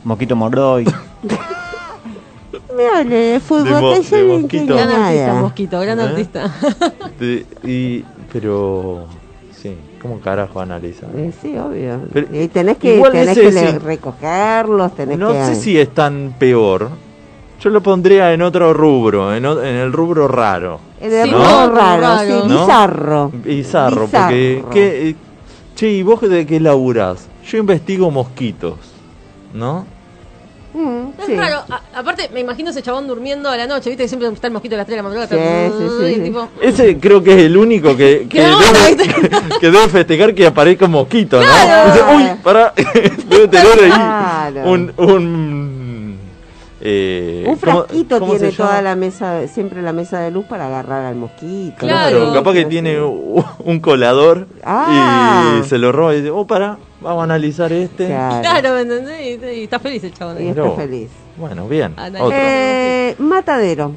Speaker 4: mosquito mordoy.
Speaker 2: Me hable de fútbol,
Speaker 1: De mo-
Speaker 2: que yo
Speaker 1: de
Speaker 2: no
Speaker 1: mosquito.
Speaker 2: entiendo
Speaker 3: Gran artista,
Speaker 2: nada.
Speaker 3: mosquito, gran
Speaker 1: ¿Eh?
Speaker 3: artista.
Speaker 1: Te- y, pero Sí, ¿cómo carajo analiza?
Speaker 2: Eh, sí, obvio.
Speaker 1: Pero
Speaker 2: y tenés que,
Speaker 1: igual
Speaker 2: tenés
Speaker 1: ese
Speaker 2: que le-
Speaker 1: sí.
Speaker 2: recogerlos, tenés
Speaker 1: No
Speaker 2: que...
Speaker 1: sé si es tan peor. Yo lo pondría en otro rubro, en, o- en el rubro raro.
Speaker 2: En el
Speaker 1: ¿no?
Speaker 2: rubro raro, sí,
Speaker 1: ¿No?
Speaker 2: bizarro.
Speaker 1: Bizarro,
Speaker 2: Bizarro.
Speaker 1: porque... ¿qué, eh, che, ¿y vos de qué laburás? Yo investigo mosquitos, ¿no?
Speaker 2: Mm,
Speaker 3: No es
Speaker 2: sí.
Speaker 3: raro. A- aparte, me imagino ese chabón durmiendo a la noche, ¿viste? Que siempre está el mosquito a las 3 de la madrugada.
Speaker 2: Sí,
Speaker 3: está-
Speaker 2: sí, sí,
Speaker 3: y
Speaker 2: sí.
Speaker 3: tipo,
Speaker 1: Ese creo que es el único
Speaker 2: [laughs]
Speaker 1: que, que,
Speaker 3: ¿Qué
Speaker 1: [laughs]
Speaker 3: onda?
Speaker 1: debe, que debe festejar que aparezca un mosquito, ¿no?
Speaker 3: Claro.
Speaker 1: Dice, Uy, pará, [laughs] debe tener ahí
Speaker 2: Claro.
Speaker 1: un... un eh, ¿cómo-
Speaker 2: Un frasquito
Speaker 1: cómo se
Speaker 2: tiene
Speaker 1: llama?
Speaker 2: toda la mesa, siempre la mesa de luz para agarrar al mosquito.
Speaker 1: Claro,
Speaker 3: Claro.
Speaker 1: capaz que tiene u- un colador
Speaker 2: Ah.
Speaker 1: y se lo roba y dice, oh, pará, vamos a analizar este.
Speaker 2: Claro.
Speaker 3: Claro, ¿me entendés? Y, y está feliz el chabón.
Speaker 2: Y
Speaker 3: ahí.
Speaker 1: Mirá
Speaker 2: está
Speaker 1: vos.
Speaker 2: feliz.
Speaker 1: Bueno, bien.
Speaker 3: Analiza.
Speaker 1: Otro.
Speaker 2: Eh, matadero.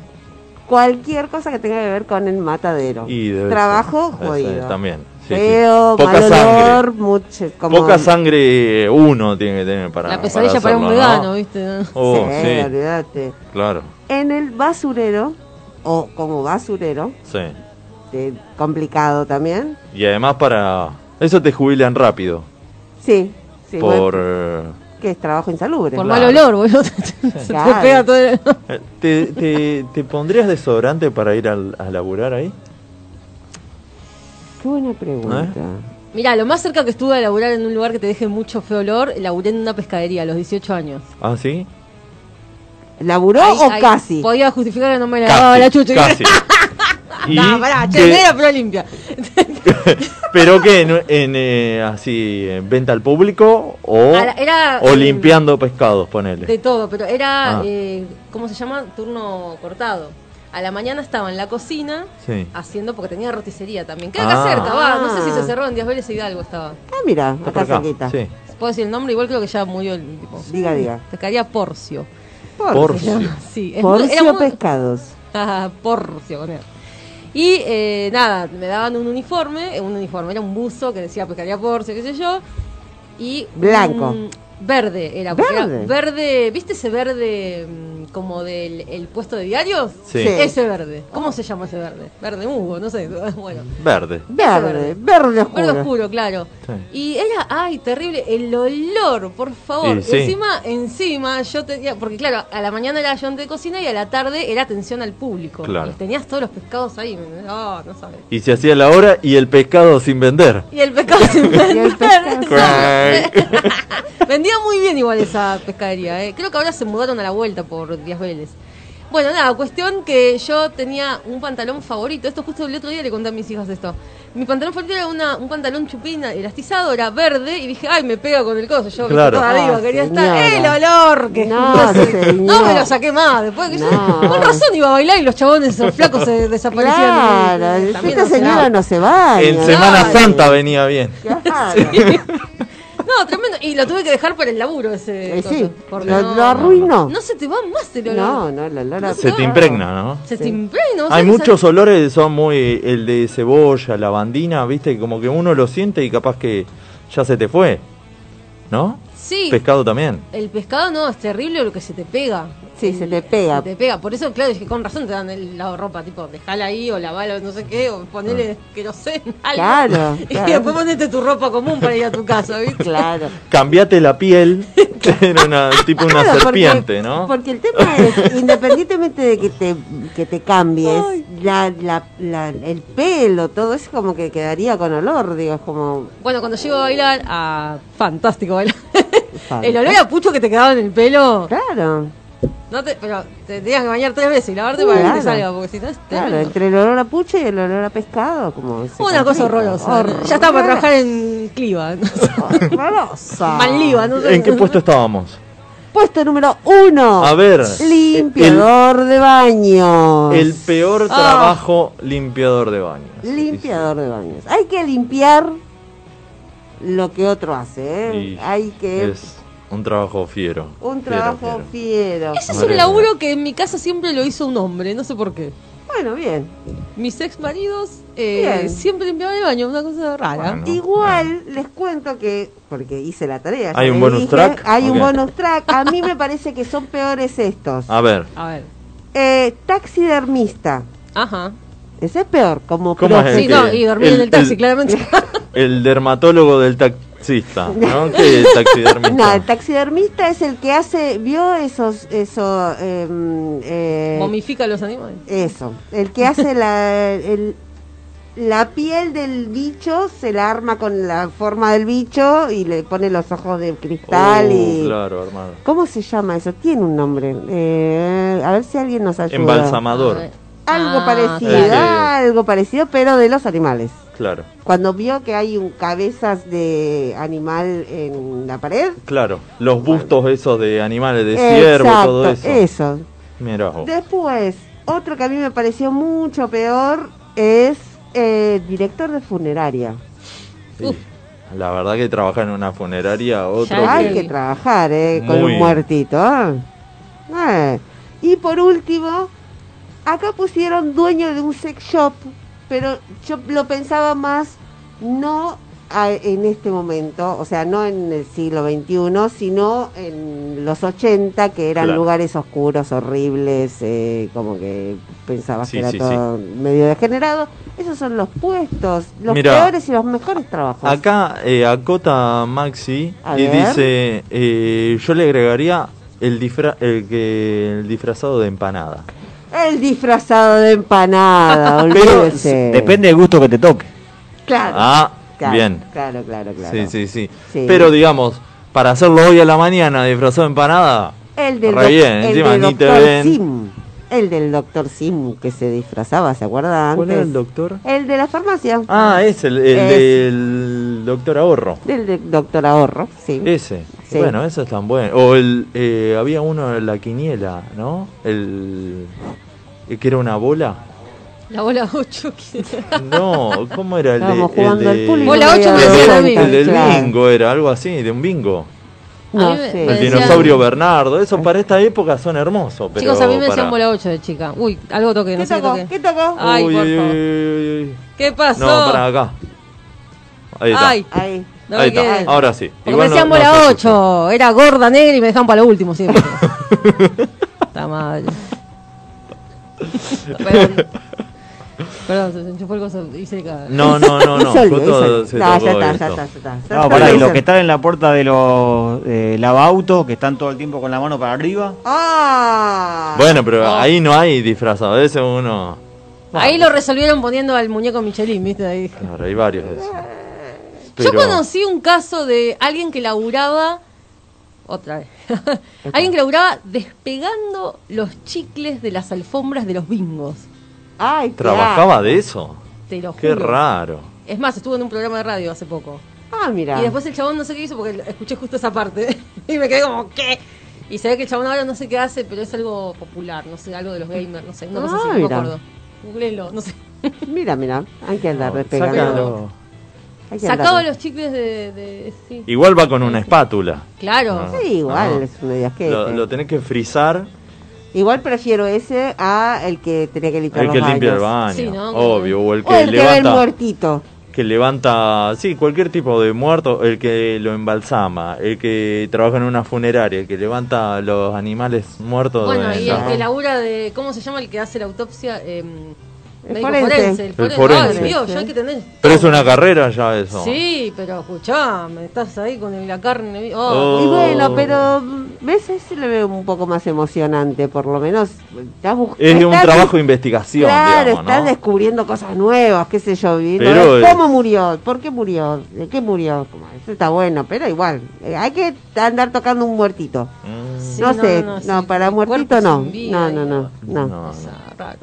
Speaker 2: Cualquier cosa que tenga que ver con el matadero.
Speaker 1: Y debe
Speaker 2: Trabajo
Speaker 1: ser, debe ser
Speaker 2: jodido.
Speaker 1: También. sí, sí.
Speaker 2: Feo,
Speaker 1: Poca
Speaker 2: mal
Speaker 1: sangre.
Speaker 2: olor, mucho, como
Speaker 1: Poca sangre uno tiene que tener para.
Speaker 3: la pesadilla para, un
Speaker 1: hacerlo, ¿no?
Speaker 3: vegano, ¿viste?
Speaker 1: Oh,
Speaker 2: Sí,
Speaker 1: sí,
Speaker 2: olvídate.
Speaker 1: claro.
Speaker 2: En el basurero, o como basurero,
Speaker 1: Sí.
Speaker 2: eh, complicado también.
Speaker 1: Y además para. Eso te jubilan rápido.
Speaker 2: Sí, sí,
Speaker 1: por.
Speaker 2: bueno, que es trabajo insalubre.
Speaker 3: Por
Speaker 1: Claro.
Speaker 3: mal olor, boludo. [laughs] Se
Speaker 2: Claro.
Speaker 3: te pega todo el... [laughs]
Speaker 1: eh, ¿Te, te, te pondrías desodorante para ir al- a laburar ahí?
Speaker 2: Qué buena pregunta.
Speaker 1: ¿Eh?
Speaker 3: Mirá, lo más cerca que estuve de laburar en un lugar que te deje mucho feo olor, laburé en una pescadería a los 18 años.
Speaker 1: ¿Ah, sí?
Speaker 2: ¿Laburó
Speaker 3: Ahí-
Speaker 2: o
Speaker 3: ahí
Speaker 2: casi?
Speaker 3: Podía justificar que no me lavaba
Speaker 1: Casi,
Speaker 3: la chucha. [laughs]
Speaker 1: casi. Y
Speaker 3: No, pará, che,
Speaker 1: de-
Speaker 3: no era pero limpia.
Speaker 1: [laughs] ¿Pero qué? ¿En, en, eh, así, en venta al público o,
Speaker 3: Ahora, era,
Speaker 1: o
Speaker 3: eh,
Speaker 1: limpiando pescados, ponele?
Speaker 3: De todo, pero era,
Speaker 1: Ah.
Speaker 3: eh, ¿cómo se llama? Turno cortado. A la mañana estaba en la cocina
Speaker 1: Sí.
Speaker 3: haciendo, porque tenía roticería también. Queda acá
Speaker 1: Ah.
Speaker 3: cerca, va, no sé si
Speaker 2: Ah.
Speaker 3: se cerró en Díaz Vélez y Hidalgo estaba.
Speaker 2: Ah, mira,
Speaker 1: Está por
Speaker 2: acá cerquita.
Speaker 1: Sí.
Speaker 3: Puedo decir el nombre, igual creo que ya murió el tipo.
Speaker 2: Diga, diga.
Speaker 3: Pescaría Porcio.
Speaker 1: Porcio.
Speaker 3: [laughs] Sí, es muy- era
Speaker 2: Porcio
Speaker 3: muy-
Speaker 2: Pescados.
Speaker 3: Ah, Porcio, con él. Y eh, nada, me daban un uniforme, eh, un uniforme, era un buzo que decía pescaría Porcio, qué sé yo. Y. un
Speaker 2: Blanco.
Speaker 3: Verde era, porque era
Speaker 2: Verde.
Speaker 3: verde, ¿viste ese verde mm, como del el puesto de diarios?
Speaker 1: Sí.
Speaker 2: Sí.
Speaker 3: Ese verde. ¿Cómo se llama ese verde? Verde musgo, no sé. [laughs] Bueno.
Speaker 1: Verde.
Speaker 2: Verde, verde oscuro.
Speaker 3: Verde oscuro, claro.
Speaker 1: Sí.
Speaker 3: Y era, ay, terrible, el olor, por favor.
Speaker 1: Y sí.
Speaker 3: Encima, encima, yo tenía, porque claro, a la mañana era yo de cocina y a la tarde era atención al público.
Speaker 1: Claro.
Speaker 3: Y tenías todos los pescados ahí, no, no sabes.
Speaker 1: Y se hacía la hora y el pescado sin vender.
Speaker 3: Y el pescado sin
Speaker 2: [laughs] Y el pescado.
Speaker 1: Crack.
Speaker 3: Vendía muy bien igual esa pescadería, eh. creo que ahora se mudaron a la vuelta por Díaz Vélez. Bueno, nada, cuestión que yo tenía un pantalón favorito, esto justo el otro día le conté a mis hijas esto. Mi pantalón favorito era una, un pantalón chupín elastizado, era verde, y dije, ay, me pega con el coso. Yo viste,
Speaker 1: Claro.
Speaker 3: toda viva,
Speaker 2: Ah,
Speaker 3: quería
Speaker 2: señora.
Speaker 3: estar. ¡El olor! Que
Speaker 2: No,
Speaker 3: [laughs] No me
Speaker 2: señor.
Speaker 3: lo saqué más, después que
Speaker 2: No.
Speaker 3: yo. Con razón iba a bailar y los chabones los flacos se desaparecían.
Speaker 2: Claro,
Speaker 3: Y- y también
Speaker 2: esta
Speaker 3: no se
Speaker 2: señora
Speaker 3: daba.
Speaker 2: no se va.
Speaker 1: En Semana
Speaker 3: Ay.
Speaker 1: Santa venía bien.
Speaker 2: Claro.
Speaker 3: [laughs] No, tremendo. Y lo tuve que dejar por el laburo ese.
Speaker 2: Eh, sí,
Speaker 3: coso, porque
Speaker 2: lo,
Speaker 3: no-
Speaker 2: lo arruinó.
Speaker 3: No se te va más el olor.
Speaker 2: No, no, la Lola.
Speaker 1: Se te impregna, ¿no?
Speaker 3: Se
Speaker 2: Sí.
Speaker 3: te impregna. vos
Speaker 1: Hay
Speaker 3: sabés que
Speaker 1: muchos olores que son muy. El de cebolla, lavandina, viste, como que uno lo siente y capaz que ya se te fue. ¿No?
Speaker 3: sal- Sí,
Speaker 1: Pescado también.
Speaker 3: el pescado no, es terrible lo que se te pega.
Speaker 2: Sí,
Speaker 3: El-
Speaker 2: se te pega.
Speaker 3: Se te pega. Por eso, claro, es que con razón te dan el lavado de ropa, tipo, dejala ahí o lavala, no sé qué, o ponele que no sé.
Speaker 2: Ah. Claro,
Speaker 3: [laughs] Y
Speaker 2: claro.
Speaker 3: después ponete tu ropa común para ir a tu casa, ¿viste?
Speaker 2: [laughs] Claro.
Speaker 1: Cambiate la piel. Era una, tipo una
Speaker 2: Claro, porque-
Speaker 1: serpiente, ¿no?
Speaker 2: Porque el tema es, independientemente de que te, que te cambies, la, la, la- el pelo, todo eso como que quedaría con olor, digo, es como...
Speaker 3: Bueno, cuando llego a bailar, a fantástico bailar. El
Speaker 2: Fantástico.
Speaker 3: olor a pucho que te quedaba en el pelo.
Speaker 2: Claro,
Speaker 3: No te, pero te tenías que bañar tres veces y lavarte para que
Speaker 2: Claro.
Speaker 3: te salga, porque si no es
Speaker 2: claro,
Speaker 3: tremendo.
Speaker 2: entre el olor a pucha y el olor a pescado, como... se
Speaker 3: Una cosa
Speaker 2: complica.
Speaker 3: horrorosa. Ya estaba para trabajar en Cliva. No sé.
Speaker 2: Horrorosa.
Speaker 3: [laughs] Maldiva, no sé.
Speaker 1: ¿En qué puesto estábamos?
Speaker 2: Puesto número uno.
Speaker 1: A ver.
Speaker 2: Limpiador de baños.
Speaker 1: El peor
Speaker 3: Ah.
Speaker 1: trabajo limpiador de baños.
Speaker 2: Limpiador de baños. Hay que limpiar lo que otro hace, ¿eh?
Speaker 1: Y
Speaker 2: Hay que...
Speaker 1: Es un trabajo fiero.
Speaker 2: Un
Speaker 1: Fiero,
Speaker 2: trabajo
Speaker 1: fiero.
Speaker 2: fiero.
Speaker 3: Ese es
Speaker 1: Madre
Speaker 3: un
Speaker 1: mía.
Speaker 3: laburo que en mi casa siempre lo hizo un hombre, no sé por qué.
Speaker 2: Bueno, bien.
Speaker 3: Mis ex maridos eh,
Speaker 2: Bien.
Speaker 3: siempre limpiaban el baño, una cosa rara.
Speaker 1: Bueno.
Speaker 2: Igual les cuento que, porque hice la tarea. ya
Speaker 1: ¿Hay un
Speaker 2: les
Speaker 1: bonus track?
Speaker 2: Hay un
Speaker 1: Ok.
Speaker 2: bonus track. A mí me parece que son peores estos.
Speaker 1: A ver,
Speaker 3: A ver,
Speaker 2: Eh, taxidermista.
Speaker 3: ajá.
Speaker 2: Ese es peor, como
Speaker 1: ¿Cómo es
Speaker 2: profe.
Speaker 1: el
Speaker 3: Sí,
Speaker 1: que-
Speaker 2: Ah,
Speaker 3: no, y dormir
Speaker 1: el-
Speaker 3: en el taxi,
Speaker 1: el-
Speaker 3: claramente.
Speaker 1: el dermatólogo del
Speaker 2: [laughs]
Speaker 1: taxista, ¿no? Que el
Speaker 2: No,
Speaker 1: taxidermista.
Speaker 2: el taxidermista es el que hace, vio esos, eso, eh, eh,
Speaker 3: Momifica a los animales.
Speaker 2: eso, el que hace la, el- la piel del bicho, se la arma con la forma del bicho y le pone los ojos de cristal
Speaker 1: Uh,
Speaker 2: y...
Speaker 1: claro, hermano.
Speaker 2: ¿Cómo se llama eso? Tiene un nombre. Eh, a ver si alguien nos ayuda.
Speaker 1: Embalsamador,
Speaker 2: Algo
Speaker 3: Ah,
Speaker 2: parecido,
Speaker 1: claro.
Speaker 2: algo parecido, pero de los animales.
Speaker 1: claro,
Speaker 2: Cuando vio que hay un cabezas de animal en la pared.
Speaker 1: claro. Los bustos esos de animales, de
Speaker 2: Exacto,
Speaker 1: ciervo, todo eso. Oh.
Speaker 2: eso.
Speaker 1: Mirá vos.
Speaker 2: Después, otro que a mí me pareció mucho peor es eh, director de funeraria.
Speaker 1: Sí. La verdad que trabajar en una funeraria, otro
Speaker 3: Ya
Speaker 1: que-
Speaker 2: Hay que trabajar eh, con
Speaker 1: Muy-
Speaker 2: un muertito. ¿eh? Eh, Y por último, acá pusieron dueño de un sex shop, pero yo lo pensaba más no a- en este momento, o sea, no en el siglo XXI, sino en los 80, que eran
Speaker 1: Claro.
Speaker 2: lugares oscuros, horribles, eh, como que pensabas
Speaker 1: Sí,
Speaker 2: que era
Speaker 1: sí,
Speaker 2: todo medio degenerado. Esos son los puestos, los
Speaker 1: Mirá.
Speaker 2: peores y los mejores trabajos.
Speaker 1: Acá eh, acota Maxi
Speaker 2: A
Speaker 1: y
Speaker 2: ver.
Speaker 1: dice, eh, yo le agregaría el, disfra- el, que, el disfrazado de empanada.
Speaker 2: El disfrazado de
Speaker 1: [laughs]
Speaker 2: empanada, olvídese.
Speaker 4: Depende del gusto que te toque.
Speaker 2: Claro.
Speaker 1: Ah,
Speaker 2: claro,
Speaker 1: bien.
Speaker 2: Claro, claro, claro.
Speaker 1: Sí, sí, sí,
Speaker 2: Sí.
Speaker 1: Pero digamos, para hacerlo hoy a la mañana disfrazado de empanada,
Speaker 2: El del,
Speaker 1: Re
Speaker 2: doc-
Speaker 1: bien,
Speaker 2: el
Speaker 1: encima
Speaker 2: del
Speaker 1: ni te
Speaker 2: doctor
Speaker 1: ven.
Speaker 2: Sim. El del doctor Sim que se disfrazaba, ¿se acuerdan?
Speaker 1: ¿cuál era el doctor?
Speaker 2: El de la farmacia.
Speaker 1: Ah, es el, el
Speaker 2: Es.
Speaker 1: del doctor ahorro.
Speaker 2: Del de- doctor Ahorro, sí.
Speaker 1: Ese.
Speaker 2: Sí.
Speaker 1: Bueno, eso es tan bueno. O el, eh, había uno en la quiniela, ¿no? El el que era una bola.
Speaker 3: La bola 8.
Speaker 1: No, ¿cómo era el de-
Speaker 2: Estábamos
Speaker 1: el
Speaker 2: jugando al
Speaker 1: de-
Speaker 2: público.
Speaker 3: Hola,
Speaker 2: me
Speaker 3: ocho
Speaker 2: había
Speaker 1: El,
Speaker 3: me
Speaker 2: dado
Speaker 1: del-
Speaker 3: decía lo
Speaker 2: cuenta,
Speaker 3: mismo.
Speaker 1: el del
Speaker 2: claro.
Speaker 1: bingo era, algo así, de un bingo.
Speaker 2: No
Speaker 3: A mí me-
Speaker 2: sé.
Speaker 3: me
Speaker 1: El
Speaker 3: decían-
Speaker 1: dinosaurio Bernardo, eso para esta época son hermosos. Pero
Speaker 3: Chicos, a mí me
Speaker 1: para-
Speaker 3: decían bola 8 de chica. Uy, algo toqué, no
Speaker 2: ¿Qué
Speaker 3: sé qué
Speaker 2: tocó?
Speaker 3: toqué.
Speaker 2: ¿Qué tocó?
Speaker 3: Ay,
Speaker 1: Uy,
Speaker 3: por
Speaker 1: uy,
Speaker 3: favor.
Speaker 1: uy, uy, uy.
Speaker 3: ¿Qué pasó?
Speaker 1: No, para acá. Ahí está.
Speaker 3: Ay,
Speaker 2: Ahí.
Speaker 3: no
Speaker 1: Ahí
Speaker 3: me quedé.
Speaker 1: está. Ahora sí.
Speaker 3: Porque
Speaker 1: Igual
Speaker 3: me decían
Speaker 1: no- no
Speaker 3: bola
Speaker 1: se escucha.
Speaker 3: 8. Era gorda, negra y me dejaban para lo último siempre.
Speaker 1: [laughs]
Speaker 3: Está madre. Perdón. Perdón, se enchufó el coso. Hice el cadáver.
Speaker 1: No, no, no, no.
Speaker 2: [laughs] Hizo el-
Speaker 1: justo
Speaker 2: hizo el-
Speaker 1: se
Speaker 2: No,
Speaker 1: tocó
Speaker 2: ya está,
Speaker 1: esto.
Speaker 2: ya está, ya está. ya
Speaker 4: No,
Speaker 2: está,
Speaker 4: pará, y los
Speaker 2: hizo-
Speaker 4: que están en la puerta de los eh, lavautos, que están todo el tiempo con la mano para arriba.
Speaker 2: Ah.
Speaker 1: Bueno, pero ahí no hay disfrazado, ese uno.
Speaker 3: [laughs] Ahí lo resolvieron poniendo al muñeco Michelin, ¿viste? Ahí.
Speaker 1: Claro, hay varios de esos.
Speaker 3: Yo
Speaker 1: Pero-
Speaker 3: conocí un caso de alguien que laburaba. Otra vez. [laughs] alguien que laburaba despegando los chicles de las alfombras de los bingos.
Speaker 2: Ay, qué
Speaker 1: ¿Trabajaba de eso?
Speaker 3: Te lo
Speaker 1: Qué
Speaker 3: juro.
Speaker 1: raro.
Speaker 3: Es más, estuvo en un programa de radio hace poco.
Speaker 2: asco. Ah, mira.
Speaker 3: Y después el chabón no sé qué hizo porque escuché justo esa parte. [laughs] y me quedé como, ¿qué? Y se ve que el chabón ahora no sé qué hace, pero es algo popular, no sé, algo de los gamers, no sé, no, sé
Speaker 2: Ah,
Speaker 3: si no me
Speaker 2: mira.
Speaker 3: acuerdo. Googlelo, no sé.
Speaker 2: Mira, mira. Hay que andar despegando.
Speaker 1: Sácalo.
Speaker 2: Hay que andar-
Speaker 3: Sacaba los chicles de. de- sí.
Speaker 1: Igual va con una espátula.
Speaker 3: Claro.
Speaker 1: Ah.
Speaker 2: Sí, igual,
Speaker 1: Ah.
Speaker 2: es un viaje.
Speaker 1: Lo, lo tenés que frizar
Speaker 2: este. Igual prefiero ese a el que tenía que limpiar
Speaker 1: el
Speaker 2: los
Speaker 1: que limpia el
Speaker 2: baños.
Speaker 1: baño.
Speaker 3: Sí, ¿no?
Speaker 1: Obvio. O el que
Speaker 2: O el que ve el
Speaker 1: levanta.
Speaker 2: muertito.
Speaker 1: que levanta. Sí, cualquier tipo de muerto. El que lo embalsama. El que trabaja en una funeraria. El que levanta los animales muertos.
Speaker 3: Bueno,
Speaker 1: de-
Speaker 3: y el
Speaker 1: la-
Speaker 3: que labura de. ¿Cómo se llama el que hace la autopsia? Eh,
Speaker 2: El
Speaker 3: médico
Speaker 2: forense.
Speaker 3: El
Speaker 1: El
Speaker 3: forense.
Speaker 1: forense.
Speaker 3: Ay, Dios, ya hay que tener.
Speaker 1: Pero es una carrera ya eso.
Speaker 3: Sí, pero escuchame, estás ahí con el- la carne.
Speaker 1: Oh.
Speaker 3: Oh.
Speaker 2: Y bueno, pero mm, ves, ese le veo un poco más emocionante, por lo menos. Estás bus-
Speaker 1: Es un
Speaker 2: estás-
Speaker 1: trabajo de investigación.
Speaker 2: Claro,
Speaker 1: digamos,
Speaker 2: estás
Speaker 1: ¿no?
Speaker 2: descubriendo cosas nuevas, qué sé yo, viviendo.
Speaker 1: Pero,
Speaker 2: de
Speaker 1: eh,
Speaker 2: ¿Cómo murió? ¿Por qué murió? ¿De qué murió? Como, Eso está bueno, pero igual, eh, hay que andar tocando un muertito.
Speaker 1: Mm,
Speaker 3: Sí,
Speaker 2: no sé,
Speaker 3: sí,
Speaker 2: no, para
Speaker 3: el cuerpo
Speaker 2: muertito
Speaker 3: sin
Speaker 2: no.
Speaker 3: vida
Speaker 2: No,
Speaker 3: y-
Speaker 2: no, no, no.
Speaker 1: Ah, no, no.
Speaker 3: Está raro.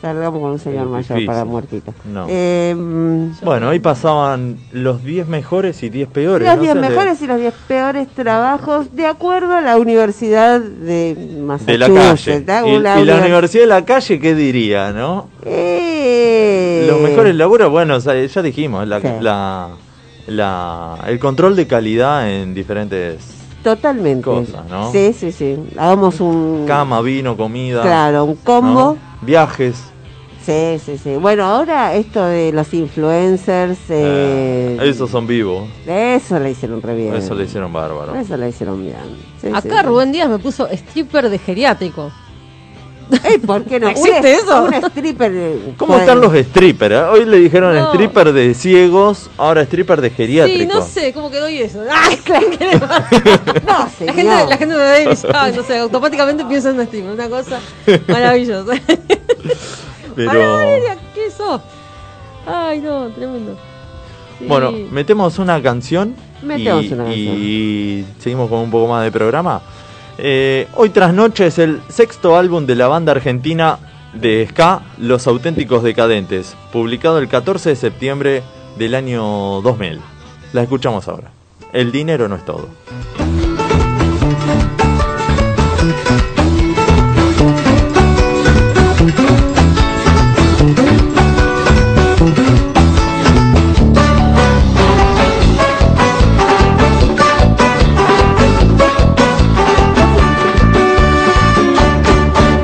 Speaker 2: Salgamos con un señor
Speaker 1: Es
Speaker 2: mayor
Speaker 1: difícil.
Speaker 2: para muertito.
Speaker 1: No.
Speaker 2: Eh, mm,
Speaker 1: Bueno, ahí pasaban los 10 mejores y 10 peores.
Speaker 2: Los
Speaker 1: ¿no?
Speaker 2: 10
Speaker 1: O sea, de-
Speaker 2: mejores y los 10 peores trabajos de acuerdo a la Universidad de Massachusetts.
Speaker 1: De la calle.
Speaker 2: ¿da?
Speaker 1: Y, y
Speaker 2: Una
Speaker 1: la
Speaker 2: uni-
Speaker 1: Universidad de la Calle, ¿qué diría, no?
Speaker 2: Eh.
Speaker 1: Los mejores laburos, bueno, o sea, ya dijimos, la,
Speaker 2: Sí.
Speaker 1: la- la- el control de calidad en diferentes...
Speaker 2: Totalmente.
Speaker 1: cosas, ¿no?
Speaker 2: Sí, sí, sí. Hagamos un...
Speaker 1: Cama, vino, comida.
Speaker 2: Claro, un
Speaker 1: ¿no?
Speaker 2: combo.
Speaker 1: Viajes.
Speaker 2: Sí, sí, sí. Bueno, ahora esto de los influencers...
Speaker 1: eh,
Speaker 2: Eh,
Speaker 1: esos son vivos.
Speaker 2: Eso le hicieron re bien.
Speaker 1: Eso le hicieron bárbaro.
Speaker 2: Eso le hicieron bien. Sí, sí,
Speaker 3: Acá
Speaker 2: sí.
Speaker 3: Rubén Díaz me puso stripper de geriátrico.
Speaker 2: Eh, ¿Por qué
Speaker 3: [laughs]
Speaker 2: no?
Speaker 3: ¿Existe
Speaker 2: Una-
Speaker 3: eso?
Speaker 2: Una stripper. eh,
Speaker 1: ¿Cómo
Speaker 2: puede-
Speaker 1: están los strippers? eh? Hoy le dijeron
Speaker 3: No.
Speaker 1: stripper de ciegos, ahora stripper de geriátricos.
Speaker 3: Sí, no sé cómo quedó y eso. [laughs] ¡Ay, claro!
Speaker 2: No,
Speaker 3: La
Speaker 2: señor.
Speaker 3: gente, la gente de Davis, ah, no sé, automáticamente piensa en Steam, una
Speaker 2: [laughs]
Speaker 3: cosa maravillosa. Pará, [laughs]
Speaker 1: Pero.
Speaker 3: Valeria, ¿qué sos? Ay, no, tremendo. Sí.
Speaker 1: Bueno, metemos una canción.
Speaker 2: Metemos
Speaker 1: y,
Speaker 2: una canción.
Speaker 1: y seguimos con un poco más de programa. Eh, hoy tras noche es el sexto álbum de la banda argentina de Ska, Los Auténticos Decadentes, publicado el 14 de septiembre del año 2000. La escuchamos ahora. El dinero no es todo.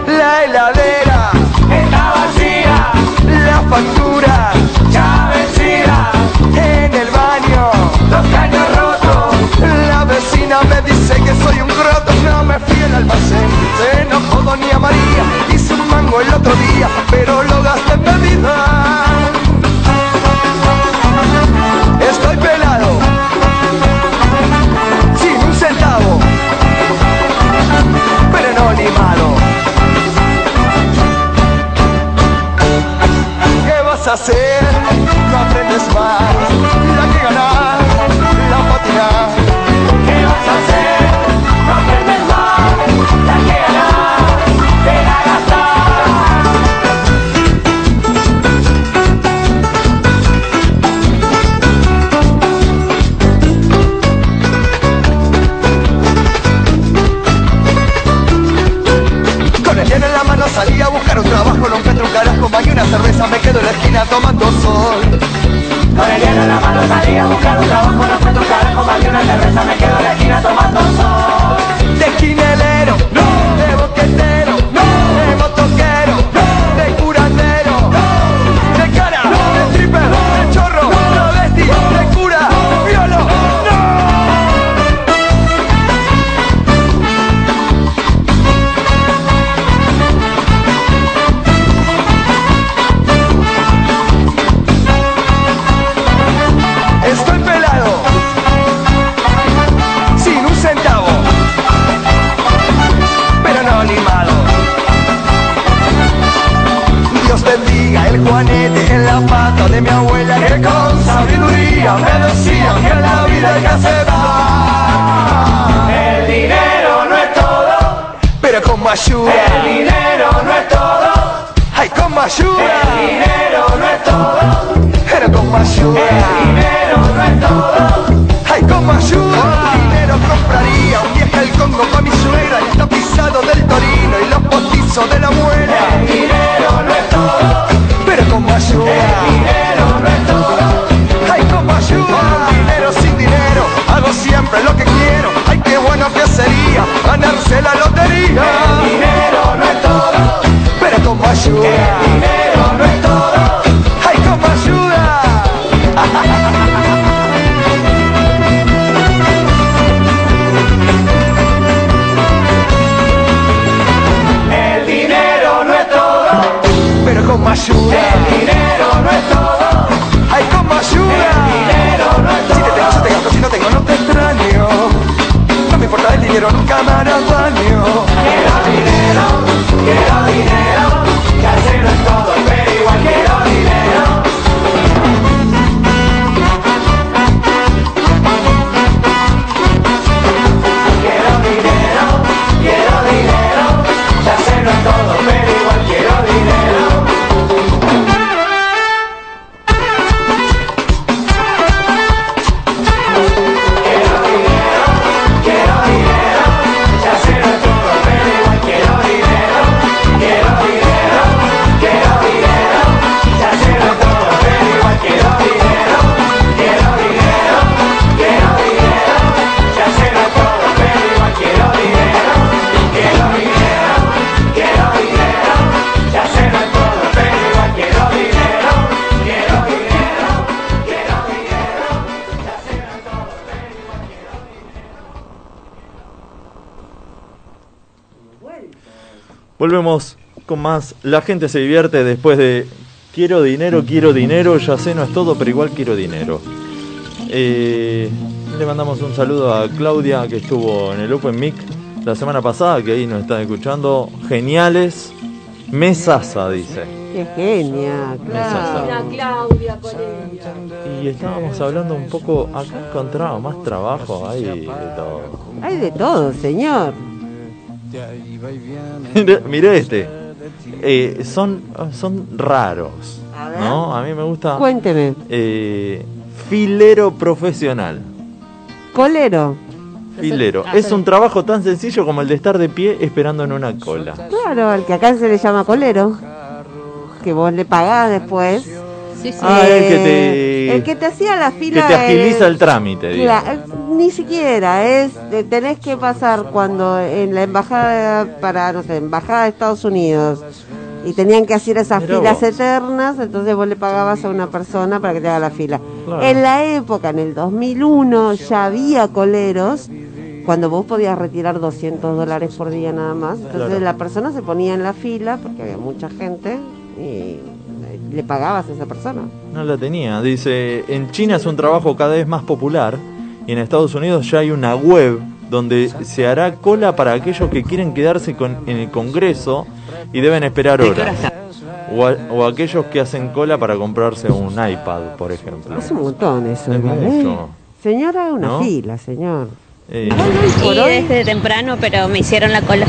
Speaker 11: La heladera está vacía, la factura ya vencida. En el baño, los caños rotos. La vecina me dice que soy un groto, no me fui al almacén. Se no puedo ni a María, hice un mango el otro día, pero lo gasté en bebida. Estoy pelado, sin un centavo, pero no limado. ¿Qué vas a hacer? No aprendes más. La que ganar, la patinás. ¿Qué vas a hacer? No aprendes más. La que ganar, te la gastar. Con el dinero en la mano salí a buscar un trabajo, no encuentro un carajo, pagué una cerveza, me quedo en la esquina tomando sol. Con el dinero en la mano salí a buscar un trabajo, no encuentro un carajo, pagué una cerveza, me quedo en la esquina tomando sol. De esquinelero, no, de boquetero, no, de motoquero, no, de curandero, no, de cara, no, de stripper, de chorro, no, de vesti, de cura, de violo, no. Estoy pelado. Sin un centavo. Pero no limado. Dios bendiga el Juanete en la pata de mi abuela que con sabiduría me decía que la vida ya se va. El dinero no es todo, pero con más ayuda. El dinero no es todo, ay con más ayuda. El dinero no es todo, pero con más ayuda. El dinero no es todo, ay con más ayuda. El dinero compraría un viaje al Congo pa' mi suegra, el tapizado del Torino y los potizos de la muela. El dinero no es todo, pero con más ayuda. El dinero no es todo, Ah. ay con más ayuda. Con dinero sin dinero, hago siempre lo que quiero. Ay, qué bueno que sería ganarse la lotería. El dinero no es todo, pero como ayuda. El dinero no es todo, ay, como ayuda. El dinero no es todo, pero como ayuda. El dinero no es todo, ay, como ayuda. El dinero no es todo. Si te tengo, yo te gasto, si no tengo, no te extraño. No me importa el dinero, nunca me hará daño. Quiero dinero, quiero dinero, casi no es todo, pero igual quiero dinero. Quiero dinero, quiero dinero, ya sé no es todo, pero igual quiero dinero. Quiero dinero, quiero dinero, ya sé no es todo, pero igual quiero dinero. Quiero dinero, quiero dinero, ya sé no es todo, pero igual quiero dinero. Quiero dinero, quiero dinero, ya sé no es todo, pero igual quiero dinero. Quiero dinero, quiero dinero, ya sé no es todo, pero igual quiero dinero. Quiero dinero, quiero dinero, ya sé no es todo, pero igual quiero
Speaker 1: Volvemos con más La gente se divierte después de Quiero dinero, quiero dinero, ya sé no es todo, pero igual quiero dinero. Eh, le mandamos un saludo a Claudia que estuvo en el Open Mic la semana pasada, que ahí nos están escuchando. Geniales. Mesaza, dice.
Speaker 2: Qué genia,
Speaker 1: Mesaza.
Speaker 2: claro.
Speaker 3: Claudia, Corintia.
Speaker 1: Y estábamos hablando un poco, acá encontramos más trabajo, hay de todo.
Speaker 2: Hay de todo, señor.
Speaker 1: Mirá- Mirá este. Eh, son, son raros. ¿no? A mí me gusta.
Speaker 2: Cuénteme.
Speaker 1: eh, filero profesional.
Speaker 2: Colero.
Speaker 1: Filero.
Speaker 2: Ah,
Speaker 1: Es
Speaker 2: pero-
Speaker 1: un trabajo tan sencillo como el de estar de pie esperando en una cola.
Speaker 2: Claro, al que acá se le llama colero. Que vos le pagás después. Eh,
Speaker 3: Sí,
Speaker 1: Ah, el que te-
Speaker 2: el que te hacía la
Speaker 1: Que
Speaker 2: fila.
Speaker 1: te agiliza
Speaker 2: el-
Speaker 1: el trámite, digo.
Speaker 2: Cla- eh, ni siquiera es eh, tenés que pasar cuando en la embajada para no sé, embajada de Estados Unidos y tenían que hacer esas
Speaker 1: Mirá
Speaker 2: filas
Speaker 1: vos.
Speaker 2: eternas, entonces vos le pagabas a una persona para que te haga la fila.
Speaker 1: Claro.
Speaker 2: En la época, en el 2001, ya había coleros cuando vos podías retirar 200 dólares por día nada más. Entonces
Speaker 1: Claro.
Speaker 2: la persona se ponía en la fila porque había mucha gente y eh, le pagabas a esa persona.
Speaker 1: No la tenía. Dice, en China es un trabajo cada vez más popular y en Estados Unidos ya hay una web donde se hará cola para aquellos que quieren quedarse con- en el Congreso y deben esperar horas. O, a- o aquellos que hacen cola para comprarse un iPad, por ejemplo.
Speaker 2: Es un montón eso.
Speaker 1: Es
Speaker 2: igual, ¿eh?
Speaker 1: mucho.
Speaker 2: Señora, una
Speaker 1: ¿No?
Speaker 2: fila, señor.
Speaker 1: Eh,
Speaker 2: Por hoy,
Speaker 9: temprano, pero me hicieron la cola.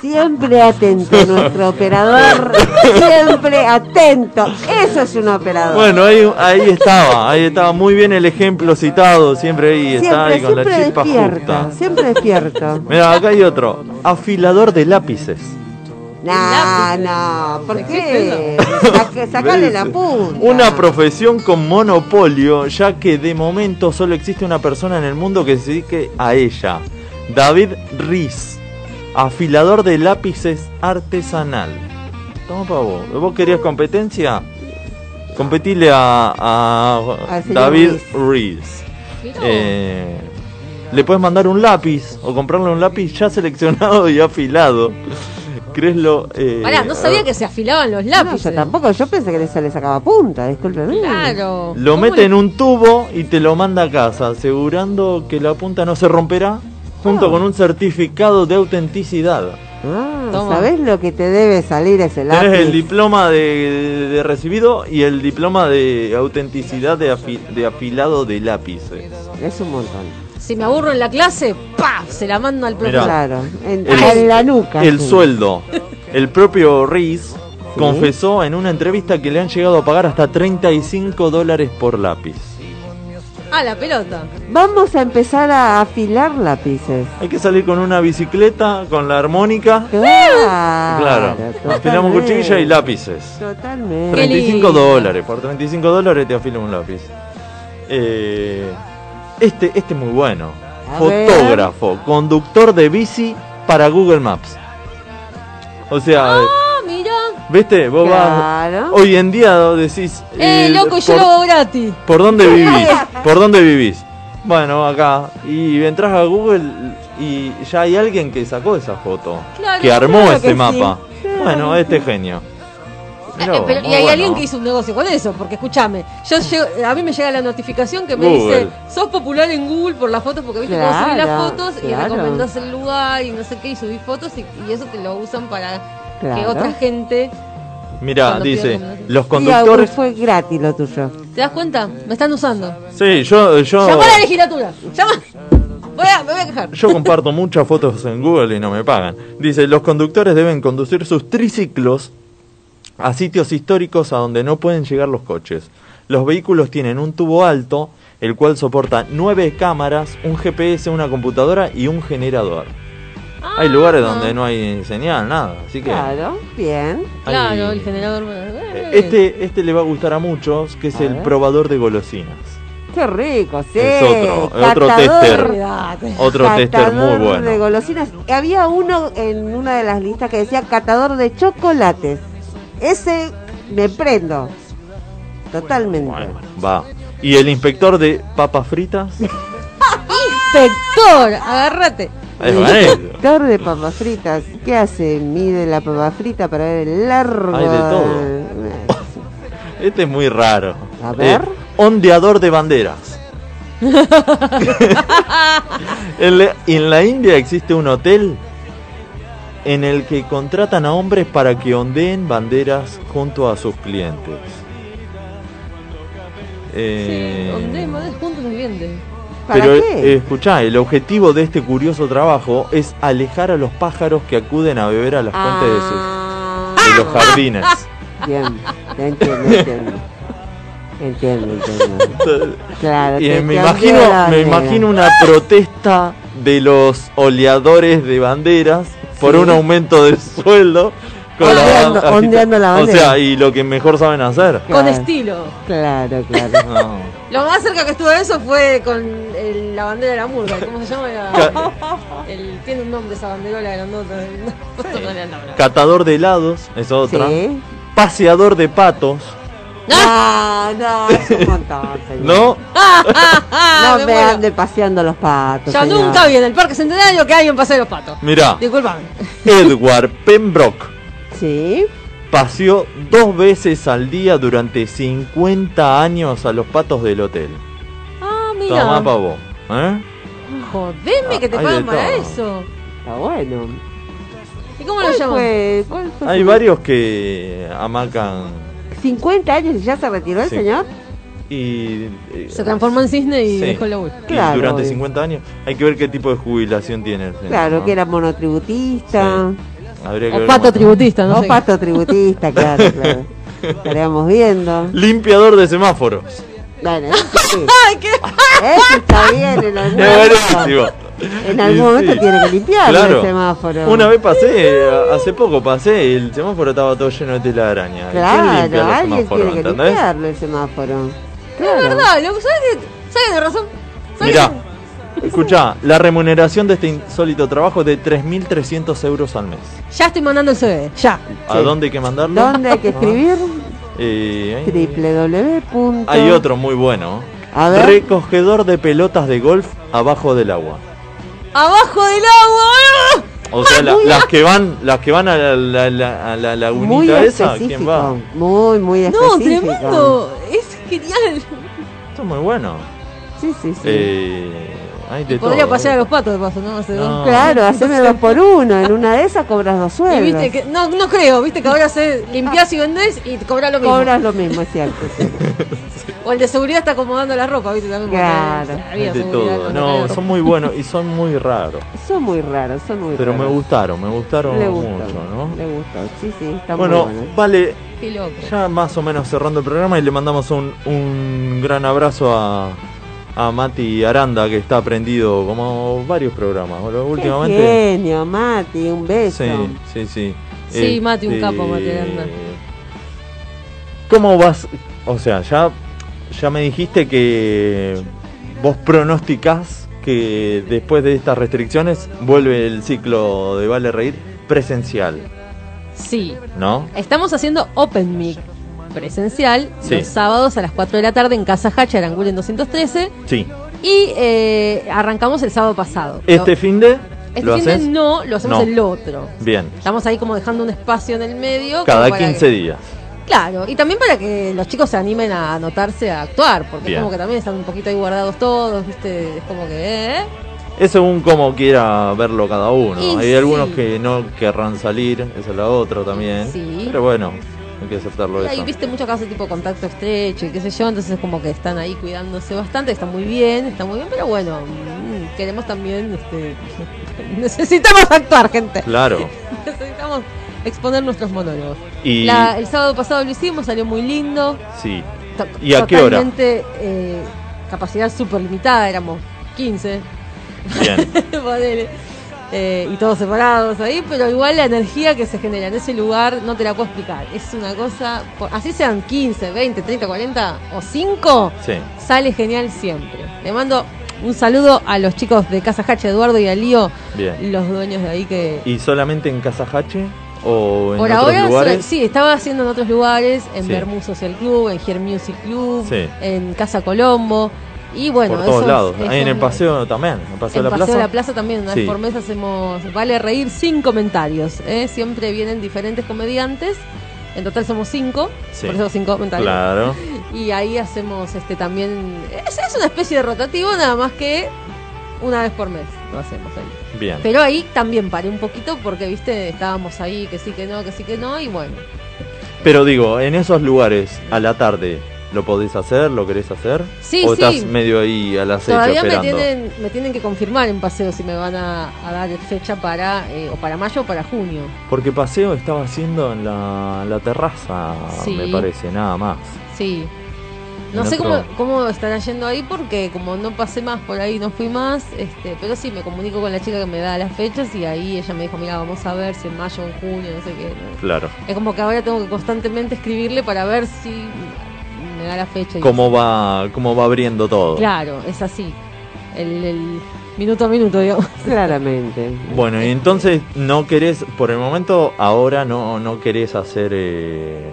Speaker 2: Siempre atento,
Speaker 1: [laughs]
Speaker 2: nuestro operador. Siempre atento. Eso es un operador.
Speaker 1: bueno, ahí, ahí estaba, ahí estaba muy bien el ejemplo citado, siempre ahí está,
Speaker 2: siempre,
Speaker 1: ahí con la
Speaker 2: siempre
Speaker 1: chispa
Speaker 2: despierto.
Speaker 1: justa.
Speaker 2: Siempre
Speaker 1: [laughs]
Speaker 2: despierto.
Speaker 1: Mira, acá hay otro, afilador de lápices.
Speaker 2: No, no. ¿Por qué? Saca- Sacale la punta.
Speaker 1: Una profesión con monopolio, ya que de momento solo existe una persona en el mundo que se dedique a ella. David Riz, afilador de lápices artesanal. Toma pa' vos. ¿Vos querías competencia? Competile a, a
Speaker 2: Al señor
Speaker 1: David Riz. Eh, le puedes mandar un lápiz o comprarle un lápiz ya seleccionado y afilado. Creslo. eh,
Speaker 3: Pará, no sabía que se afilaban los
Speaker 2: No,
Speaker 3: lápices.
Speaker 2: yo tampoco. Yo pensé que se le sacaba punta. Discúlpeme.
Speaker 3: Claro.
Speaker 1: Lo
Speaker 3: ¿Cómo
Speaker 1: mete
Speaker 3: le-
Speaker 1: en un tubo y te lo manda a casa, asegurando que la punta no se romperá,
Speaker 3: Ah.
Speaker 1: junto con un certificado de autenticidad.
Speaker 2: Ah,
Speaker 3: Toma.
Speaker 2: ¿Sabés lo que te debe salir ese lápiz?
Speaker 1: Tenés el diploma de, de- de recibido y el diploma de autenticidad de, afi- de afilado de eh. lápices.
Speaker 2: Es un montón.
Speaker 3: Si me aburro en la clase, ¡pa! Se la mando al
Speaker 1: Mirá.
Speaker 3: profesor.
Speaker 2: Claro, en,
Speaker 1: El-
Speaker 2: en la nuca.
Speaker 1: El
Speaker 2: sí.
Speaker 1: sueldo. El propio Riz confesó en una entrevista que le han llegado a pagar hasta 35 dólares por lápiz.
Speaker 3: Ah, la pelota.
Speaker 2: Vamos a empezar a afilar lápices.
Speaker 1: Hay que salir con una bicicleta, con la armónica.
Speaker 2: Claro.
Speaker 1: Claro, afilamos
Speaker 2: totalmente,
Speaker 1: cuchilla y lápices.
Speaker 2: Totalmente.
Speaker 3: Qué lindo.
Speaker 1: 35 dólares, por 35 dólares te afilo un lápiz. Eh, este, este es muy bueno.
Speaker 2: A
Speaker 1: Fotógrafo, conductor de bici para Google Maps. O sea,
Speaker 3: Ah, mirá.
Speaker 1: viste, vos
Speaker 2: Claro.
Speaker 1: vas. Hoy en día decís.
Speaker 3: Eh, loco, yo
Speaker 1: por,
Speaker 3: lo hago gratis.
Speaker 1: ¿Por dónde vivís? ¿Por dónde vivís? Bueno, acá. Y entras a Google y ya hay alguien que sacó esa foto.
Speaker 3: Claro,
Speaker 1: que armó
Speaker 2: claro
Speaker 1: ese
Speaker 2: que sí.
Speaker 1: mapa.
Speaker 2: Claro
Speaker 1: Bueno,
Speaker 2: que
Speaker 1: este genio. Mirá
Speaker 3: Eh,
Speaker 1: vos,
Speaker 3: [laughs] pero- y
Speaker 1: muy
Speaker 3: hay
Speaker 1: bueno.
Speaker 3: alguien que hizo un negocio con eso, porque escúchame, yo llego- a mí me llega la notificación que me
Speaker 1: Google.
Speaker 3: dice, sos popular en Google por las fotos, porque viste cómo subí las
Speaker 2: Claro,
Speaker 3: fotos y
Speaker 2: claro.
Speaker 3: recomendás el lugar y no sé qué, y subí fotos y, y eso te lo usan para que
Speaker 2: Claro.
Speaker 3: otra gente,
Speaker 1: Mira,
Speaker 3: Cuando
Speaker 1: dice,
Speaker 3: pierden, ¿no?
Speaker 1: los conductores.
Speaker 2: Conductores. fue gratis lo tuyo.
Speaker 3: ¿te das cuenta? Me están usando.
Speaker 1: Sí, yo, yo,
Speaker 3: Llama a la legislatura, llama. Voy a- me voy a quejar.
Speaker 1: yo comparto muchas fotos en Google y no me pagan. Dice, los conductores deben conducir sus triciclos a sitios históricos a donde no pueden llegar los coches. Los vehículos tienen un tubo alto, el cual soporta nueve cámaras, un GPS, una computadora y un generador. Hay lugares donde no hay señal, nada, así que...
Speaker 2: Ah. Claro, bien.
Speaker 1: hay-
Speaker 3: Claro, el generador. bueno, eh,
Speaker 1: Este, este le va a gustar a muchos, que es
Speaker 2: A
Speaker 1: el
Speaker 2: ver.
Speaker 1: probador de golosinas.
Speaker 2: Qué rico, sí.
Speaker 1: Es otro, es otro
Speaker 2: Catador-
Speaker 1: tester.
Speaker 3: cuidate.
Speaker 1: Otro tester muy
Speaker 2: catador
Speaker 1: bueno.
Speaker 2: de golosinas. Había uno en una de las listas que decía catador de chocolates. Ese me prendo. Totalmente.
Speaker 1: Bueno, va.
Speaker 2: [laughs]
Speaker 1: Y el inspector de papas fritas.
Speaker 3: Inspector, agárrate.
Speaker 1: Es
Speaker 2: Director de papas fritas. ¿Qué hace? Mide la papa frita para ver el largo.
Speaker 1: Hay de todo.
Speaker 2: [coughs]
Speaker 1: Este es muy raro. Eh,
Speaker 2: A ver.
Speaker 1: ondeador de
Speaker 2: [laughs]
Speaker 1: banderas. en, la, en la India existe un hotel en el que contratan a hombres para que ondeen banderas junto a sus clientes. Eh,
Speaker 3: Donde madres juntos nos venden.
Speaker 1: Pero eh, escuchá, el objetivo de este curioso trabajo es alejar a los pájaros que acuden a beber a las fuentes de,
Speaker 2: Ah.
Speaker 1: sus, de los
Speaker 2: [laughs]
Speaker 1: jardines.
Speaker 2: Bien, ya entiendo, entiendo. Entiendo, entiendo. Claro,
Speaker 1: Y
Speaker 2: te
Speaker 1: me
Speaker 2: cambió
Speaker 1: imagino,
Speaker 2: la
Speaker 1: me
Speaker 2: bandera.
Speaker 1: imagino una protesta de los oleadores de banderas por
Speaker 2: Sí.
Speaker 1: un aumento de sueldo. con la
Speaker 2: Ondeando-
Speaker 1: banda-
Speaker 2: ondeando la bandera.
Speaker 1: O sea, y lo que mejor saben hacer.
Speaker 3: Con estilo.
Speaker 2: Claro, claro.
Speaker 1: No.
Speaker 3: Lo más cerca que estuve de eso fue con el- la bandera de la murga. ¿Cómo se llama? La- [laughs] el- tiene un nombre esa banderola grandota. No, no, no, no, [laughs] no.
Speaker 1: Catador de helados, es otra.
Speaker 2: Sí.
Speaker 1: Paseador de patos,
Speaker 2: No, no, es un montón, señor.
Speaker 1: ¿no?
Speaker 2: No
Speaker 3: Ah, me
Speaker 2: me,
Speaker 3: muero.
Speaker 2: ande paseando los patos.
Speaker 3: Yo
Speaker 2: señor.
Speaker 3: nunca vi en el Parque Centenario que alguien pase los patos.
Speaker 1: Mirá,
Speaker 3: Disculpame.
Speaker 1: Edward Pembroke
Speaker 2: Sí.
Speaker 1: paseó dos veces al día durante 50 años a los patos del hotel.
Speaker 3: Ah,
Speaker 1: Tomá
Speaker 3: mira.
Speaker 1: pa' vos, ¿eh?
Speaker 3: Jodeme que te
Speaker 1: Ah, Hay de
Speaker 3: pagan para
Speaker 1: todo.
Speaker 3: eso. pues.
Speaker 2: Está bueno.
Speaker 3: ¿Y cómo lo
Speaker 2: ¿Cuál
Speaker 3: llaman?
Speaker 2: fue? ¿Cuál fue
Speaker 1: Hay
Speaker 2: su-
Speaker 1: varios que amacan
Speaker 2: 50 años y ya se retiró el
Speaker 1: Sí.
Speaker 2: señor.
Speaker 1: y, eh,
Speaker 3: Se transformó en cisne y
Speaker 1: Sí.
Speaker 3: dejó la web.
Speaker 1: y
Speaker 2: Claro,
Speaker 1: durante
Speaker 2: obvio.
Speaker 1: 50 años. Hay que ver qué tipo de jubilación tiene. el señor,
Speaker 2: Claro,
Speaker 1: ¿no?
Speaker 2: que era monotributista.
Speaker 1: Habría que
Speaker 3: O
Speaker 1: ver
Speaker 3: pato
Speaker 1: cómo-
Speaker 3: tributista, ¿no?
Speaker 2: No
Speaker 3: sé.
Speaker 2: pato tributista, claro, claro. Estaríamos viendo.
Speaker 1: Limpiador de
Speaker 2: [laughs]
Speaker 1: semáforos.
Speaker 2: Bueno, eso
Speaker 3: [laughs]
Speaker 2: sí.
Speaker 3: Ay, qué-
Speaker 2: Eso está bien en algún
Speaker 1: Es
Speaker 2: momento.
Speaker 1: buenísimo.
Speaker 2: En algún momento tiene que limpiar
Speaker 1: Claro.
Speaker 2: el semáforo.
Speaker 1: Una vez pasé, a- hace poco pasé, el semáforo estaba todo lleno de tela de araña. ¿Quién limpia
Speaker 2: Claro,
Speaker 1: los
Speaker 2: alguien
Speaker 1: semáforos,
Speaker 2: tiene que
Speaker 1: entendés?
Speaker 2: limpiarlo el semáforo.
Speaker 3: Es
Speaker 2: Claro.
Speaker 3: verdad, loco. ¿Sabes que ¿Sabes de razón? ¿Sabes
Speaker 1: Mirá, escuchá, la remuneración de este insólito trabajo es de 3.300 euros al mes.
Speaker 3: que- Ya estoy mandando el CV. Ya.
Speaker 1: ¿A dónde hay que mandarlo? ¿Ah?
Speaker 2: ¿Dónde
Speaker 1: [laughs]
Speaker 2: hay que
Speaker 3: Ah.
Speaker 2: escribir?
Speaker 1: Eh, ahí-
Speaker 2: www.
Speaker 1: hay otro muy bueno.
Speaker 2: A ver.
Speaker 1: Recogedor de pelotas de golf abajo del agua.
Speaker 3: Abajo del agua.
Speaker 1: O sea, la- las que van, las que van a la, la, la- a la lagunita
Speaker 2: Muy
Speaker 1: esa, ¿quién va?
Speaker 2: específico. Muy, muy específico.
Speaker 3: No, tremendo. Es genial.
Speaker 1: Esto es muy bueno.
Speaker 2: Sí, sí, sí.
Speaker 1: Eh, hay de
Speaker 3: Podría
Speaker 1: todo,
Speaker 3: pasear a
Speaker 1: ¿eh?
Speaker 3: los patos de paso, ¿no? Hace
Speaker 1: No.
Speaker 3: dos-
Speaker 2: Claro, haceme dos por uno. En una de esas cobras dos
Speaker 3: Y
Speaker 2: sueldos.
Speaker 3: viste que, no, no creo, viste que ahora se limpiás y vendés y te cobras lo mismo.
Speaker 2: Cobras lo mismo, es cierto. sí.
Speaker 3: O el de seguridad está acomodando la ropa, viste también.
Speaker 2: Claro.
Speaker 3: porque
Speaker 1: Hay
Speaker 3: había
Speaker 1: de
Speaker 3: seguridad
Speaker 1: todo.
Speaker 3: cuando
Speaker 1: No,
Speaker 3: era-
Speaker 1: son muy buenos y son muy raros.
Speaker 2: Son muy raros, son muy
Speaker 1: Pero me
Speaker 2: raros.
Speaker 1: gustaron, me gustaron
Speaker 2: Le gustó,
Speaker 1: mucho, ¿no?
Speaker 2: Le gustó, sí, sí, está
Speaker 1: Bueno,
Speaker 2: muy bueno. ¿eh?
Speaker 1: vale,
Speaker 3: Qué loco.
Speaker 1: ya más o menos cerrando el programa y le mandamos un, un gran abrazo a, a Mati Aranda que está aprendido como varios programas, boludo,
Speaker 2: Qué
Speaker 1: últimamente.
Speaker 2: genio, Mati, un beso.
Speaker 1: Sí, sí, sí. Este,
Speaker 3: Sí, Mati, un capo, Mati Aranda.
Speaker 1: ¿Cómo vas? O sea, ya, ya me dijiste que vos pronosticás que después de estas restricciones vuelve el ciclo de Vale Reír presencial,
Speaker 3: Sí,
Speaker 1: ¿no?
Speaker 3: estamos haciendo Open Mic presencial
Speaker 1: Sí.
Speaker 3: los sábados a las 4 de la tarde en Casa Hacha, Aranguren 213.
Speaker 1: Sí.
Speaker 3: Y eh, arrancamos el sábado pasado.
Speaker 1: ¿Este fin de?
Speaker 3: Este
Speaker 1: ¿Lo
Speaker 3: fin de
Speaker 1: haces?
Speaker 3: no, lo hacemos
Speaker 1: No.
Speaker 3: el otro.
Speaker 1: Bien.
Speaker 3: Estamos ahí como dejando un espacio en el medio.
Speaker 1: Cada
Speaker 3: como para
Speaker 1: 15
Speaker 3: que-
Speaker 1: días.
Speaker 3: Claro, y también para que los chicos se animen a anotarse a actuar, porque
Speaker 1: Bien.
Speaker 3: es como que también están un poquito ahí guardados todos, ¿viste? Es como que. ¿eh?
Speaker 1: Es según como quiera verlo cada uno.
Speaker 3: Y
Speaker 1: Hay
Speaker 3: sí.
Speaker 1: algunos que no querrán salir, esa es la otra también.
Speaker 3: Sí.
Speaker 1: Pero bueno, hay que aceptarlo
Speaker 3: Ahí
Speaker 1: eso.
Speaker 3: viste muchos casos tipo contacto estrecho y qué sé yo, entonces es como que están ahí cuidándose bastante, está muy bien, está muy bien, pero bueno, mm, queremos también. Este, [laughs] necesitamos actuar, gente. [laughs]
Speaker 1: Claro.
Speaker 3: Necesitamos exponer nuestros monólogos.
Speaker 1: Y
Speaker 3: La- el sábado pasado lo hicimos, salió muy lindo.
Speaker 1: sí.
Speaker 3: To-
Speaker 1: ¿Y a qué hora?
Speaker 3: Totalmente, eh, capacidad súper limitada, éramos 15,
Speaker 1: Bien.
Speaker 3: [laughs] ponele. Eh, y todos separados ahí, pero igual la energía que se genera en ese lugar no te la puedo explicar. Es una cosa, por- así sean 15, 20, 30, 40 o 5,
Speaker 1: Sí.
Speaker 3: sale genial siempre. Le mando un saludo a los chicos de Casa Hacha, Eduardo y a Lío,
Speaker 1: Bien.
Speaker 3: los dueños de ahí que...
Speaker 1: ¿Y solamente en Casajache o en
Speaker 3: Por
Speaker 1: otros
Speaker 3: ahora, solo-
Speaker 1: lugares?
Speaker 3: sí, estaba haciendo en otros lugares, en
Speaker 1: Sí.
Speaker 3: Bermud Social Club, en Here Music Club,
Speaker 1: Sí.
Speaker 3: en Casa Colombo, Y bueno,
Speaker 1: por todos
Speaker 3: eso-
Speaker 1: lados.
Speaker 3: eso
Speaker 1: Ahí en el
Speaker 3: es lo-
Speaker 1: paseo también, en el paseo
Speaker 3: En
Speaker 1: de la
Speaker 3: Paseo
Speaker 1: plaza.
Speaker 3: de la Plaza también, una vez
Speaker 1: Sí.
Speaker 3: por mes hacemos Vale Reír sin comentarios. ¿eh? Siempre vienen diferentes comediantes. En total somos cinco,
Speaker 1: Sí.
Speaker 3: por eso cinco comentarios.
Speaker 1: Claro.
Speaker 3: Y ahí hacemos este también. Es, es una especie de rotativo, nada más que una vez por mes lo hacemos ahí.
Speaker 1: Bien.
Speaker 3: Pero ahí también paré un poquito porque, viste, estábamos ahí, que sí, que no, que sí, que no, y bueno.
Speaker 1: Pero digo, en esos lugares, a la tarde, ¿lo podés hacer? ¿Lo querés hacer?
Speaker 3: Sí,
Speaker 1: ¿O
Speaker 3: sí.
Speaker 1: estás medio ahí al acecho
Speaker 3: Todavía me
Speaker 1: esperando?
Speaker 3: tienen, me tienen que confirmar en paseo si me van a, a dar fecha para eh, o para mayo o para junio.
Speaker 1: Porque paseo estaba haciendo en la, la terraza,
Speaker 3: Sí.
Speaker 1: me parece, nada más.
Speaker 3: Sí. No
Speaker 1: En
Speaker 3: sé
Speaker 1: otro-
Speaker 3: cómo, cómo estará yendo ahí porque como no pasé más por ahí, no fui más, este, pero sí me comunico con la chica que me da las fechas y ahí ella me dijo, mira, vamos a ver si en mayo o en junio, no sé qué. ¿no?".
Speaker 1: Claro.
Speaker 3: Es como que ahora tengo que constantemente escribirle para ver si me da la fecha. y-
Speaker 1: ¿Cómo va, cómo va abriendo todo?
Speaker 3: Claro, es así. El, el minuto a minuto, digamos.
Speaker 2: Claramente.
Speaker 1: Bueno, y entonces no querés, por el momento ahora no, no querés hacer eh,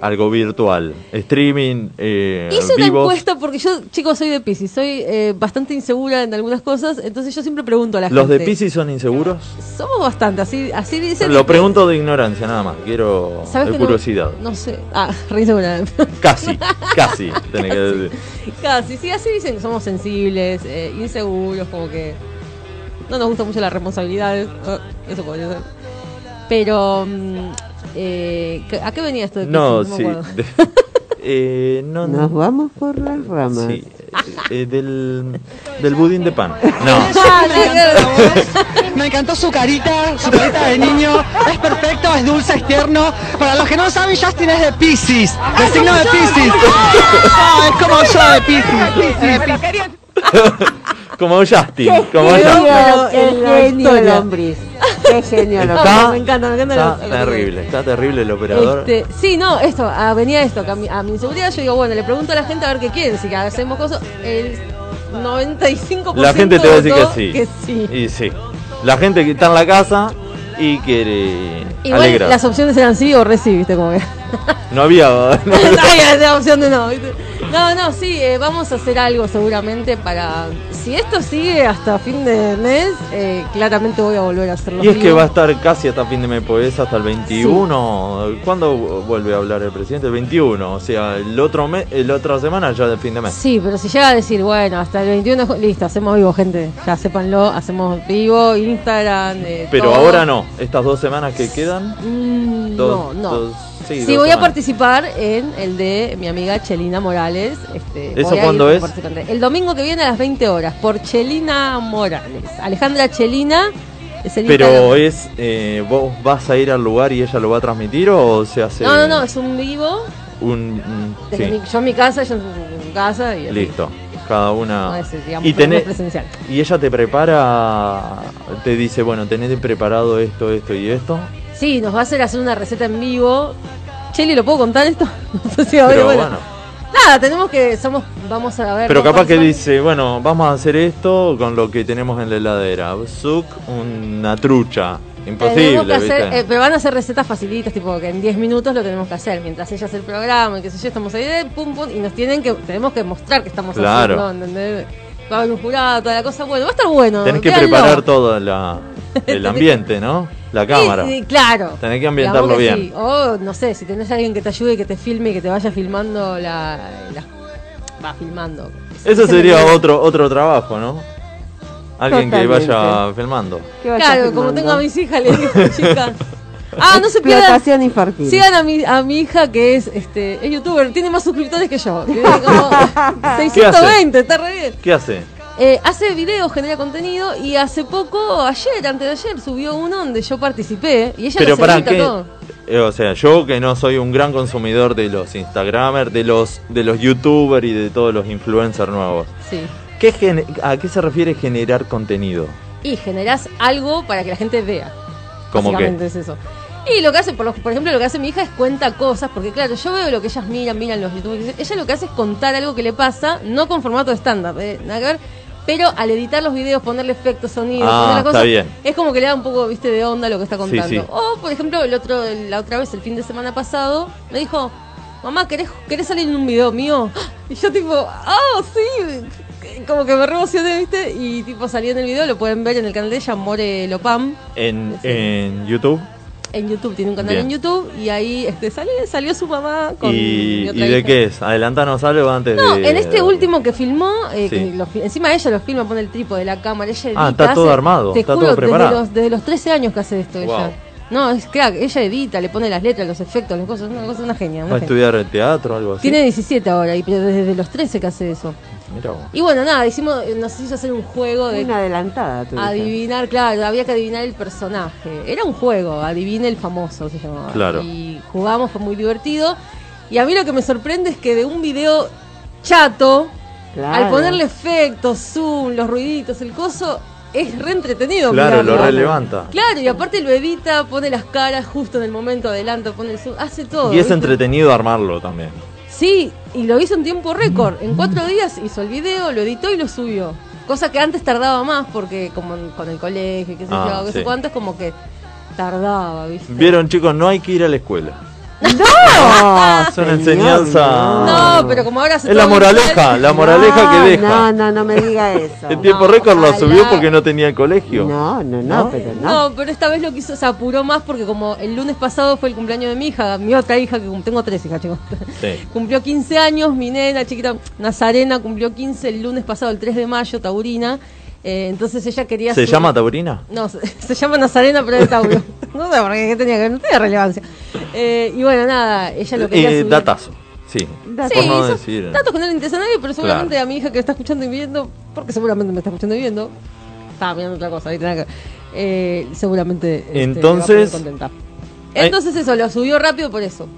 Speaker 1: algo virtual, streaming, eh,
Speaker 3: Hice una
Speaker 1: vivos.
Speaker 3: encuesta porque yo, chicos, soy de Pisces, soy eh, bastante insegura en algunas cosas, entonces yo siempre pregunto a la
Speaker 1: ¿Los
Speaker 3: gente.
Speaker 1: de Pisces son inseguros?
Speaker 3: Somos bastante, así, así dicen.
Speaker 1: Lo pregunto de ignorancia nada más, quiero
Speaker 3: ¿Sabes
Speaker 1: de
Speaker 3: que no-
Speaker 1: curiosidad.
Speaker 3: No sé. Ah, [laughs] re insegura.
Speaker 1: Casi,
Speaker 3: [laughs]
Speaker 1: casi, tenés que decir.
Speaker 3: Casi, sí, así dicen que somos sensibles, eh, inseguros, como que no nos gusta mucho las responsabilidades. Ah, eso podría ser. Pero, mm, eh, ¿qué- ¿a qué venía esto? de
Speaker 1: No,
Speaker 3: Piscis? me
Speaker 1: sí.
Speaker 3: acuerdo. [laughs]
Speaker 1: de- [laughs] eh, no,
Speaker 2: Nos vamos por las ramas.
Speaker 1: Sí, eh, eh,
Speaker 3: [laughs]
Speaker 1: del, del budín de pan. No,
Speaker 3: Ah, sí, claro.
Speaker 11: Me encantó su carita, su carita de niño. Es perfecto, es dulce, es tierno. Para los que no saben, Justin es de Pisces. De signo de Pisces. No, es como yo de Pisces.
Speaker 1: como Justin, como
Speaker 2: Qué
Speaker 1: Justin.
Speaker 2: genio,
Speaker 3: Qué
Speaker 2: qué genio
Speaker 3: historia.
Speaker 2: lombriz. Qué genio lombriz.
Speaker 1: Está-
Speaker 3: me encanta, me encanta.
Speaker 1: Está
Speaker 3: lo- lo que
Speaker 1: terrible, está terrible el operador.
Speaker 3: Este, sí, no, esto, ah, venía esto, que a mi, a mi inseguridad yo digo, bueno, le pregunto a la gente a ver qué quieren, si que hacemos cosas, el 95%
Speaker 1: La gente te va a decir
Speaker 3: votó
Speaker 1: que sí.
Speaker 3: Que sí.
Speaker 1: Y sí. La gente que está en la casa y quiere
Speaker 3: Igual
Speaker 1: alegrar.
Speaker 3: las opciones eran sí o recibiste, como que.
Speaker 1: No
Speaker 3: [laughs]
Speaker 1: había. no
Speaker 3: No
Speaker 1: había- [laughs]
Speaker 3: había esa opción de no. ¿viste? No, no, sí, eh, vamos a hacer algo seguramente para. Si esto sigue hasta fin de mes, eh, claramente voy a volver a hacerlo.
Speaker 1: Y es que va a estar casi hasta fin de mes, pues hasta el 21. ¿Cuándo vuelve a hablar el presidente? El 21. O sea, el otro mes, eh, la otra semana ya de fin de mes.
Speaker 3: Sí, pero si llega a decir, bueno, hasta el 21, de ju- listo, hacemos vivo, gente. Ya sépanlo, hacemos vivo, Instagram. eh,
Speaker 1: Pero
Speaker 3: todo.
Speaker 1: ahora no. Estas dos semanas que quedan.
Speaker 3: Mm,
Speaker 1: dos-
Speaker 3: no, no.
Speaker 1: dos- sí,
Speaker 3: Sí,
Speaker 1: dos
Speaker 3: voy a
Speaker 1: semanas.
Speaker 3: participar en el de mi amiga Chelina Morales. Este,
Speaker 1: ¿Eso
Speaker 3: voy a ir
Speaker 1: cuándo
Speaker 3: como
Speaker 1: es?
Speaker 3: participante. El domingo que viene a las 20 horas, por Chelina Morales. Alejandra Chelina es el
Speaker 1: Pero
Speaker 3: Instagram.
Speaker 1: es. eh, ¿Vos vas a ir al lugar y ella lo va a transmitir o se hace.?
Speaker 3: No, no, no, es un vivo.
Speaker 1: Un. un-
Speaker 3: desde
Speaker 1: eh, sí.
Speaker 3: mi- yo en mi casa, yo en su casa. Y
Speaker 1: Listo. Cada
Speaker 3: No,
Speaker 1: una.
Speaker 3: es, digamos,
Speaker 1: y tenés.
Speaker 3: presencial.
Speaker 1: Y ella te prepara, te dice, bueno, tenés preparado esto, esto y esto.
Speaker 3: Sí, nos va a hacer hacer una receta en vivo. Cheli, ¿lo puedo contar esto? [laughs] No sé si va a haber,
Speaker 1: pero
Speaker 3: bueno.
Speaker 1: bueno,
Speaker 3: Nada, tenemos que. somos Vamos a ver.
Speaker 1: pero
Speaker 3: vamos a
Speaker 1: capaz que
Speaker 3: participar.
Speaker 1: dice, bueno, vamos a hacer esto con lo que tenemos en la heladera. Zuc, una trucha.
Speaker 3: Tenemos que
Speaker 1: Imposible,
Speaker 3: hacer,
Speaker 1: ¿viste?
Speaker 3: eh, pero van a hacer recetas facilitas, tipo que en 10 minutos lo tenemos que hacer, mientras ella hace el programa y qué sé yo, estamos ahí de pum pum y nos tienen que, tenemos que mostrar que estamos
Speaker 1: Claro.
Speaker 3: haciendo, ¿entendés? Va a haber un jurado, toda la cosa, bueno, va a estar bueno.
Speaker 1: Tenés que
Speaker 3: véanlo.
Speaker 1: preparar todo la,
Speaker 3: [laughs]
Speaker 1: el ambiente, ¿no? La
Speaker 3: Sí,
Speaker 1: cámara.
Speaker 3: sí, claro.
Speaker 1: Tenés que ambientarlo
Speaker 3: Digamos que
Speaker 1: bien.
Speaker 3: sí. O no sé, si tenés a alguien que te ayude, que te filme y que te vaya filmando la. la- va filmando.
Speaker 1: Eso
Speaker 3: Se
Speaker 1: sería
Speaker 3: me-
Speaker 1: otro, otro trabajo, ¿no? Alguien que vaya
Speaker 2: Totalmente.
Speaker 1: filmando.
Speaker 2: ¿Qué vas
Speaker 3: Claro, como
Speaker 2: afirmando?
Speaker 3: tengo a mis hijas, les digo,
Speaker 1: [laughs]
Speaker 3: chicas. Ah, no se pierdan.
Speaker 2: Explotación infantil.
Speaker 3: Sigan a mi, a mi hija que es este es youtuber, tiene más suscriptores que yo. Tiene
Speaker 1: [laughs]
Speaker 3: como 620, está re bien.
Speaker 1: ¿Qué hace?
Speaker 3: Eh, hace videos, genera contenido y hace poco, ayer, antes de ayer, subió uno donde yo participé y ella
Speaker 1: Pero
Speaker 3: lo
Speaker 1: para
Speaker 3: edita
Speaker 1: qué.
Speaker 3: todo.
Speaker 1: Eh, O sea, yo que no soy un gran consumidor de los Instagramers, de los de los YouTubers y de todos los influencers nuevos.
Speaker 3: Sí.
Speaker 1: ¿Qué gene- ¿A qué se refiere generar contenido?
Speaker 3: Y generás algo para que la gente vea.
Speaker 1: Como
Speaker 3: Básicamente
Speaker 1: que
Speaker 3: es eso. Y lo que hace, por, lo- por ejemplo, lo que hace mi hija es cuenta cosas, porque claro, yo veo lo que ellas miran, miran los youtubers. Ella lo que hace es contar algo que le pasa, no con formato de stand-up, eh, nada que ver, pero al editar los videos, ponerle efectos, sonidos,
Speaker 1: Ah,
Speaker 3: ponerle
Speaker 1: está
Speaker 3: cosas,
Speaker 1: bien.
Speaker 3: es como que le da un poco, viste, de onda lo que está contando.
Speaker 1: sí.
Speaker 3: O, por ejemplo, el otro, la otra vez, el fin de semana pasado, me [laughs] dijo, mamá, ¿querés, querés salir en un video mío? Y yo tipo, oh, sí, como que me re emocioné, ¿viste? Y tipo salí en el video, lo pueden ver en el canal de ella, More Lopam.
Speaker 1: En, en YouTube.
Speaker 3: En YouTube, tiene un canal
Speaker 1: Bien.
Speaker 3: en YouTube y ahí este, sale, salió su mamá con
Speaker 1: ¿Y,
Speaker 3: mi
Speaker 1: y
Speaker 3: otra
Speaker 1: de
Speaker 3: hija.
Speaker 1: qué es? ¿Adelantanos algo antes
Speaker 3: No,
Speaker 1: de.?
Speaker 3: en este último que filmó, eh, que
Speaker 1: Sí.
Speaker 3: lo fi- encima ella lo filma, pone el trípode de la cámara. Ella edita,
Speaker 1: Ah, está todo armado,
Speaker 3: te
Speaker 1: está
Speaker 3: juro,
Speaker 1: todo preparado.
Speaker 3: Desde los, desde los 13 años que hace esto
Speaker 1: Wow.
Speaker 3: ella. No, es crack, ella edita, le pone las letras, los efectos, las cosas, una cosa, una genia.
Speaker 1: ¿Va
Speaker 3: Una
Speaker 1: a
Speaker 3: genia.
Speaker 1: estudiar el teatro o algo así?
Speaker 3: Tiene 17 ahora, y pero desde los 13 que hace eso.
Speaker 1: Mirá vos.
Speaker 3: Y bueno, nada, hicimos, eh, nos hizo hacer un juego de
Speaker 2: Una adelantada, tú.
Speaker 3: adivinar, claro, había que adivinar el personaje. Era un juego, adivine el famoso se llamaba.
Speaker 1: Claro.
Speaker 3: Y jugamos, fue muy divertido. Y a mí lo que me sorprende es que de un video chato, al ponerle efectos, zoom, los ruiditos, el coso, es re entretenido.
Speaker 1: Claro,
Speaker 3: mirarlo.
Speaker 1: lo relevanta.
Speaker 3: Claro, y aparte lo edita, pone las caras justo en el momento, adelante, pone el zoom, hace todo.
Speaker 1: Y es
Speaker 3: ¿viste?
Speaker 1: entretenido armarlo también.
Speaker 3: Sí, y lo hizo en tiempo récord. En cuatro días hizo el video, lo editó y lo subió. Cosa que antes tardaba más porque como en- con el colegio, qué sé
Speaker 1: Ah,
Speaker 3: yo, qué
Speaker 1: sí.
Speaker 3: sé cuánto, es como que tardaba, ¿viste?
Speaker 1: Vieron, chicos, no hay que ir a la escuela.
Speaker 2: ¡No!
Speaker 1: [laughs] Es una enseñanza.
Speaker 3: No, pero como ahora se
Speaker 1: Es la
Speaker 3: todo
Speaker 1: moraleja, la moraleja que deja.
Speaker 2: No, no, no me
Speaker 1: [laughs]
Speaker 2: diga eso.
Speaker 1: El tiempo
Speaker 3: No,
Speaker 1: récord lo
Speaker 3: ojalá.
Speaker 1: subió porque no tenía el colegio.
Speaker 2: No, no, no, pero no.
Speaker 3: No, pero esta vez lo quiso, se apuró más porque como el lunes pasado fue el cumpleaños de mi hija, mi otra hija, que cum- tengo tres hijas, chicos.
Speaker 1: Sí.
Speaker 3: [laughs] Cumplió 15 años, mi nena chiquita Nazarena cumplió 15 el lunes pasado, el 3 de mayo, Taurina. Eh, entonces ella quería...
Speaker 1: ¿Se
Speaker 3: su-
Speaker 1: llama Taurina?
Speaker 3: No, [laughs] se, se llama Nazarena, pero es de Tauro. no sé por qué qué tenía que ver, no tiene relevancia. Eh, y bueno, nada, ella lo quería
Speaker 1: Eh,
Speaker 3: subir.
Speaker 1: datazo. Sí.
Speaker 2: Dato.
Speaker 1: Por
Speaker 3: Sí,
Speaker 1: no
Speaker 3: eso-
Speaker 1: decir. eh.
Speaker 3: datos que no le interesan a nadie, pero seguramente
Speaker 1: Claro.
Speaker 3: a mi hija que está escuchando y viendo, porque seguramente me está escuchando y viendo, estaba mirando otra cosa, ahí tenía que- eh, seguramente este, le va a poner
Speaker 1: Entonces-
Speaker 3: contenta. Entonces eso, lo subió rápido por eso,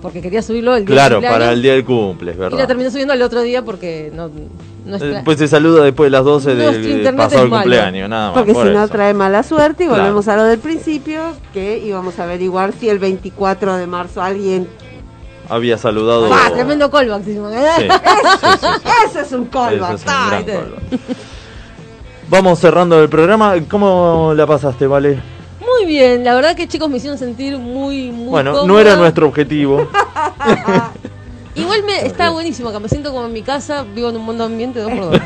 Speaker 3: porque quería subirlo el día
Speaker 1: Claro,
Speaker 3: del cumpleaños,
Speaker 1: para el día del cumple, es
Speaker 3: Y la
Speaker 1: verdad.
Speaker 3: terminó subiendo al otro día porque no...
Speaker 1: Eh,
Speaker 3: nuestra-
Speaker 1: Pues se saluda después de las 12
Speaker 3: Nuestro
Speaker 1: del
Speaker 3: internet
Speaker 1: pasado
Speaker 3: es
Speaker 1: el
Speaker 3: malo.
Speaker 1: cumpleaños, nada más.
Speaker 2: Porque
Speaker 1: por
Speaker 2: si no
Speaker 1: eso.
Speaker 2: trae mala suerte y
Speaker 1: Claro.
Speaker 2: volvemos a lo del principio, que íbamos a averiguar si el 24 de marzo alguien...
Speaker 1: Había saludado.
Speaker 3: ¡Pah! Ah, Tremendo callback. hicimos.
Speaker 1: Sí, sí, sí,
Speaker 3: [laughs]
Speaker 1: sí.
Speaker 2: Eso es un callback.
Speaker 1: Eso es un gran
Speaker 2: Ay, de-
Speaker 1: callback. Vamos cerrando el programa. ¿Cómo la pasaste, Vale?
Speaker 3: Muy bien, la verdad que chicos me hicieron sentir muy, muy
Speaker 1: Bueno, no
Speaker 3: cómoda.
Speaker 1: era nuestro
Speaker 3: [laughs]
Speaker 1: objetivo.
Speaker 3: Igual me, está buenísimo acá, me siento como en mi casa, vivo en un mundo ambiente
Speaker 1: [laughs]
Speaker 3: dos por dos.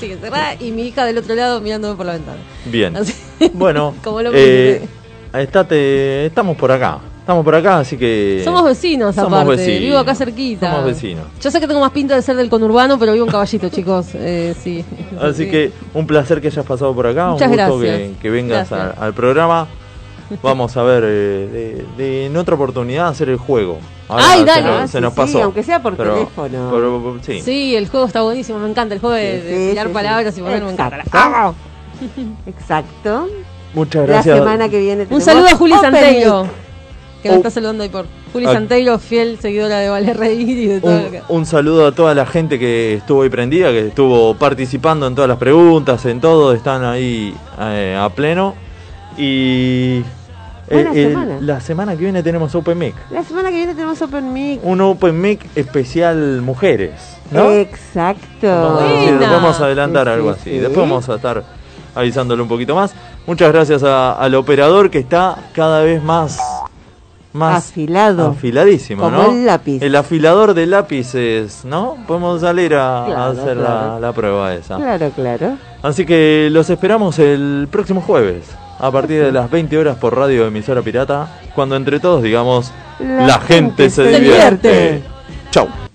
Speaker 3: sí, cerrada, y mi hija del otro lado mirándome por la ventana.
Speaker 1: Bien.
Speaker 3: Así.
Speaker 1: Bueno,
Speaker 3: [laughs] Como lo
Speaker 1: eh, estate- estamos por acá. Estamos por acá, así que.
Speaker 3: Somos vecinos
Speaker 1: somos
Speaker 3: aparte,
Speaker 1: vecinos.
Speaker 3: vivo acá cerquita.
Speaker 1: Somos vecinos.
Speaker 3: Yo sé que tengo más pinta de ser del conurbano, pero vivo en caballito, chicos. Eh, sí.
Speaker 1: Así
Speaker 3: Sí.
Speaker 1: que un placer que hayas pasado por acá.
Speaker 3: Muchas
Speaker 1: un gusto
Speaker 3: gracias.
Speaker 1: Que, que vengas a-
Speaker 3: Gracias.
Speaker 1: al
Speaker 3: [laughs]
Speaker 1: programa. Vamos a ver, eh, de, de- en otra oportunidad hacer el juego. Ahora
Speaker 3: Ay,
Speaker 1: se
Speaker 3: dale.
Speaker 1: nos-
Speaker 2: Ah,
Speaker 1: Se,
Speaker 2: sí,
Speaker 1: nos
Speaker 2: sí,
Speaker 1: pasó.
Speaker 2: aunque sea por
Speaker 1: Pero-
Speaker 2: teléfono.
Speaker 1: pero- sí.
Speaker 3: Sí, el juego está buenísimo, me encanta el juego de, de
Speaker 2: Sí, sí,
Speaker 3: tirar
Speaker 2: sí.
Speaker 3: palabras y poner me encanta.
Speaker 2: Exacto. Exacto.
Speaker 1: Muchas
Speaker 2: La
Speaker 1: gracias.
Speaker 2: semana que viene
Speaker 3: Un
Speaker 2: tenemos
Speaker 3: saludo a Juli
Speaker 2: opening.
Speaker 3: Santeiro, que me
Speaker 1: Oh.
Speaker 3: está saludando ahí por. Juli
Speaker 1: Ah.
Speaker 3: Santeiro, fiel seguidora de Vale Reír y
Speaker 2: [laughs]
Speaker 3: de todo lo
Speaker 1: Un,
Speaker 3: que.
Speaker 1: un saludo a toda la gente que estuvo ahí prendida, que estuvo participando en todas las preguntas, en todo, están ahí eh, a pleno. Y
Speaker 2: Buena semana.
Speaker 1: la semana que viene tenemos Open Mic.
Speaker 2: La semana que viene tenemos Open Mic.
Speaker 1: Un Open Mic especial mujeres, ¿no?
Speaker 2: Exacto.
Speaker 1: Vamos a, decir,
Speaker 3: Buena.
Speaker 1: vamos a adelantar
Speaker 2: Sí,
Speaker 1: algo
Speaker 2: sí,
Speaker 1: así.
Speaker 2: sí.
Speaker 1: Después vamos a estar avisándole un poquito más. Muchas gracias a- al operador que está cada vez más. más
Speaker 2: Afilado.
Speaker 1: Afiladísimo,
Speaker 2: Como
Speaker 1: ¿no?
Speaker 2: el lápiz.
Speaker 1: El afilador de lápices, ¿no? Podemos salir a, a
Speaker 2: Claro,
Speaker 1: hacer la-
Speaker 2: claro.
Speaker 1: La, prueba esa.
Speaker 2: Claro, claro.
Speaker 1: Así que los esperamos el próximo jueves, a partir de las 20 horas por Radio Emisora Pirata, cuando entre todos digamos, la, gente, se, divierte. Chau.